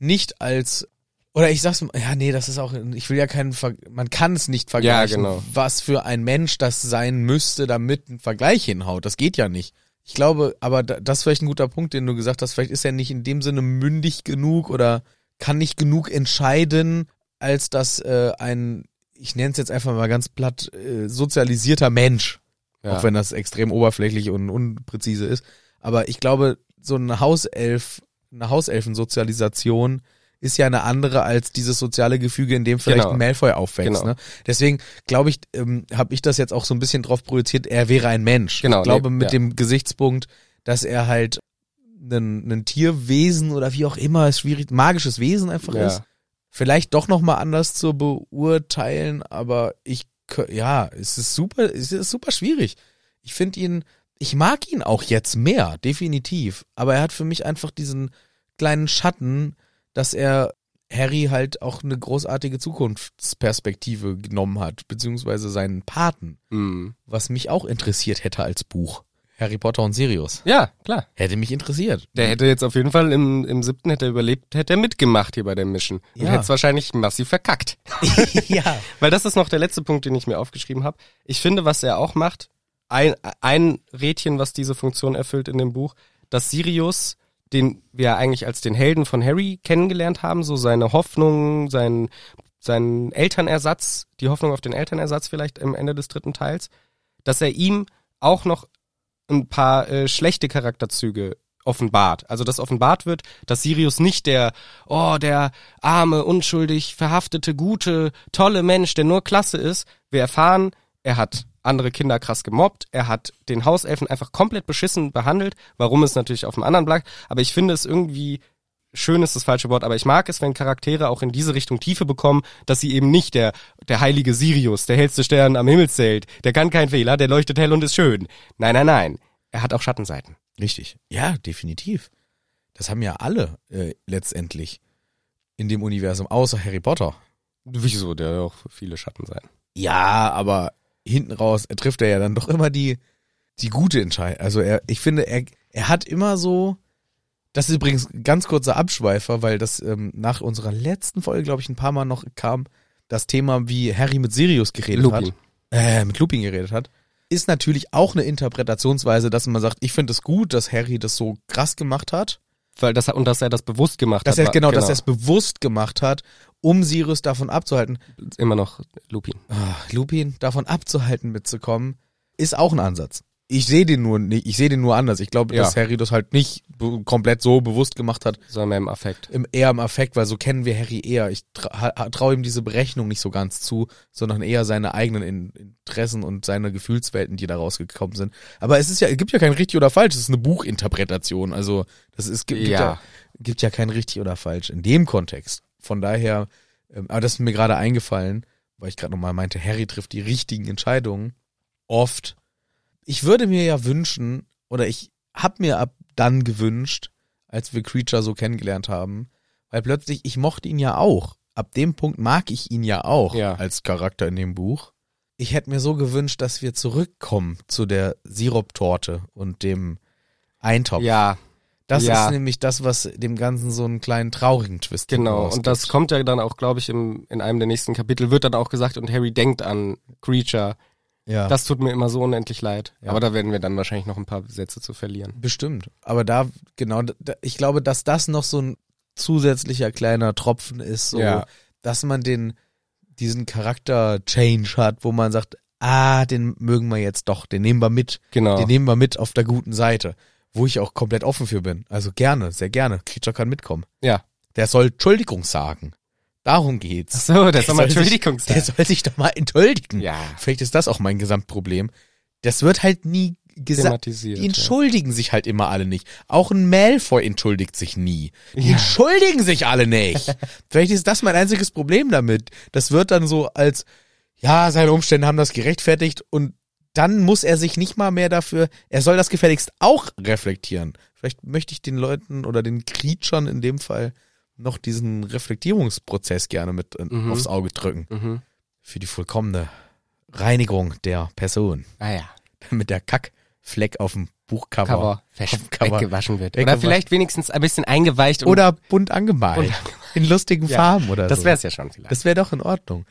Speaker 1: nicht als oder ich sag's, ja nee, das ist auch, ich will ja keinen, Ver man kann es nicht vergleichen,
Speaker 2: genau.
Speaker 1: was für ein Mensch das sein müsste, damit ein Vergleich hinhaut. Das geht ja nicht. Ich glaube, aber da, das ist vielleicht ein guter Punkt, den du gesagt hast. Vielleicht ist er nicht in dem Sinne mündig genug oder kann nicht genug entscheiden, als dass äh, ein, ich nenne es jetzt einfach mal ganz platt, äh, sozialisierter Mensch
Speaker 2: Ja.
Speaker 1: auch wenn das extrem oberflächlich und unpräzise ist. Aber ich glaube, so eine Hauself, eine Hauselfensozialisation ist ja eine andere als dieses soziale Gefüge, in dem vielleicht
Speaker 2: Genau.
Speaker 1: ein Malfoy aufwächst.
Speaker 2: Genau.
Speaker 1: Ne? Deswegen glaube ich, ähm, habe ich das jetzt auch so ein bisschen drauf projiziert, er wäre ein Mensch.
Speaker 2: Genau,
Speaker 1: ich glaube,
Speaker 2: nee,
Speaker 1: mit
Speaker 2: ja.
Speaker 1: dem Gesichtspunkt, dass er halt ein, ein Tierwesen oder wie auch immer, ist schwierig, magisches Wesen einfach
Speaker 2: Ja.
Speaker 1: ist, vielleicht doch nochmal anders zu beurteilen, aber ich, kö- ja, es ist super, es ist super schwierig. Ich finde ihn, ich mag ihn auch jetzt mehr, definitiv, aber er hat für mich einfach diesen kleinen Schatten, dass er Harry halt auch eine großartige Zukunftsperspektive genommen hat, beziehungsweise seinen Paten,
Speaker 2: Mm.
Speaker 1: was mich auch interessiert hätte als Buch. Harry Potter und Sirius.
Speaker 2: ja, klar.
Speaker 1: Hätte mich interessiert.
Speaker 2: Der hätte jetzt auf jeden Fall im, im siebten hätte er überlebt, hätte er mitgemacht hier bei der Mission. Und
Speaker 1: Ja.
Speaker 2: hätte es wahrscheinlich massiv verkackt.
Speaker 1: ja.
Speaker 2: Weil das ist noch der letzte Punkt, den ich mir aufgeschrieben habe. Ich finde, was er auch macht, ein, ein Rädchen, was diese Funktion erfüllt in dem Buch, dass Sirius, den wir eigentlich als den Helden von Harry kennengelernt haben, so seine Hoffnung, sein, seinen Elternersatz, die Hoffnung auf den Elternersatz vielleicht am Ende des dritten Teils, dass er ihm auch noch ein paar äh, schlechte Charakterzüge offenbart. Also dass offenbart wird, dass Sirius nicht der, oh, der arme, unschuldig, verhaftete, gute, tolle Mensch, der nur klasse ist. Wir erfahren, er hat andere Kinder krass gemobbt, er hat den Hauselfen einfach komplett beschissen behandelt, warum es natürlich auf dem anderen lag, aber ich finde es irgendwie schön ist das falsche Wort, aber ich mag es, wenn Charaktere auch in diese Richtung Tiefe bekommen, dass sie eben nicht der, der heilige Sirius, der hellste Stern am Himmel zählt, der kann keinen Fehler, der leuchtet hell und ist schön. Nein, nein, nein. Er hat auch Schattenseiten.
Speaker 1: Richtig. Ja, definitiv. Das haben ja alle äh, letztendlich in dem Universum, außer Harry Potter.
Speaker 2: Wieso? Der hat auch viele Schattenseiten.
Speaker 1: Ja, aber hinten raus er trifft er ja dann doch immer die, die gute Entscheidung. Also er, ich finde, er, er hat immer so. Das ist übrigens ein ganz kurzer Abschweifer, weil das ähm, nach unserer letzten Folge, glaube ich, ein paar Mal noch kam, das Thema, wie Harry mit Sirius geredet hat.
Speaker 2: Lupin.
Speaker 1: äh, mit Lupin geredet hat, ist natürlich auch eine Interpretationsweise, dass man sagt, ich finde es gut, dass Harry das so krass gemacht hat.
Speaker 2: Weil das, und dass er das bewusst gemacht
Speaker 1: Dass
Speaker 2: hat.
Speaker 1: er
Speaker 2: war-
Speaker 1: genau, dass er es bewusst gemacht hat, um Sirius davon abzuhalten,
Speaker 2: Immer noch Lupin.
Speaker 1: ah, Lupin davon abzuhalten mitzukommen, ist auch ein Ansatz. ich sehe den nur nicht, ich sehe den nur anders. Ich glaube,
Speaker 2: Ja.
Speaker 1: dass Harry das halt nicht be- komplett so bewusst gemacht hat,
Speaker 2: sondern im Affekt.
Speaker 1: im, eher im Affekt, weil so kennen wir Harry eher. Ich traue trau ihm diese Berechnung nicht so ganz zu, sondern eher seine eigenen In Interessen und seine Gefühlswelten, die da rausgekommen sind. Aber es ist ja, es gibt ja kein richtig oder falsch, es ist eine Buchinterpretation. Also das ist, gibt, gibt,
Speaker 2: Ja.
Speaker 1: ja, gibt ja kein richtig oder falsch in dem Kontext. Von daher, ähm, aber das ist mir gerade eingefallen, weil ich gerade nochmal meinte, Harry trifft die richtigen Entscheidungen oft. Ich würde mir ja wünschen, oder ich hab mir ab dann gewünscht, als wir Creature so kennengelernt haben, weil plötzlich, ich mochte ihn ja auch. Ab dem Punkt mag ich ihn ja auch
Speaker 2: Ja.
Speaker 1: als Charakter in dem Buch. Ich hätte mir so gewünscht, dass wir zurückkommen zu der Siruptorte und dem Eintopf.
Speaker 2: Ja,
Speaker 1: das
Speaker 2: ja.
Speaker 1: ist nämlich das, was dem Ganzen so einen kleinen traurigen Twist
Speaker 2: genau.
Speaker 1: rausgibt.
Speaker 2: Und das kommt ja dann auch, glaube ich, im, in einem der nächsten Kapitel wird dann auch gesagt, und Harry denkt an Creature.
Speaker 1: ja.
Speaker 2: Das tut mir immer so unendlich leid.
Speaker 1: Ja.
Speaker 2: Aber da werden wir dann wahrscheinlich noch ein paar Sätze zu verlieren.
Speaker 1: Bestimmt. Aber da, genau, da, ich glaube, dass das noch so ein zusätzlicher kleiner Tropfen ist, so,
Speaker 2: Ja.
Speaker 1: dass man den, diesen Charakter-Change hat, wo man sagt, ah, den mögen wir jetzt doch, den nehmen wir mit,
Speaker 2: Genau.
Speaker 1: den nehmen wir mit auf der guten Seite. Wo ich auch komplett offen für bin. Also gerne, sehr gerne. Creature kann mitkommen.
Speaker 2: Ja.
Speaker 1: Der soll Entschuldigung sagen. Darum geht's.
Speaker 2: So, das
Speaker 1: Der
Speaker 2: ist mal
Speaker 1: soll sich-
Speaker 2: Entschuldigung.
Speaker 1: Der soll sich doch mal entschuldigen.
Speaker 2: Ja.
Speaker 1: Vielleicht ist das auch mein Gesamtproblem. Das wird halt nie gesagt.
Speaker 2: Thematisiert.
Speaker 1: Die
Speaker 2: ja.
Speaker 1: entschuldigen sich halt immer alle nicht. Auch ein Malfoy entschuldigt sich nie. Die
Speaker 2: Ja.
Speaker 1: entschuldigen sich alle nicht. Vielleicht ist das mein einziges Problem damit. Das wird dann so als, ja, seine Umstände haben das gerechtfertigt und dann muss er sich nicht mal mehr dafür, er soll das gefälligst auch reflektieren. Vielleicht möchte ich den Leuten oder den Creatures in dem Fall noch diesen Reflektierungsprozess gerne mit äh,
Speaker 2: Mhm.
Speaker 1: aufs Auge drücken.
Speaker 2: Mhm.
Speaker 1: Für die vollkommene Reinigung der Person.
Speaker 2: Ah ja.
Speaker 1: Mit der Kackfleck auf dem Buchcover.
Speaker 2: Cover, fesch,
Speaker 1: Auf dem Cover.
Speaker 2: weggewaschen wird. Oder
Speaker 1: Weggewaschen.
Speaker 2: vielleicht wenigstens ein bisschen eingeweicht. Und
Speaker 1: Oder bunt angemalt. in lustigen
Speaker 2: Ja,
Speaker 1: Farben oder
Speaker 2: das
Speaker 1: so.
Speaker 2: wäre es ja schon vielleicht.
Speaker 1: Das wäre doch in Ordnung.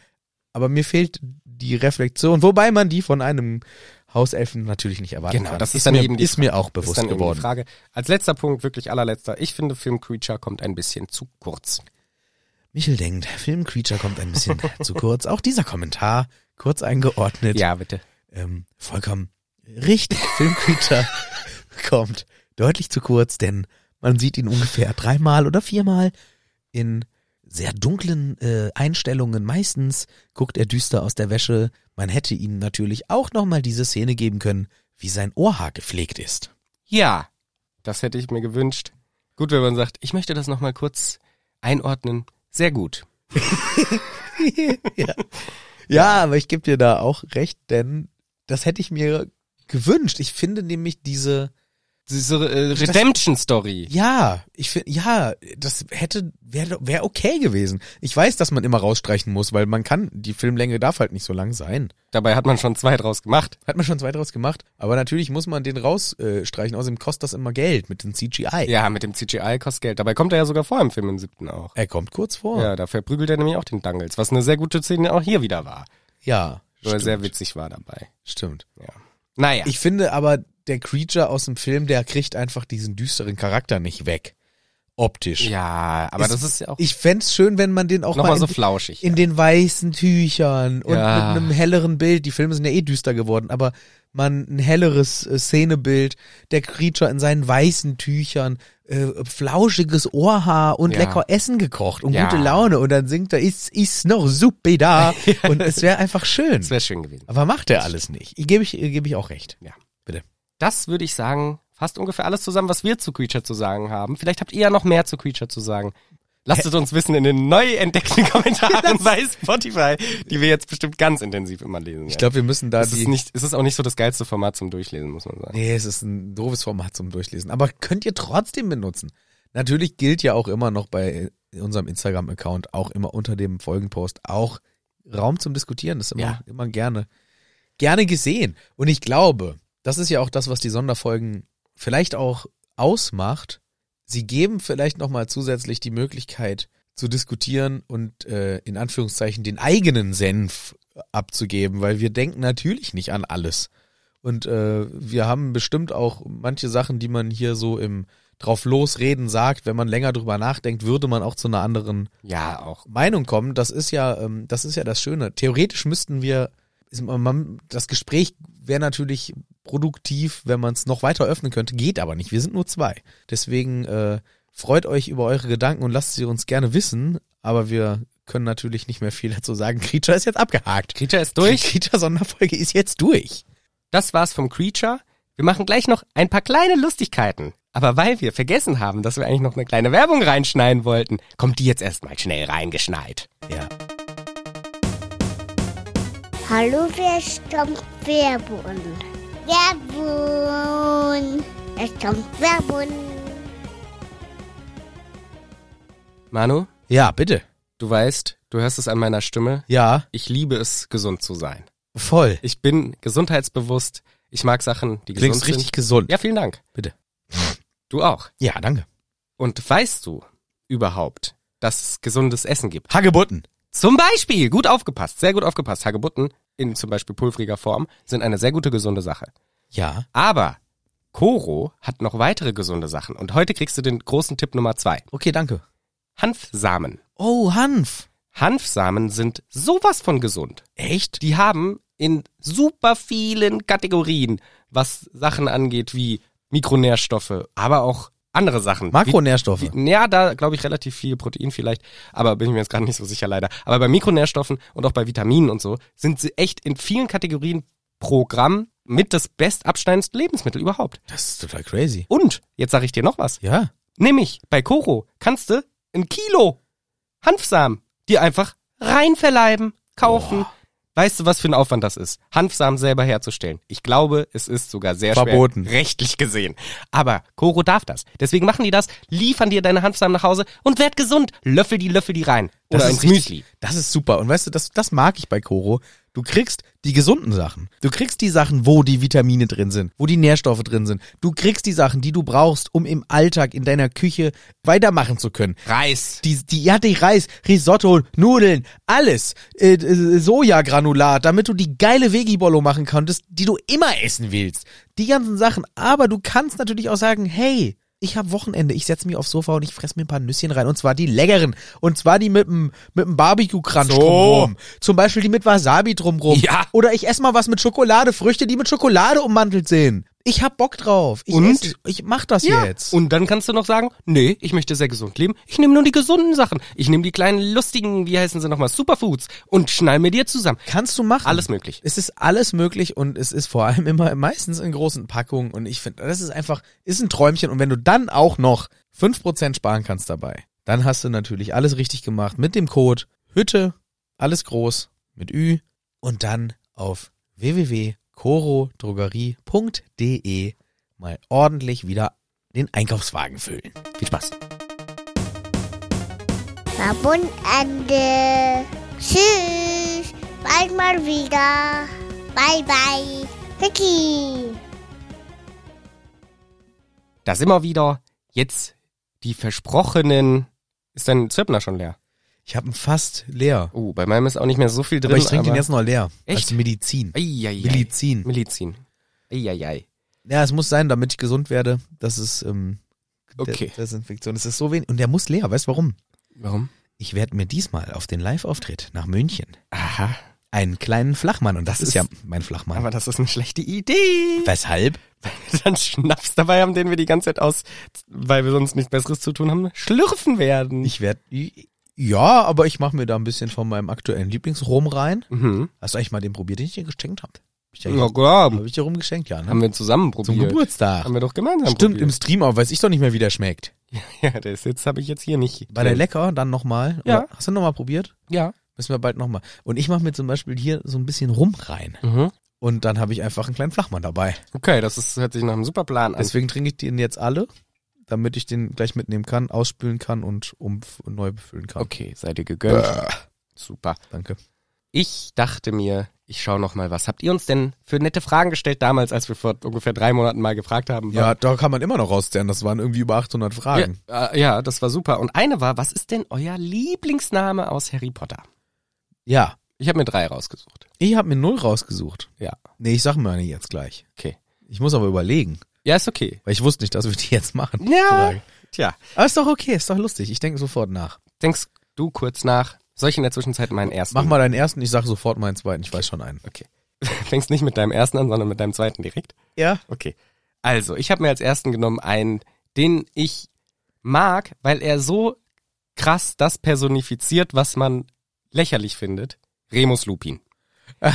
Speaker 1: Aber mir fehlt die Reflexion, wobei man die von einem Hauselfen natürlich nicht erwarten
Speaker 2: Genau,
Speaker 1: kann.
Speaker 2: das ist dann
Speaker 1: mir,
Speaker 2: eben die
Speaker 1: ist mir auch
Speaker 2: ist
Speaker 1: bewusst
Speaker 2: dann eben die
Speaker 1: geworden.
Speaker 2: Frage. Als letzter Punkt, wirklich allerletzter. Ich finde, Film Creature kommt ein bisschen zu kurz.
Speaker 1: Michel denkt, Film Creature kommt ein bisschen zu kurz. Auch dieser Kommentar kurz eingeordnet.
Speaker 2: Ja, bitte.
Speaker 1: ähm, vollkommen richtig. Film Creature kommt deutlich zu kurz, denn man sieht ihn ungefähr dreimal oder viermal in sehr dunklen äh, Einstellungen. Meistens guckt er düster aus der Wäsche. Man hätte ihm natürlich auch nochmal diese Szene geben können, wie sein Ohrhaar gepflegt ist.
Speaker 2: Ja, das hätte ich mir gewünscht. Gut, wenn man sagt, ich möchte das nochmal kurz einordnen. Sehr gut.
Speaker 1: ja. ja, aber ich geb dir da auch recht, denn das hätte ich mir gewünscht. Ich finde nämlich diese
Speaker 2: Diese äh, Redemption-Story.
Speaker 1: Ja, ich finde, ja, das hätte, wäre wär okay gewesen. Ich weiß, dass man immer rausstreichen muss, weil man kann, die Filmlänge darf halt nicht so lang sein.
Speaker 2: Dabei hat man schon zwei draus gemacht.
Speaker 1: Hat man schon zwei draus gemacht, aber natürlich muss man den rausstreichen, außerdem kostet das immer Geld mit dem CGI.
Speaker 2: Ja, mit dem CGI kostet Geld. Dabei kommt er ja sogar vor im Film im siebten auch.
Speaker 1: Er kommt kurz vor.
Speaker 2: Ja, da verprügelt er nämlich auch den Dangles, was eine sehr gute Szene auch hier wieder war.
Speaker 1: ja
Speaker 2: Oder
Speaker 1: stimmt,
Speaker 2: sehr witzig war dabei.
Speaker 1: stimmt.
Speaker 2: Naja.
Speaker 1: Ich finde aber, der Creature aus dem Film, der kriegt einfach diesen düsteren Charakter nicht weg. Optisch.
Speaker 2: ja, aber
Speaker 1: Ist-
Speaker 2: das ist ja auch
Speaker 1: Ich fänd's schön, wenn man den auch mal
Speaker 2: nochmal so
Speaker 1: in-
Speaker 2: flauschig.
Speaker 1: in den weißen Tüchern und
Speaker 2: Ja.
Speaker 1: mit einem helleren Bild. Die Filme sind ja eh düster geworden, aber man ein helleres äh, Szenebild, der Creature in seinen weißen Tüchern, äh, flauschiges Ohrhaar und
Speaker 2: Ja.
Speaker 1: lecker Essen gekocht und
Speaker 2: Ja.
Speaker 1: gute Laune und dann singt er ist ist noch Suppe da und es wäre einfach schön.
Speaker 2: das wäre schön gewesen.
Speaker 1: Aber macht er alles nicht. Ich gebe ich äh, gebe ich auch recht.
Speaker 2: Das würde ich sagen, fasst ungefähr alles zusammen, was wir zu Creature zu sagen haben. Vielleicht habt ihr ja noch mehr zu Creature zu sagen. Lasst es uns wissen in den neu entdeckten Kommentaren bei Spotify, die wir jetzt bestimmt ganz intensiv immer lesen.
Speaker 1: Ich glaube, wir müssen da
Speaker 2: es ist,
Speaker 1: die
Speaker 2: nicht, es ist auch nicht so das geilste Format zum Durchlesen, muss man sagen.
Speaker 1: Nee, es ist ein doofes Format zum Durchlesen. Aber könnt ihr trotzdem benutzen. Natürlich gilt ja auch immer noch bei äh, unserem Instagram-Account, auch immer unter dem Folgenpost, auch Raum zum Diskutieren. Das ist immer,
Speaker 2: Ja.
Speaker 1: immer gerne, gerne gesehen. Und ich glaube, das ist ja auch das, was die Sonderfolgen vielleicht auch ausmacht. Sie geben vielleicht nochmal zusätzlich die Möglichkeit zu diskutieren und äh, in Anführungszeichen den eigenen Senf abzugeben, weil wir denken natürlich nicht an alles. Und äh, wir haben bestimmt auch manche Sachen, die man hier so im drauf losreden sagt, wenn man länger drüber nachdenkt, würde man auch zu einer anderen
Speaker 2: Ja, auch.
Speaker 1: Meinung kommen. Das ist ja, ähm, das ist ja das Schöne. Theoretisch müssten wir ist man, man, das Gespräch wäre natürlich produktiv, wenn man es noch weiter öffnen könnte, geht aber nicht. Wir sind nur zwei. Deswegen äh, freut euch über eure Gedanken und lasst sie uns gerne wissen, aber wir können natürlich nicht mehr viel dazu sagen. Creature ist jetzt abgehakt.
Speaker 2: Creature ist durch.
Speaker 1: Creature Sonderfolge ist jetzt durch.
Speaker 2: Das war's vom Creature. Wir machen gleich noch ein paar kleine Lustigkeiten. Aber weil wir vergessen haben, dass wir eigentlich noch eine kleine Werbung reinschneiden wollten, kommt die jetzt erstmal schnell reingeschneit.
Speaker 1: Ja.
Speaker 3: Hallo, wer stammt Werbun? Werbun! Es kommt Werbun!
Speaker 2: Manu,
Speaker 1: Ja, bitte.
Speaker 2: du weißt, du hörst es an meiner Stimme.
Speaker 1: Ja,
Speaker 2: Ich liebe es, gesund zu sein.
Speaker 1: voll.
Speaker 2: Ich bin gesundheitsbewusst. Ich mag Sachen, die
Speaker 1: Klingst
Speaker 2: gesund
Speaker 1: richtig
Speaker 2: sind.
Speaker 1: gesund.
Speaker 2: Ja, vielen Dank.
Speaker 1: Bitte.
Speaker 2: Du auch.
Speaker 1: Ja, danke.
Speaker 2: Und weißt du überhaupt, dass es gesundes Essen gibt?
Speaker 1: Hagebutten.
Speaker 2: Zum Beispiel, gut aufgepasst, sehr gut aufgepasst. Hagebutten in zum Beispiel pulveriger Form sind eine sehr gute gesunde Sache.
Speaker 1: Ja.
Speaker 2: Aber Koro hat noch weitere gesunde Sachen. Und heute kriegst du den großen Tipp Nummer zwei.
Speaker 1: Okay, danke.
Speaker 2: Hanfsamen.
Speaker 1: Oh, Hanf.
Speaker 2: Hanfsamen sind sowas von gesund.
Speaker 1: Echt?
Speaker 2: Die haben in super vielen Kategorien, was Sachen angeht wie Mikronährstoffe, aber auch andere Sachen.
Speaker 1: Makronährstoffe.
Speaker 2: Wie, wie, ja, da glaube ich relativ viel Protein vielleicht, aber bin ich mir jetzt gerade nicht so sicher leider. Aber bei Mikronährstoffen und auch bei Vitaminen und so sind sie echt in vielen Kategorien pro Gramm mit das bestabschneidendste Lebensmittel überhaupt.
Speaker 1: Das ist total crazy.
Speaker 2: Und jetzt sage ich dir noch was.
Speaker 1: Ja.
Speaker 2: Nämlich bei Koro kannst du ein Kilo Hanfsamen dir einfach reinverleiben, kaufen. Weißt du, was für ein Aufwand das ist, Hanfsamen selber herzustellen? Ich glaube, es ist sogar sehr
Speaker 1: Verboten.
Speaker 2: schwer rechtlich gesehen. Aber Koro darf das. Deswegen machen die das, liefern dir deine Hanfsamen nach Hause und werd gesund. Löffel die, löffel die rein. Oder ins Müsli.
Speaker 1: Das ist super. Und weißt du, das, das mag ich bei Koro. Du kriegst die gesunden Sachen. Du kriegst die Sachen, wo die Vitamine drin sind, wo die Nährstoffe drin sind. Du kriegst die Sachen, die du brauchst, um im Alltag in deiner Küche weitermachen zu können.
Speaker 2: Reis.
Speaker 1: Die, die, ja, die Reis, Risotto, Nudeln, alles. Äh, äh, Sojagranulat, damit du die geile Veggie-Bollo machen konntest, die du immer essen willst. Die ganzen Sachen. Aber du kannst natürlich auch sagen, hey, ich habe Wochenende, ich setze mich aufs Sofa und ich fresse mir ein paar Nüsschen rein. Und zwar die leckeren. Und zwar die mit dem mit dem Barbecue-Crunch
Speaker 2: So.
Speaker 1: drumrum. Zum Beispiel die mit Wasabi drumrum.
Speaker 2: Ja.
Speaker 1: Oder ich esse mal was mit Schokolade, Früchte, die mit Schokolade ummantelt sind. Ich hab Bock drauf. Ich,
Speaker 2: Und?
Speaker 1: esse- ich mach das
Speaker 2: Ja.
Speaker 1: jetzt.
Speaker 2: Und dann kannst du noch sagen, nee, ich möchte sehr gesund leben. Ich nehme nur die gesunden Sachen. Ich nehme die kleinen lustigen, wie heißen sie nochmal, Superfoods und schneide mir dir zusammen.
Speaker 1: Kannst du machen.
Speaker 2: Alles möglich.
Speaker 1: Es ist alles möglich und es ist vor allem immer meistens in großen Packungen und ich finde, das ist einfach, ist ein Träumchen und wenn du dann auch noch 5% sparen kannst dabei, dann hast du natürlich alles richtig gemacht mit dem Code Hütte, alles groß, mit Ü und dann auf www.corodrogerie.de mal ordentlich wieder den Einkaufswagen füllen. Viel Spaß.
Speaker 3: Werbun Ende! Tschüss! Bald mal wieder! Bye bye! Vicky!
Speaker 2: Da sind wir wieder. Jetzt die versprochenen. Ist dein Zirpner schon leer?
Speaker 1: Ich habe ihn fast leer,
Speaker 2: Oh, bei meinem ist auch nicht mehr so viel drin.
Speaker 1: aber ich trinke den jetzt noch leer. Als
Speaker 2: Echt?
Speaker 1: Medizin.
Speaker 2: Eieiei.
Speaker 1: Medizin.
Speaker 2: Milizin. Eieiei.
Speaker 1: Ja, es muss sein, damit ich gesund werde. Das ist ähm, De-
Speaker 2: Okay.
Speaker 1: Desinfektion. Es ist so wenig. Und der muss leer. Weißt du warum?
Speaker 2: Warum?
Speaker 1: Ich werde mir diesmal auf den Live-Auftritt nach München
Speaker 2: Aha.
Speaker 1: einen kleinen Flachmann. Und das,
Speaker 2: Das
Speaker 1: ist,
Speaker 2: ist-
Speaker 1: ja mein Flachmann.
Speaker 2: Aber das ist eine schlechte Idee.
Speaker 1: Weshalb?
Speaker 2: Dann Schnaps dabei haben, den wir die ganze Zeit aus, weil wir sonst nichts Besseres zu tun haben, schlürfen werden.
Speaker 1: Ich werde. Ja, aber ich mache mir da ein bisschen von meinem aktuellen Lieblingsrom rein.
Speaker 2: mhm.
Speaker 1: Hast du eigentlich mal den probiert, den ich dir geschenkt habe? Hab ich dir,
Speaker 2: Ja, klar.
Speaker 1: hab ich dir rumgeschenkt, ja. Ne?
Speaker 2: Haben wir zusammen probiert.
Speaker 1: Zum Geburtstag.
Speaker 2: Haben wir doch gemeinsam
Speaker 1: Stimmt, im
Speaker 2: probiert.
Speaker 1: Stream, aber weiß ich doch nicht mehr, wie der schmeckt.
Speaker 2: Ja, das jetzt habe ich jetzt hier nicht.
Speaker 1: Bei der Lecker dann nochmal.
Speaker 2: Ja.
Speaker 1: Hast du nochmal probiert?
Speaker 2: Ja.
Speaker 1: Müssen wir bald nochmal. Und ich mache mir zum Beispiel hier so ein bisschen Rum rein.
Speaker 2: Mhm.
Speaker 1: Und dann habe ich einfach einen kleinen Flachmann dabei.
Speaker 2: Okay, das ist, hört sich nach einem super Plan an.
Speaker 1: Deswegen trinke ich den jetzt alle, damit ich den gleich mitnehmen kann, ausspülen kann und um neu befüllen kann.
Speaker 2: Okay, sei dir gegönnt. Super.
Speaker 1: Danke.
Speaker 2: Ich dachte mir, ich schaue noch mal, was habt ihr uns denn für nette Fragen gestellt damals, als wir vor ungefähr drei Monaten mal gefragt haben?
Speaker 1: Ja, da kann man immer noch rausstellen. Das waren irgendwie über 800
Speaker 2: ja,
Speaker 1: Fragen.
Speaker 2: äh, ja, das war super. Und eine war, was ist denn euer Lieblingsname aus Harry Potter?
Speaker 1: Ja.
Speaker 2: Ich habe mir drei rausgesucht.
Speaker 1: Ich habe mir null rausgesucht.
Speaker 2: Ja.
Speaker 1: Nee, ich sag mir eine jetzt gleich.
Speaker 2: Okay.
Speaker 1: Ich muss aber überlegen,
Speaker 2: Ja, ist okay.
Speaker 1: weil ich wusste nicht, dass wir die jetzt machen. Frage.
Speaker 2: Tja,
Speaker 1: Aber ist doch okay, ist doch lustig. Ich denke sofort nach.
Speaker 2: denkst du kurz nach. Soll ich in der Zwischenzeit meinen ersten?
Speaker 1: Mach mal deinen ersten, ich sage sofort meinen zweiten. Ich weiß schon einen.
Speaker 2: Okay. Fängst nicht mit deinem ersten an, sondern mit deinem zweiten direkt.
Speaker 1: Ja.
Speaker 2: Okay. Also, ich habe mir als ersten genommen einen, den ich mag, weil er so krass das personifiziert, was man lächerlich findet. Remus Lupin. Ich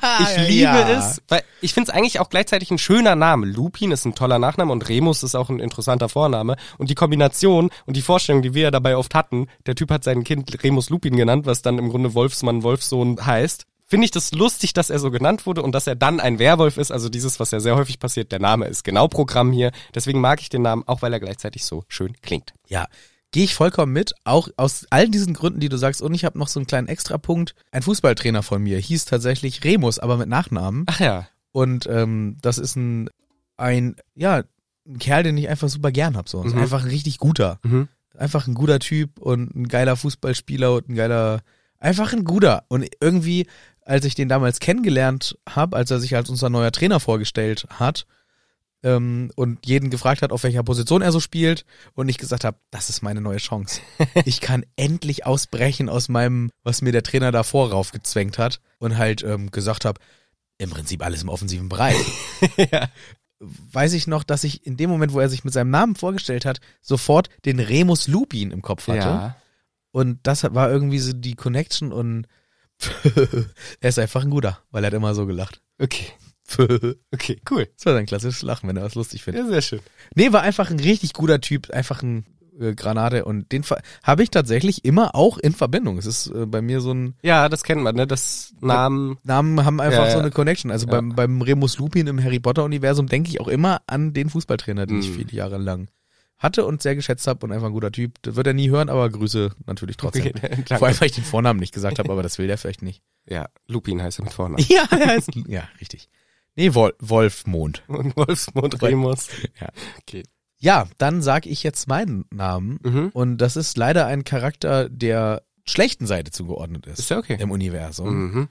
Speaker 1: Ah,
Speaker 2: liebe es, weil ich finde es eigentlich auch gleichzeitig ein schöner Name. Lupin ist ein toller Nachname und Remus ist auch ein interessanter Vorname. Und die Kombination und die Vorstellung, die wir ja dabei oft hatten, der Typ hat sein Kind Remus Lupin genannt, was dann im Grunde Wolfsmann Wolfsohn heißt. Finde ich das lustig, dass er so genannt wurde und dass er dann ein Werwolf ist. Also dieses, was ja sehr häufig passiert, der Name ist genau Programm hier. Deswegen mag ich den Namen, auch weil er gleichzeitig so schön klingt.
Speaker 1: Ja, gehe ich vollkommen mit. Auch aus all diesen Gründen, die du sagst. Und ich habe noch so einen kleinen Extrapunkt. Ein Fußballtrainer von mir hieß tatsächlich Remus, aber mit Nachnamen.
Speaker 2: Ach ja.
Speaker 1: Und ähm, das ist ein, ein, ja, ein Kerl, den ich einfach super gern hab. So. Ist
Speaker 2: Mhm.
Speaker 1: Einfach ein richtig guter.
Speaker 2: Mhm.
Speaker 1: Einfach ein guter Typ und ein geiler Fußballspieler und ein geiler, einfach ein guter. Und irgendwie, als ich den damals kennengelernt habe, als er sich als unser neuer Trainer vorgestellt hat ähm, und jeden gefragt hat, auf welcher Position er so spielt und ich gesagt habe, das ist meine neue Chance. ich kann endlich ausbrechen aus meinem, was mir der Trainer davor raufgezwängt hat und halt ähm, gesagt habe, im Prinzip alles im offensiven Bereich.
Speaker 2: ja.
Speaker 1: Weiß ich noch, dass ich in dem Moment, wo er sich mit seinem Namen vorgestellt hat, sofort den Remus Lupin im Kopf hatte.
Speaker 2: ja.
Speaker 1: Und das war irgendwie so die Connection und er ist einfach ein guter, weil er hat immer so gelacht.
Speaker 2: Okay.
Speaker 1: das
Speaker 2: Okay, cool.
Speaker 1: war sein klassisches Lachen, wenn er was lustig findet.
Speaker 2: Ja, sehr schön.
Speaker 1: Nee, war einfach ein richtig guter Typ, einfach ein äh, Granate und den ver- habe ich tatsächlich immer auch in Verbindung. Es ist äh, bei mir so ein
Speaker 2: Ja, das kennt man, ne? Das Namen.
Speaker 1: Namen haben einfach
Speaker 2: Ja, ja.
Speaker 1: so eine Connection. Also
Speaker 2: Ja.
Speaker 1: beim, beim Remus Lupin im Harry Potter Universum denke ich auch immer an den Fußballtrainer, den ich
Speaker 2: Mhm.
Speaker 1: viele Jahre lang hatte und sehr geschätzt habe und einfach ein guter Typ. Das wird er nie hören, aber Grüße natürlich trotzdem.
Speaker 2: Okay, danke.
Speaker 1: Vor allem, weil ich den Vornamen nicht gesagt habe, aber das will der vielleicht nicht.
Speaker 2: Ja, Lupin heißt er mit Vornamen.
Speaker 1: Ja, er ist, ja, richtig. Nee, Wol Wolfmond.
Speaker 2: Und Wolfsmond
Speaker 1: Weil-
Speaker 2: Remus.
Speaker 1: Ja.
Speaker 2: Okay.
Speaker 1: Ja, dann sag ich jetzt meinen Namen
Speaker 2: Mhm.
Speaker 1: und das ist leider ein Charakter, der schlechten Seite zugeordnet ist,
Speaker 2: Ist ja okay.
Speaker 1: im Universum.
Speaker 2: Mhm.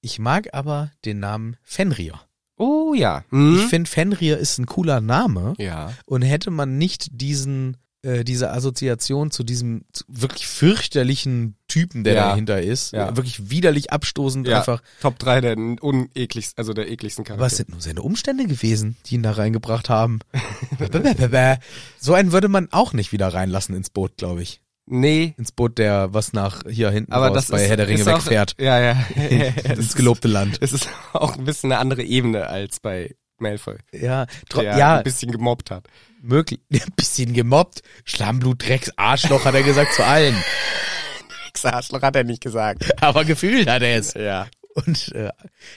Speaker 1: Ich mag aber den Namen Fenrir.
Speaker 2: Oh ja. Mhm.
Speaker 1: Ich finde Fenrir ist ein cooler Name
Speaker 2: ja.
Speaker 1: und hätte man nicht diesen äh, diese Assoziation zu diesem zu wirklich fürchterlichen Typen, der
Speaker 2: Ja.
Speaker 1: dahinter ist,
Speaker 2: Ja.
Speaker 1: wirklich widerlich abstoßend
Speaker 2: Ja.
Speaker 1: einfach.
Speaker 2: Top 3 der unekligsten, also der ekligsten
Speaker 1: Aber es
Speaker 2: Charaktere.
Speaker 1: sind nur seine Umstände gewesen, die ihn da reingebracht haben. Bäbäbäbä. so einen würde man auch nicht wieder reinlassen ins Boot, glaube ich.
Speaker 2: Nee.
Speaker 1: Ins Boot, der was nach hier hinten
Speaker 2: Aber
Speaker 1: raus
Speaker 2: das
Speaker 1: bei
Speaker 2: ist,
Speaker 1: Herr der Ringe
Speaker 2: ist auch,
Speaker 1: wegfährt.
Speaker 2: Ja, ja. Es
Speaker 1: ins
Speaker 2: ist-
Speaker 1: gelobte Land.
Speaker 2: Es ist auch ein bisschen eine andere Ebene als bei Malfoy,
Speaker 1: Ja, tro-
Speaker 2: der
Speaker 1: ja,
Speaker 2: ein bisschen gemobbt hat.
Speaker 1: möglich. Ein bisschen gemobbt. Schlammblut, Drecks, Arschloch, hat er gesagt zu allen.
Speaker 2: Arschloch hat er nicht gesagt.
Speaker 1: Aber gefühlt hat er es.
Speaker 2: Ja.
Speaker 1: Und äh,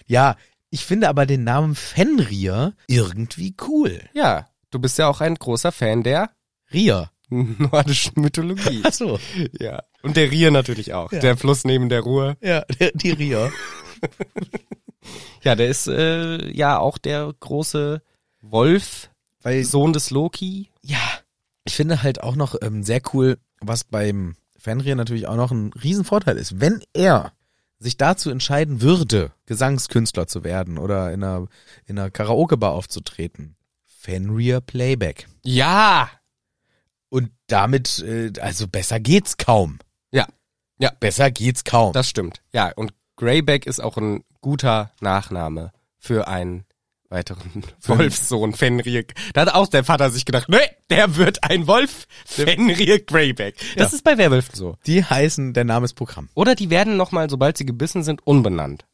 Speaker 1: ja, ich finde aber den Namen Fenrir irgendwie cool.
Speaker 2: Ja, du bist ja auch ein großer Fan der
Speaker 1: Rir.
Speaker 2: nordischen Mythologie.
Speaker 1: Ach so.
Speaker 2: ja. Und der Rier natürlich auch.
Speaker 1: Ja.
Speaker 2: Der Fluss neben der Ruhr.
Speaker 1: Ja, die Rir.
Speaker 2: Ja, der ist äh, ja auch der große Wolf,
Speaker 1: Weil
Speaker 2: Sohn des Loki.
Speaker 1: Ja, ich finde halt auch noch ähm, sehr cool, was beim Fenrir natürlich auch noch ein Riesenvorteil ist. Wenn er sich dazu entscheiden würde, Gesangskünstler zu werden oder in einer, in einer Karaoke-Bar aufzutreten, Fenrir Playback.
Speaker 2: Ja,
Speaker 1: Und damit, äh, also besser geht's kaum.
Speaker 2: Ja. Ja.
Speaker 1: Besser geht's kaum.
Speaker 2: das stimmt. Ja, und Greyback ist auch ein guter Nachname für einen weiteren Wolfssohn, Fenrir. Da hat auch der Vater sich gedacht, nee, der wird ein Wolf, Fenrir Greyback. Das
Speaker 1: Ja.
Speaker 2: ist bei Werwölfen so.
Speaker 1: die heißen, der Name ist Programm.
Speaker 2: Oder die werden nochmal, sobald sie gebissen sind, unbenannt.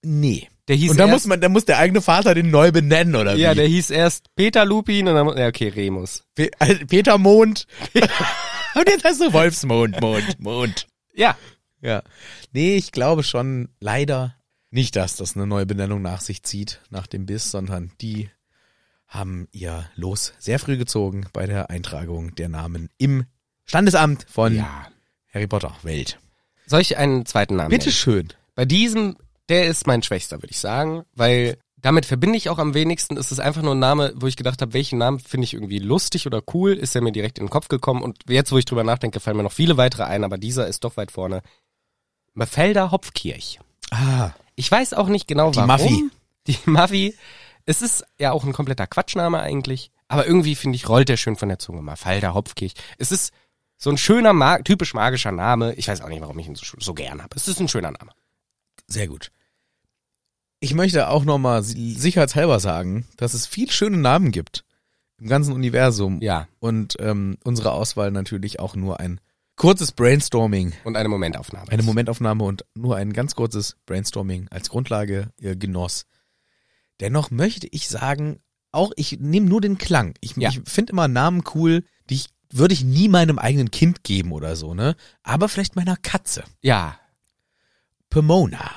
Speaker 1: Nee.
Speaker 2: Der hieß
Speaker 1: Und da
Speaker 2: erst,
Speaker 1: muss man, da muss der eigene Vater den neu benennen, oder
Speaker 2: ja,
Speaker 1: wie?
Speaker 2: der hieß erst Peter Lupin und dann, mu- ja, okay, Remus.
Speaker 1: Pe also Peter Mond. Und jetzt heißt du Wolfsmond, Mond, Mond.
Speaker 2: Ja,
Speaker 1: Ja. Nee, ich glaube schon leider nicht, dass das eine neue Benennung nach sich zieht nach dem Biss, sondern die haben ihr Los sehr früh gezogen bei der Eintragung der Namen im Standesamt von
Speaker 2: Ja.
Speaker 1: Harry Potter Welt.
Speaker 2: soll ich einen zweiten Namen nennen?
Speaker 1: Bitteschön.
Speaker 2: Bei diesem, der ist mein schwächster, würde ich sagen, weil damit verbinde ich auch am wenigsten. Es ist einfach nur ein Name, wo ich gedacht habe, welchen Namen finde ich irgendwie lustig oder cool, ist er mir direkt in den Kopf gekommen. Und jetzt, wo ich drüber nachdenke, fallen mir noch viele weitere ein, aber dieser ist doch weit vorne. Mafelda Hopfkirch.
Speaker 1: Ah,
Speaker 2: Ich weiß auch nicht genau,
Speaker 1: Die
Speaker 2: warum.
Speaker 1: Maffi.
Speaker 2: Die Maffi. Es ist ja auch ein kompletter Quatschname eigentlich. Aber irgendwie, finde ich, rollt der schön von der Zunge. Mafalda Hopfkirch. Es ist so ein schöner, ma typisch magischer Name. Ich weiß auch nicht, warum ich ihn so, so gern habe. Es ist ein schöner Name.
Speaker 1: sehr gut. Ich möchte auch nochmal sicherheitshalber sagen, dass es viel schöne Namen gibt im ganzen Universum
Speaker 2: Ja.
Speaker 1: und ähm, unsere Auswahl natürlich auch nur ein kurzes Brainstorming
Speaker 2: Und eine Momentaufnahme.
Speaker 1: eine Momentaufnahme und nur ein ganz kurzes Brainstorming als Grundlage äh, genoss. Dennoch möchte ich sagen, auch ich nehme nur den Klang. Ich,
Speaker 2: Ja.
Speaker 1: ich finde immer Namen cool, die ich, würde ich nie meinem eigenen Kind geben oder so, ne? Aber vielleicht meiner Katze.
Speaker 2: Ja.
Speaker 1: Pomona.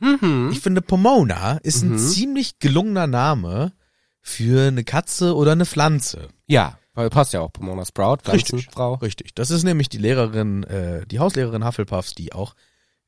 Speaker 2: Mhm.
Speaker 1: Ich finde Pomona ist ein
Speaker 2: Mhm.
Speaker 1: ziemlich gelungener Name für eine Katze oder eine Pflanze.
Speaker 2: Ja. Weil passt ja auch Pomona Sprout, Pflanzenfrau.
Speaker 1: Richtig. Das ist nämlich die Lehrerin, äh, die Hauslehrerin Hufflepuffs, die auch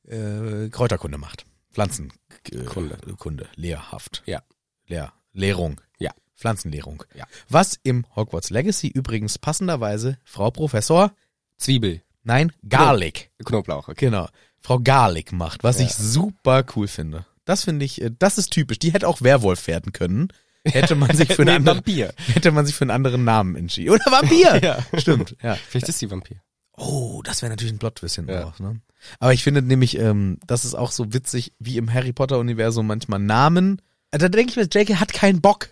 Speaker 1: äh, Kräuterkunde macht. Pflanzenkunde.
Speaker 2: Kunde.
Speaker 1: Äh, Kunde. Lehrhaft.
Speaker 2: Ja.
Speaker 1: Lehr. Lehrung.
Speaker 2: Ja.
Speaker 1: Pflanzenlehrung.
Speaker 2: Ja.
Speaker 1: Was im Hogwarts Legacy übrigens passenderweise Frau Professor,
Speaker 2: Zwiebel.
Speaker 1: nein, Garlick.
Speaker 2: Knoblauch, okay.
Speaker 1: Genau. Frau Garlick macht, was
Speaker 2: Ja.
Speaker 1: ich super cool finde. Das finde ich, äh, das ist typisch. Die hätte auch Werwolf werden können. Hätte man sich für einen
Speaker 2: Nee,
Speaker 1: anderen,
Speaker 2: Vampir.
Speaker 1: hätte man sich für einen anderen Namen entschieden. Oder Vampir!
Speaker 2: Ja.
Speaker 1: Stimmt, ja.
Speaker 2: Vielleicht ist sie Vampir.
Speaker 1: Oh, das wäre natürlich ein Plot-Twist hinten
Speaker 2: Ja.
Speaker 1: drauf, ne? Aber ich finde nämlich, ähm, das ist auch so witzig, wie im Harry Potter-Universum manchmal Namen. Also da denke ich mir, J.K. hat keinen Bock.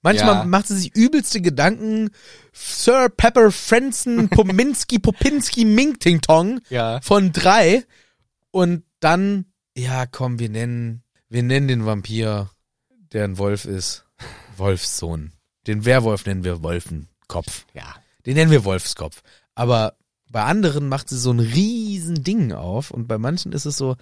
Speaker 1: Manchmal
Speaker 2: Ja.
Speaker 1: macht sie sich übelste Gedanken. Sir Pepper Frenzen Pominski Popinski Minktingtong
Speaker 2: Ja.
Speaker 1: von drei. Und dann, ja, komm, wir nennen, wir nennen den Vampir, der ein Wolf ist, Wolfssohn. Den Werwolf nennen wir Wolfenkopf.
Speaker 2: Ja.
Speaker 1: Den nennen wir Wolfskopf. Aber bei anderen macht sie so ein riesen Ding auf und bei manchen ist es so,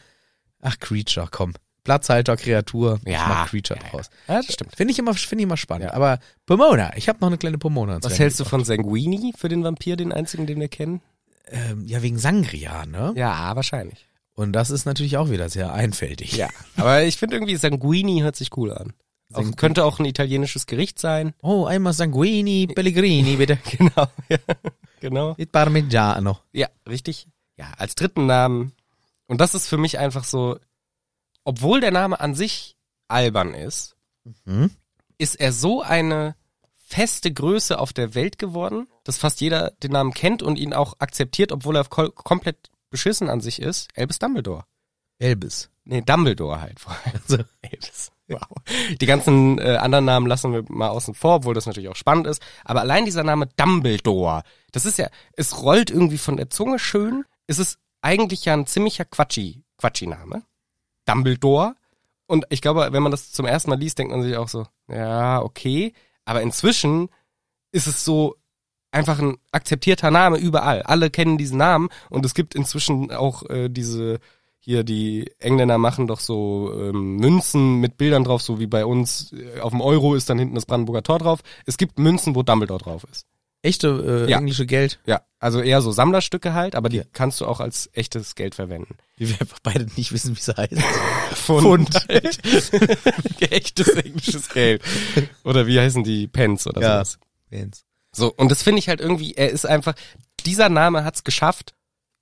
Speaker 1: ach Creature, komm. Platzhalter, Kreatur, ich
Speaker 2: Ja.
Speaker 1: mach Creature
Speaker 2: Ja, ja.
Speaker 1: draus.
Speaker 2: Ja, das stimmt.
Speaker 1: Finde ich immer, finde ich immer spannend.
Speaker 2: Ja.
Speaker 1: Aber Pomona, ich habe noch eine kleine Pomona. ins
Speaker 2: Was
Speaker 1: Rennen
Speaker 2: hältst du von Sanguini für den Vampir, den einzigen, den wir kennen?
Speaker 1: gebracht. Ähm, ja, wegen Sangria, ne?
Speaker 2: Ja, wahrscheinlich.
Speaker 1: Und das ist natürlich auch wieder sehr einfältig.
Speaker 2: Ja. Aber ich finde irgendwie Sanguini hört sich cool an. Auch,
Speaker 1: Sanguini.
Speaker 2: könnte auch ein italienisches Gericht sein.
Speaker 1: Oh, einmal Sanguini Pellegrini, bitte.
Speaker 2: Genau. Ja. Genau.
Speaker 1: Mit Parmigiano.
Speaker 2: Ja, richtig. Ja, als dritten Namen. Und das ist für mich einfach so, obwohl der Name an sich albern ist,
Speaker 1: Mhm.
Speaker 2: ist er so eine feste Größe auf der Welt geworden, dass fast jeder den Namen kennt und ihn auch akzeptiert, obwohl er kol- komplett beschissen an sich ist. Elvis Dumbledore.
Speaker 1: Elbis.
Speaker 2: Nee, Dumbledore halt vor allem.
Speaker 1: Also,
Speaker 2: Elvis. Wow. Die ganzen äh, anderen Namen lassen wir mal außen vor, obwohl das natürlich auch spannend ist. Aber allein dieser Name Dumbledore, das ist ja, es rollt irgendwie von der Zunge schön. Es ist eigentlich ja ein ziemlicher Quatschi, Quatschi-Name. Dumbledore. Und ich glaube, wenn man das zum ersten Mal liest, denkt man sich auch so, ja, okay. Aber inzwischen ist es so einfach ein akzeptierter Name überall. Alle kennen diesen Namen und es gibt inzwischen auch äh, diese hier die Engländer machen doch so ähm, Münzen mit Bildern drauf, so wie bei uns äh, auf dem Euro ist dann hinten das Brandenburger Tor drauf. Es gibt Münzen, wo Dumbledore drauf ist.
Speaker 1: echte äh,
Speaker 2: Ja.
Speaker 1: englische Geld.
Speaker 2: Ja, also eher so Sammlerstücke halt, aber die
Speaker 1: Ja.
Speaker 2: kannst du auch als echtes Geld verwenden.
Speaker 1: Die wir einfach beide nicht wissen, wie sie heißt.
Speaker 2: Also Pfund. halt. Echtes englisches Geld. Oder wie heißen die Pence oder
Speaker 1: Ja.
Speaker 2: sowas?
Speaker 1: Fans.
Speaker 2: So, und das finde ich halt irgendwie, er ist einfach, dieser Name hat's geschafft,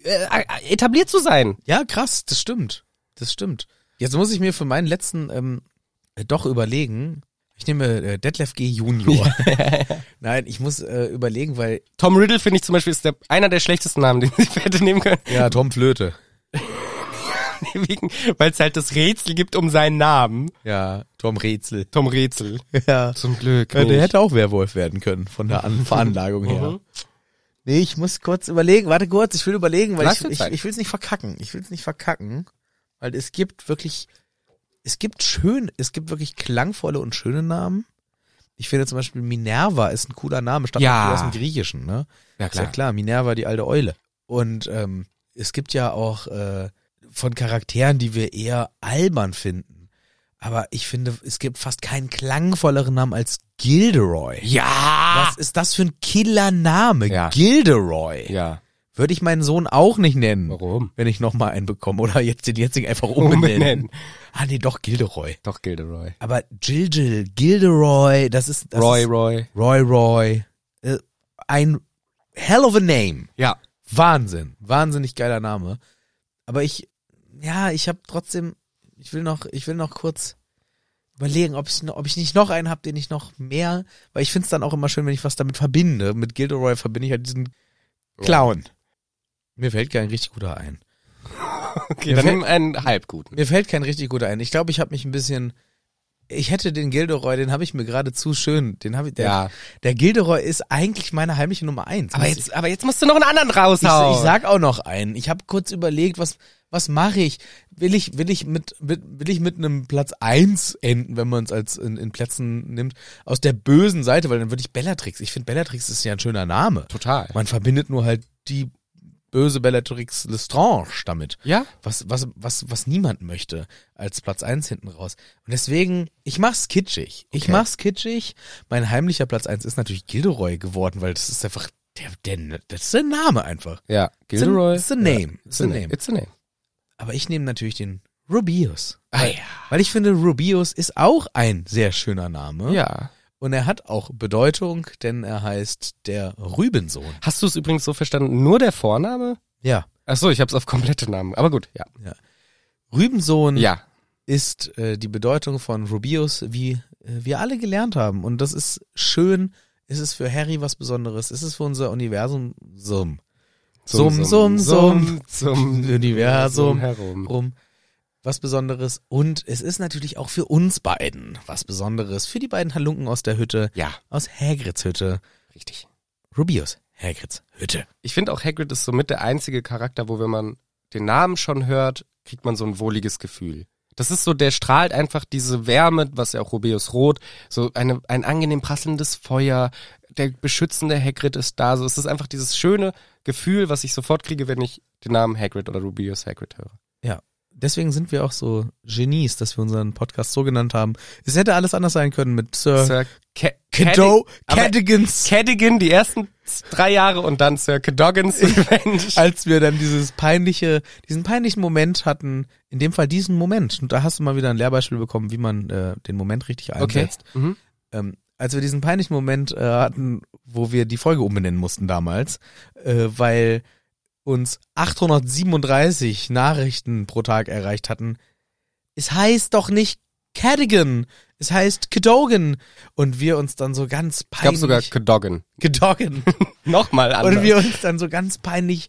Speaker 2: äh, äh, etabliert zu sein.
Speaker 1: Ja, krass, das stimmt. Das stimmt. Jetzt muss ich mir für meinen letzten ähm, äh, doch überlegen. Ich nehme äh, Detlef G. Junior. Nein, ich muss äh, überlegen, weil.
Speaker 2: Tom Riddle finde ich zum Beispiel ist der, einer der schlechtesten Namen, den ich hätte nehmen können,
Speaker 1: Ja, Tom Flöte.
Speaker 2: weil es halt das Rätsel gibt um seinen Namen.
Speaker 1: Ja, Tom Rätsel.
Speaker 2: Tom Rätsel. Äh,
Speaker 1: Ja.
Speaker 2: Zum Glück.
Speaker 1: Ja, Äh, der
Speaker 2: nicht.
Speaker 1: hätte auch Werwolf werden können, von der An Veranlagung her.
Speaker 2: Mhm.
Speaker 1: Nee, ich muss kurz überlegen. Warte kurz, ich will überlegen, weil
Speaker 2: Lass
Speaker 1: ich,
Speaker 2: dir
Speaker 1: ich,
Speaker 2: Zeit.
Speaker 1: ich will es nicht verkacken. Ich will es nicht verkacken, weil es gibt wirklich, es gibt schön, es gibt wirklich klangvolle und schöne Namen. Ich finde zum Beispiel Minerva ist ein cooler Name, stammt
Speaker 2: Ja.
Speaker 1: natürlich aus dem Griechischen, ne?
Speaker 2: Ja,
Speaker 1: Ist ja klar, Minerva, die alte Eule. Und ähm, es gibt ja auch äh, von Charakteren, die wir eher albern finden. Aber ich finde, es gibt fast keinen klangvolleren Namen als Gilderoy.
Speaker 2: Ja!
Speaker 1: Was ist das für ein Killername?
Speaker 2: Ja.
Speaker 1: Gilderoy.
Speaker 2: Ja.
Speaker 1: Würde ich meinen Sohn auch nicht nennen.
Speaker 2: Warum?
Speaker 1: Wenn ich nochmal einen bekomme. Oder jetzt den jetzigen einfach umbenennen.
Speaker 2: Umbenennen.
Speaker 1: Ah, nee, doch, Gilderoy.
Speaker 2: Doch Gilderoy.
Speaker 1: Aber Jill Jill, Gilderoy, das ist. Das
Speaker 2: Roy
Speaker 1: ist,
Speaker 2: Roy.
Speaker 1: Roy Roy. Äh, ein hell of a name.
Speaker 2: Ja.
Speaker 1: Wahnsinn. Wahnsinnig geiler Name. Aber ich, ja, ich habe trotzdem, ich will noch, ich will noch kurz überlegen, ob ich, ob ich nicht noch einen habe, den ich noch mehr, weil ich find's dann auch immer schön, wenn ich was damit verbinde. Mit Gilderoy verbinde ich halt diesen Clown. Mir fällt kein richtig guter ein.
Speaker 2: Okay, dann nimm einen halb guten.
Speaker 1: Mir fällt kein richtig guter ein. Ich glaube, ich habe mich ein bisschen. Ich hätte den Gilderoy, den habe ich mir gerade zu schön. Den habe ich. Der,
Speaker 2: Ja.
Speaker 1: der Gilderoy ist eigentlich meine heimliche Nummer eins.
Speaker 2: Aber
Speaker 1: Muss
Speaker 2: jetzt, aber jetzt musst du noch einen anderen raushauen.
Speaker 1: Ich, ich sag auch noch einen. Ich habe kurz überlegt, was was mache ich? Will ich will ich mit, mit will ich mit einem Platz eins enden, wenn man es als in, in Plätzen nimmt aus der bösen Seite, weil dann würde ich Bellatrix. Ich finde Bellatrix ist ja ein schöner Name.
Speaker 2: Total.
Speaker 1: Man verbindet nur halt die böse Bellatrix Lestrange damit.
Speaker 2: Ja?
Speaker 1: Was was was was niemand möchte als Platz eins hinten raus. Und deswegen ich mach's kitschig. Ich
Speaker 2: Okay.
Speaker 1: mach's kitschig. Mein heimlicher Platz eins ist natürlich Gilderoy geworden, weil das ist einfach der, der, das ist der Name einfach.
Speaker 2: Ja.
Speaker 1: It's a, it's a name.
Speaker 2: It's a name. It's a name.
Speaker 1: Aber ich nehme natürlich den Rubius.
Speaker 2: Ah,
Speaker 1: weil,
Speaker 2: ja.
Speaker 1: weil ich finde, Rubius ist auch ein sehr schöner Name.
Speaker 2: Hm? Ja.
Speaker 1: Und er hat auch Bedeutung, denn er heißt der Rübensohn.
Speaker 2: Hast du es übrigens so verstanden? Nur der Vorname?
Speaker 1: Ja.
Speaker 2: Ach so, ich hab's auf komplette Namen. Aber gut, ja.
Speaker 1: Rübensohn
Speaker 2: Ja.
Speaker 1: ist äh, die Bedeutung von Rubius, wie äh, wir alle gelernt haben. Und das ist schön. Es ist für Harry was Besonderes. Es ist für unser Universum Summ. Summ, summ, summ.
Speaker 2: zum
Speaker 1: Universum
Speaker 2: herum.
Speaker 1: rum. Was Besonderes. Und es ist natürlich auch für uns beiden was Besonderes. Für die beiden Halunken aus der Hütte,
Speaker 2: Ja,
Speaker 1: aus Hagrids Hütte.
Speaker 2: richtig.
Speaker 1: Rubius, Hagrids Hütte.
Speaker 2: Ich finde auch Hagrid ist somit der einzige Charakter, wo wenn man den Namen schon hört, kriegt man so ein wohliges Gefühl. Das ist so, der strahlt einfach diese Wärme, was ja auch Rubeus Rot, so eine, ein angenehm prasselndes Feuer, der beschützende Hagrid ist da, so es ist einfach dieses schöne Gefühl, was ich sofort kriege, wenn ich den Namen Hagrid oder Rubeus Hagrid höre.
Speaker 1: Deswegen sind wir auch so Genies, dass wir unseren Podcast so genannt haben. Es hätte alles anders sein können mit Sir,
Speaker 2: Sir Ca-
Speaker 1: Cadow-
Speaker 2: aber-
Speaker 1: Cadogan's,
Speaker 2: Cadogan die ersten drei Jahre und dann Sir Cadogan's Revenge.
Speaker 1: als wir dann dieses peinliche, diesen peinlichen Moment hatten, in dem Fall diesen Moment, und da hast du mal wieder ein Lehrbeispiel bekommen, wie man äh, den Moment richtig
Speaker 2: Okay.
Speaker 1: einsetzt.
Speaker 2: Mhm.
Speaker 1: Ähm, als wir diesen peinlichen Moment äh, hatten, wo wir die Folge umbenennen mussten damals, äh, weil uns 837 Nachrichten pro Tag erreicht hatten. Es heißt doch nicht Cadigan, es heißt Cadogan. Und wir uns dann so ganz
Speaker 2: Es gab
Speaker 1: peinlich.
Speaker 2: sogar Cadogan.
Speaker 1: Cadogan.
Speaker 2: Nochmal anders.
Speaker 1: Und wir uns dann so ganz peinlich.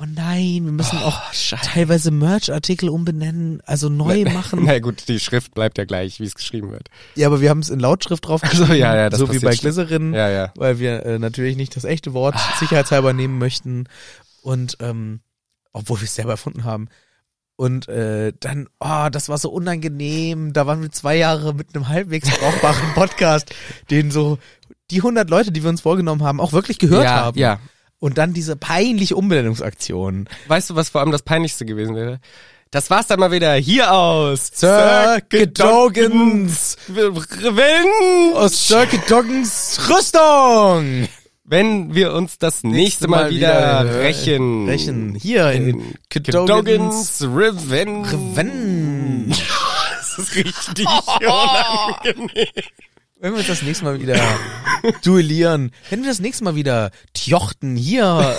Speaker 1: Oh nein, wir müssen auch
Speaker 2: Scheiße.
Speaker 1: teilweise Merch-Artikel umbenennen, also neu machen.
Speaker 2: Na gut, die Schrift bleibt ja gleich, wie es geschrieben wird.
Speaker 1: Ja, aber wir haben es in Lautschrift drauf.
Speaker 2: so, ja, ja, das
Speaker 1: so wie
Speaker 2: passiert
Speaker 1: bei
Speaker 2: schon.
Speaker 1: Glycerin.
Speaker 2: Ja, ja.
Speaker 1: weil wir äh, natürlich nicht das echte Wort
Speaker 2: Ah.
Speaker 1: sicherheitshalber nehmen möchten und ähm, obwohl wir es selber erfunden haben und äh, dann, oh, das war so unangenehm, da waren wir zwei Jahre mit einem halbwegs brauchbaren Podcast, den so die 100 Leute, die wir uns vorgenommen haben, auch wirklich gehört
Speaker 2: ja,
Speaker 1: haben
Speaker 2: ja.
Speaker 1: und dann diese peinliche Umbenennungsaktion.
Speaker 2: Weißt du, was vor allem das Peinlichste gewesen wäre? Das war's dann mal wieder hier aus
Speaker 1: Sir Gedoggens
Speaker 2: Revenge.
Speaker 1: aus Circuit Doggins Rüstung!
Speaker 2: Wenn wir uns das nächste Mal wieder äh, rächen.
Speaker 1: Rächen, hier in Kedogens
Speaker 2: Gedoggens Revenge.
Speaker 1: Revenge.
Speaker 2: Das ist richtig unangenehm.
Speaker 1: Wenn wir uns das nächste Mal wieder duellieren, wenn wir das nächste Mal wieder tjochten hier,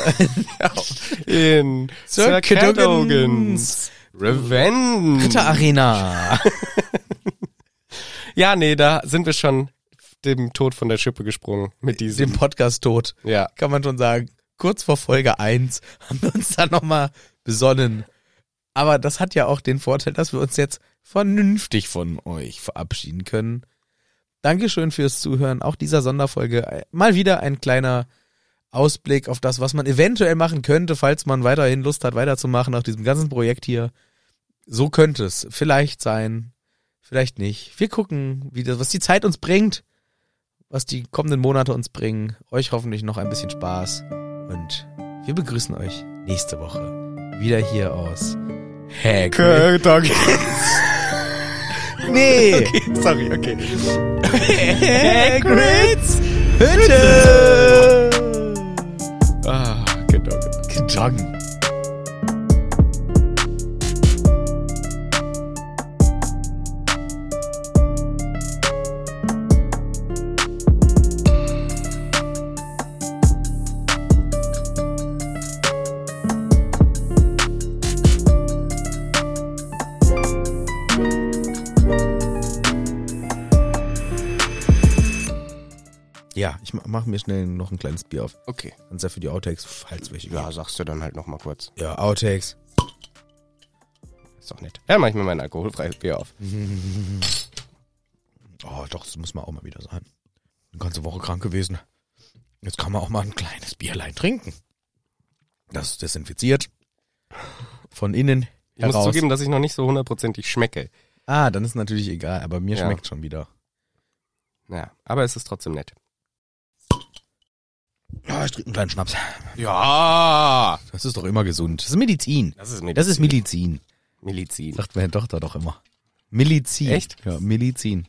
Speaker 2: In
Speaker 1: Sir
Speaker 2: Sir
Speaker 1: Cadogan's
Speaker 2: Cadogan's Revenge.
Speaker 1: Ritterarena.
Speaker 2: Ja, nee, da sind wir schon dem Tod von der Schippe gesprungen mit
Speaker 1: Dem
Speaker 2: diesem.
Speaker 1: Podcast tot,
Speaker 2: ja.
Speaker 1: kann man schon sagen. Kurz vor Folge 1 haben wir uns da nochmal besonnen. Aber das hat ja auch den Vorteil, dass wir uns jetzt vernünftig von euch verabschieden können. Dankeschön fürs Zuhören, auch dieser Sonderfolge. Mal wieder ein kleiner Ausblick auf das, was man eventuell machen könnte, falls man weiterhin Lust hat, weiterzumachen nach diesem ganzen Projekt hier. So könnte es vielleicht sein, vielleicht nicht. Wir gucken, wie das, was die Zeit uns bringt, was die kommenden Monate uns bringen. Euch hoffentlich noch ein bisschen Spaß und wir begrüßen euch nächste Woche wieder hier aus Hagrid.
Speaker 2: Cadogan's.
Speaker 1: Nee.
Speaker 2: Sorry, okay.
Speaker 1: Hagrids Hütte.
Speaker 2: Ah, Cadogan.
Speaker 1: Gedanken. Ja, ich mache mir schnell noch ein kleines Bier auf.
Speaker 2: Okay.
Speaker 1: Kannst ja für die Outtakes, falls welche.
Speaker 2: Ja, sagst du dann halt nochmal kurz.
Speaker 1: Ja, Outtakes.
Speaker 2: Ist doch nett. Ja, mach ich mir mein alkoholfreies Bier auf.
Speaker 1: Oh, doch, das muss man auch mal wieder sein. Eine ganze Woche krank gewesen. Jetzt kann man auch mal ein kleines Bierlein trinken. Das ist desinfiziert. Von innen
Speaker 2: Ich
Speaker 1: heraus.
Speaker 2: muss zugeben, dass ich noch nicht so hundertprozentig schmecke.
Speaker 1: ah, dann ist natürlich egal, aber mir
Speaker 2: Ja.
Speaker 1: schmeckt schon wieder.
Speaker 2: Naja, aber es ist trotzdem nett.
Speaker 1: Ja, ich trinke einen kleinen Schnaps.
Speaker 2: Ja!
Speaker 1: Das ist doch immer gesund. Das ist Medizin.
Speaker 2: Das ist Medizin.
Speaker 1: Das ist Medizin.
Speaker 2: Medizin.
Speaker 1: Sagt meine Tochter doch immer. Milizin.
Speaker 2: Echt?
Speaker 1: Ja, Milizin.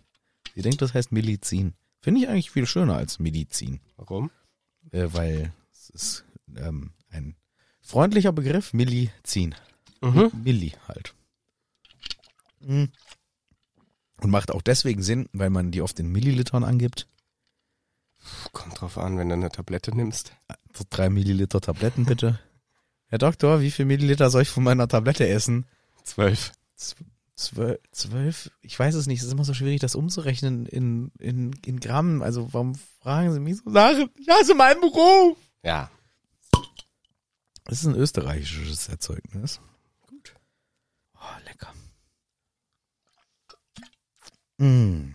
Speaker 1: Sie denkt, das heißt Milizin. Finde ich eigentlich viel schöner als Medizin.
Speaker 2: Warum?
Speaker 1: Äh, weil es ist ähm, ein freundlicher Begriff, Milizin.
Speaker 2: Mhm.
Speaker 1: Milli halt. Mhm. Und macht auch deswegen Sinn, weil man die oft in Millilitern angibt.
Speaker 2: Kommt drauf an, wenn du eine Tablette nimmst.
Speaker 1: So drei Milliliter Tabletten bitte. Herr Doktor, wie viel Milliliter soll ich von meiner Tablette essen?
Speaker 2: Zwölf.
Speaker 1: Zwölf, zwölf, ich weiß es nicht, es ist immer so schwierig, das umzurechnen in, in, in Gramm. Also warum fragen Sie mich so Sachen? Ich hasse meinen Beruf.
Speaker 2: Ja.
Speaker 1: Es ist ein österreichisches Erzeugnis. Gut. Oh, lecker. Mm.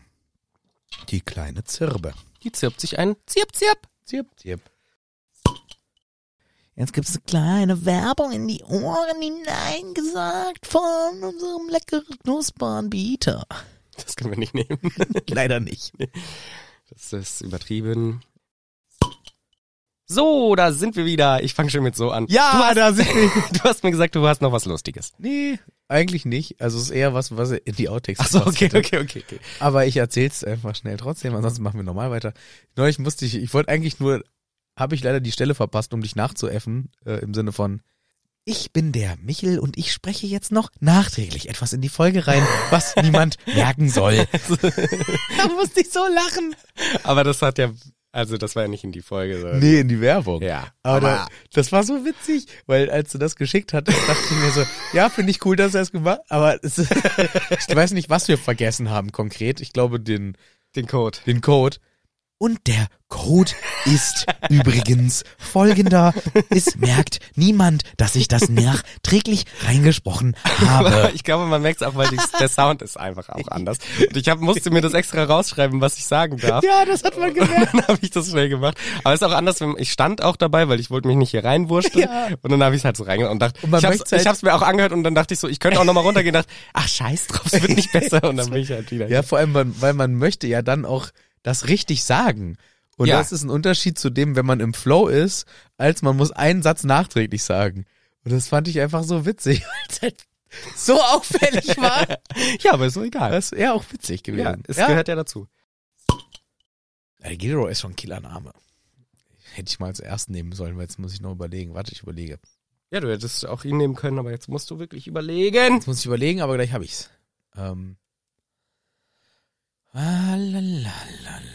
Speaker 1: Die kleine Zirbe.
Speaker 2: Die zirpt sich ein. Zirp, zirp.
Speaker 1: Zirp, zirp.
Speaker 4: Jetzt gibt's eine kleine Werbung in die Ohren hineingesagt von unserem leckeren Knusperanbieter.
Speaker 2: Das können wir nicht nehmen.
Speaker 1: Leider nicht.
Speaker 2: Das ist übertrieben. So, da sind wir wieder. Ich fange schon mit so an.
Speaker 1: Ja, da sind wir.
Speaker 2: Du hast mir gesagt, du hast noch was Lustiges.
Speaker 1: Nee, eigentlich nicht. Also es ist eher was, was in die Outtakes
Speaker 2: Achso,
Speaker 1: gepasst
Speaker 2: okay,
Speaker 1: hätte.
Speaker 2: okay, okay, okay.
Speaker 1: Aber ich erzähl's einfach schnell trotzdem, ansonsten machen wir normal weiter. Neulich musste ich, ich wollte eigentlich nur, habe ich leider die Stelle verpasst, um dich nachzuäffen, äh, im Sinne von, ich bin der Michel und ich spreche jetzt noch nachträglich etwas in die Folge rein, was niemand merken soll. da musste ich so lachen.
Speaker 2: Aber das hat ja, also das war ja nicht in die Folge. sondern-
Speaker 1: Nee, in die Werbung.
Speaker 2: Ja.
Speaker 1: Aber da, das war so witzig, weil als du das geschickt hattest, dachte ich mir so, ja, finde ich cool, dass er es gemacht hat, aber es, ich weiß nicht, was wir vergessen haben konkret. Ich glaube, den,
Speaker 2: den Code.
Speaker 1: den Code. Und der Code ist übrigens folgender. Es merkt niemand, dass ich das nachträglich reingesprochen
Speaker 2: Aber ich glaube, man merkt es auch, weil die, der Sound ist einfach auch anders. Und ich hab, musste mir das extra rausschreiben, was ich sagen darf.
Speaker 1: Ja, das hat man
Speaker 2: Und
Speaker 1: gemerkt.
Speaker 2: dann habe ich das schnell gemacht. Aber es ist auch anders, wenn- ich stand auch dabei, weil ich wollte mich nicht hier reinwurschteln.
Speaker 1: Ja.
Speaker 2: Und dann habe ich es halt so reingehört und dachte,
Speaker 1: Und man
Speaker 2: ich hab's,
Speaker 1: möchte's halt-
Speaker 2: ich hab's mir auch angehört und dann dachte ich so, ich könnte auch nochmal runtergehen und dachte, ach scheiß drauf, es wird nicht besser. Und dann bin ich halt wieder.
Speaker 1: Ja, vor allem, weil- weil man möchte ja dann auch das richtig sagen. Und
Speaker 2: Ja.
Speaker 1: das ist ein Unterschied zu dem, wenn man im Flow ist, als man muss einen Satz nachträglich sagen. Und das fand ich einfach so witzig, weil es halt so auffällig war.
Speaker 2: ja aber ist so egal.
Speaker 1: Das ist ja auch witzig
Speaker 2: ja,
Speaker 1: gewesen.
Speaker 2: es gehört ja dazu.
Speaker 1: Äh, Gilroy ist schon ein Killername. Hätte ich mal als ersten nehmen sollen, weil jetzt muss ich noch überlegen. Warte, ich überlege.
Speaker 2: Ja, du hättest auch ihn nehmen können, aber jetzt musst du wirklich überlegen.
Speaker 1: Jetzt muss ich überlegen, aber gleich habe ich's. Ähm. Ah, la, la, la,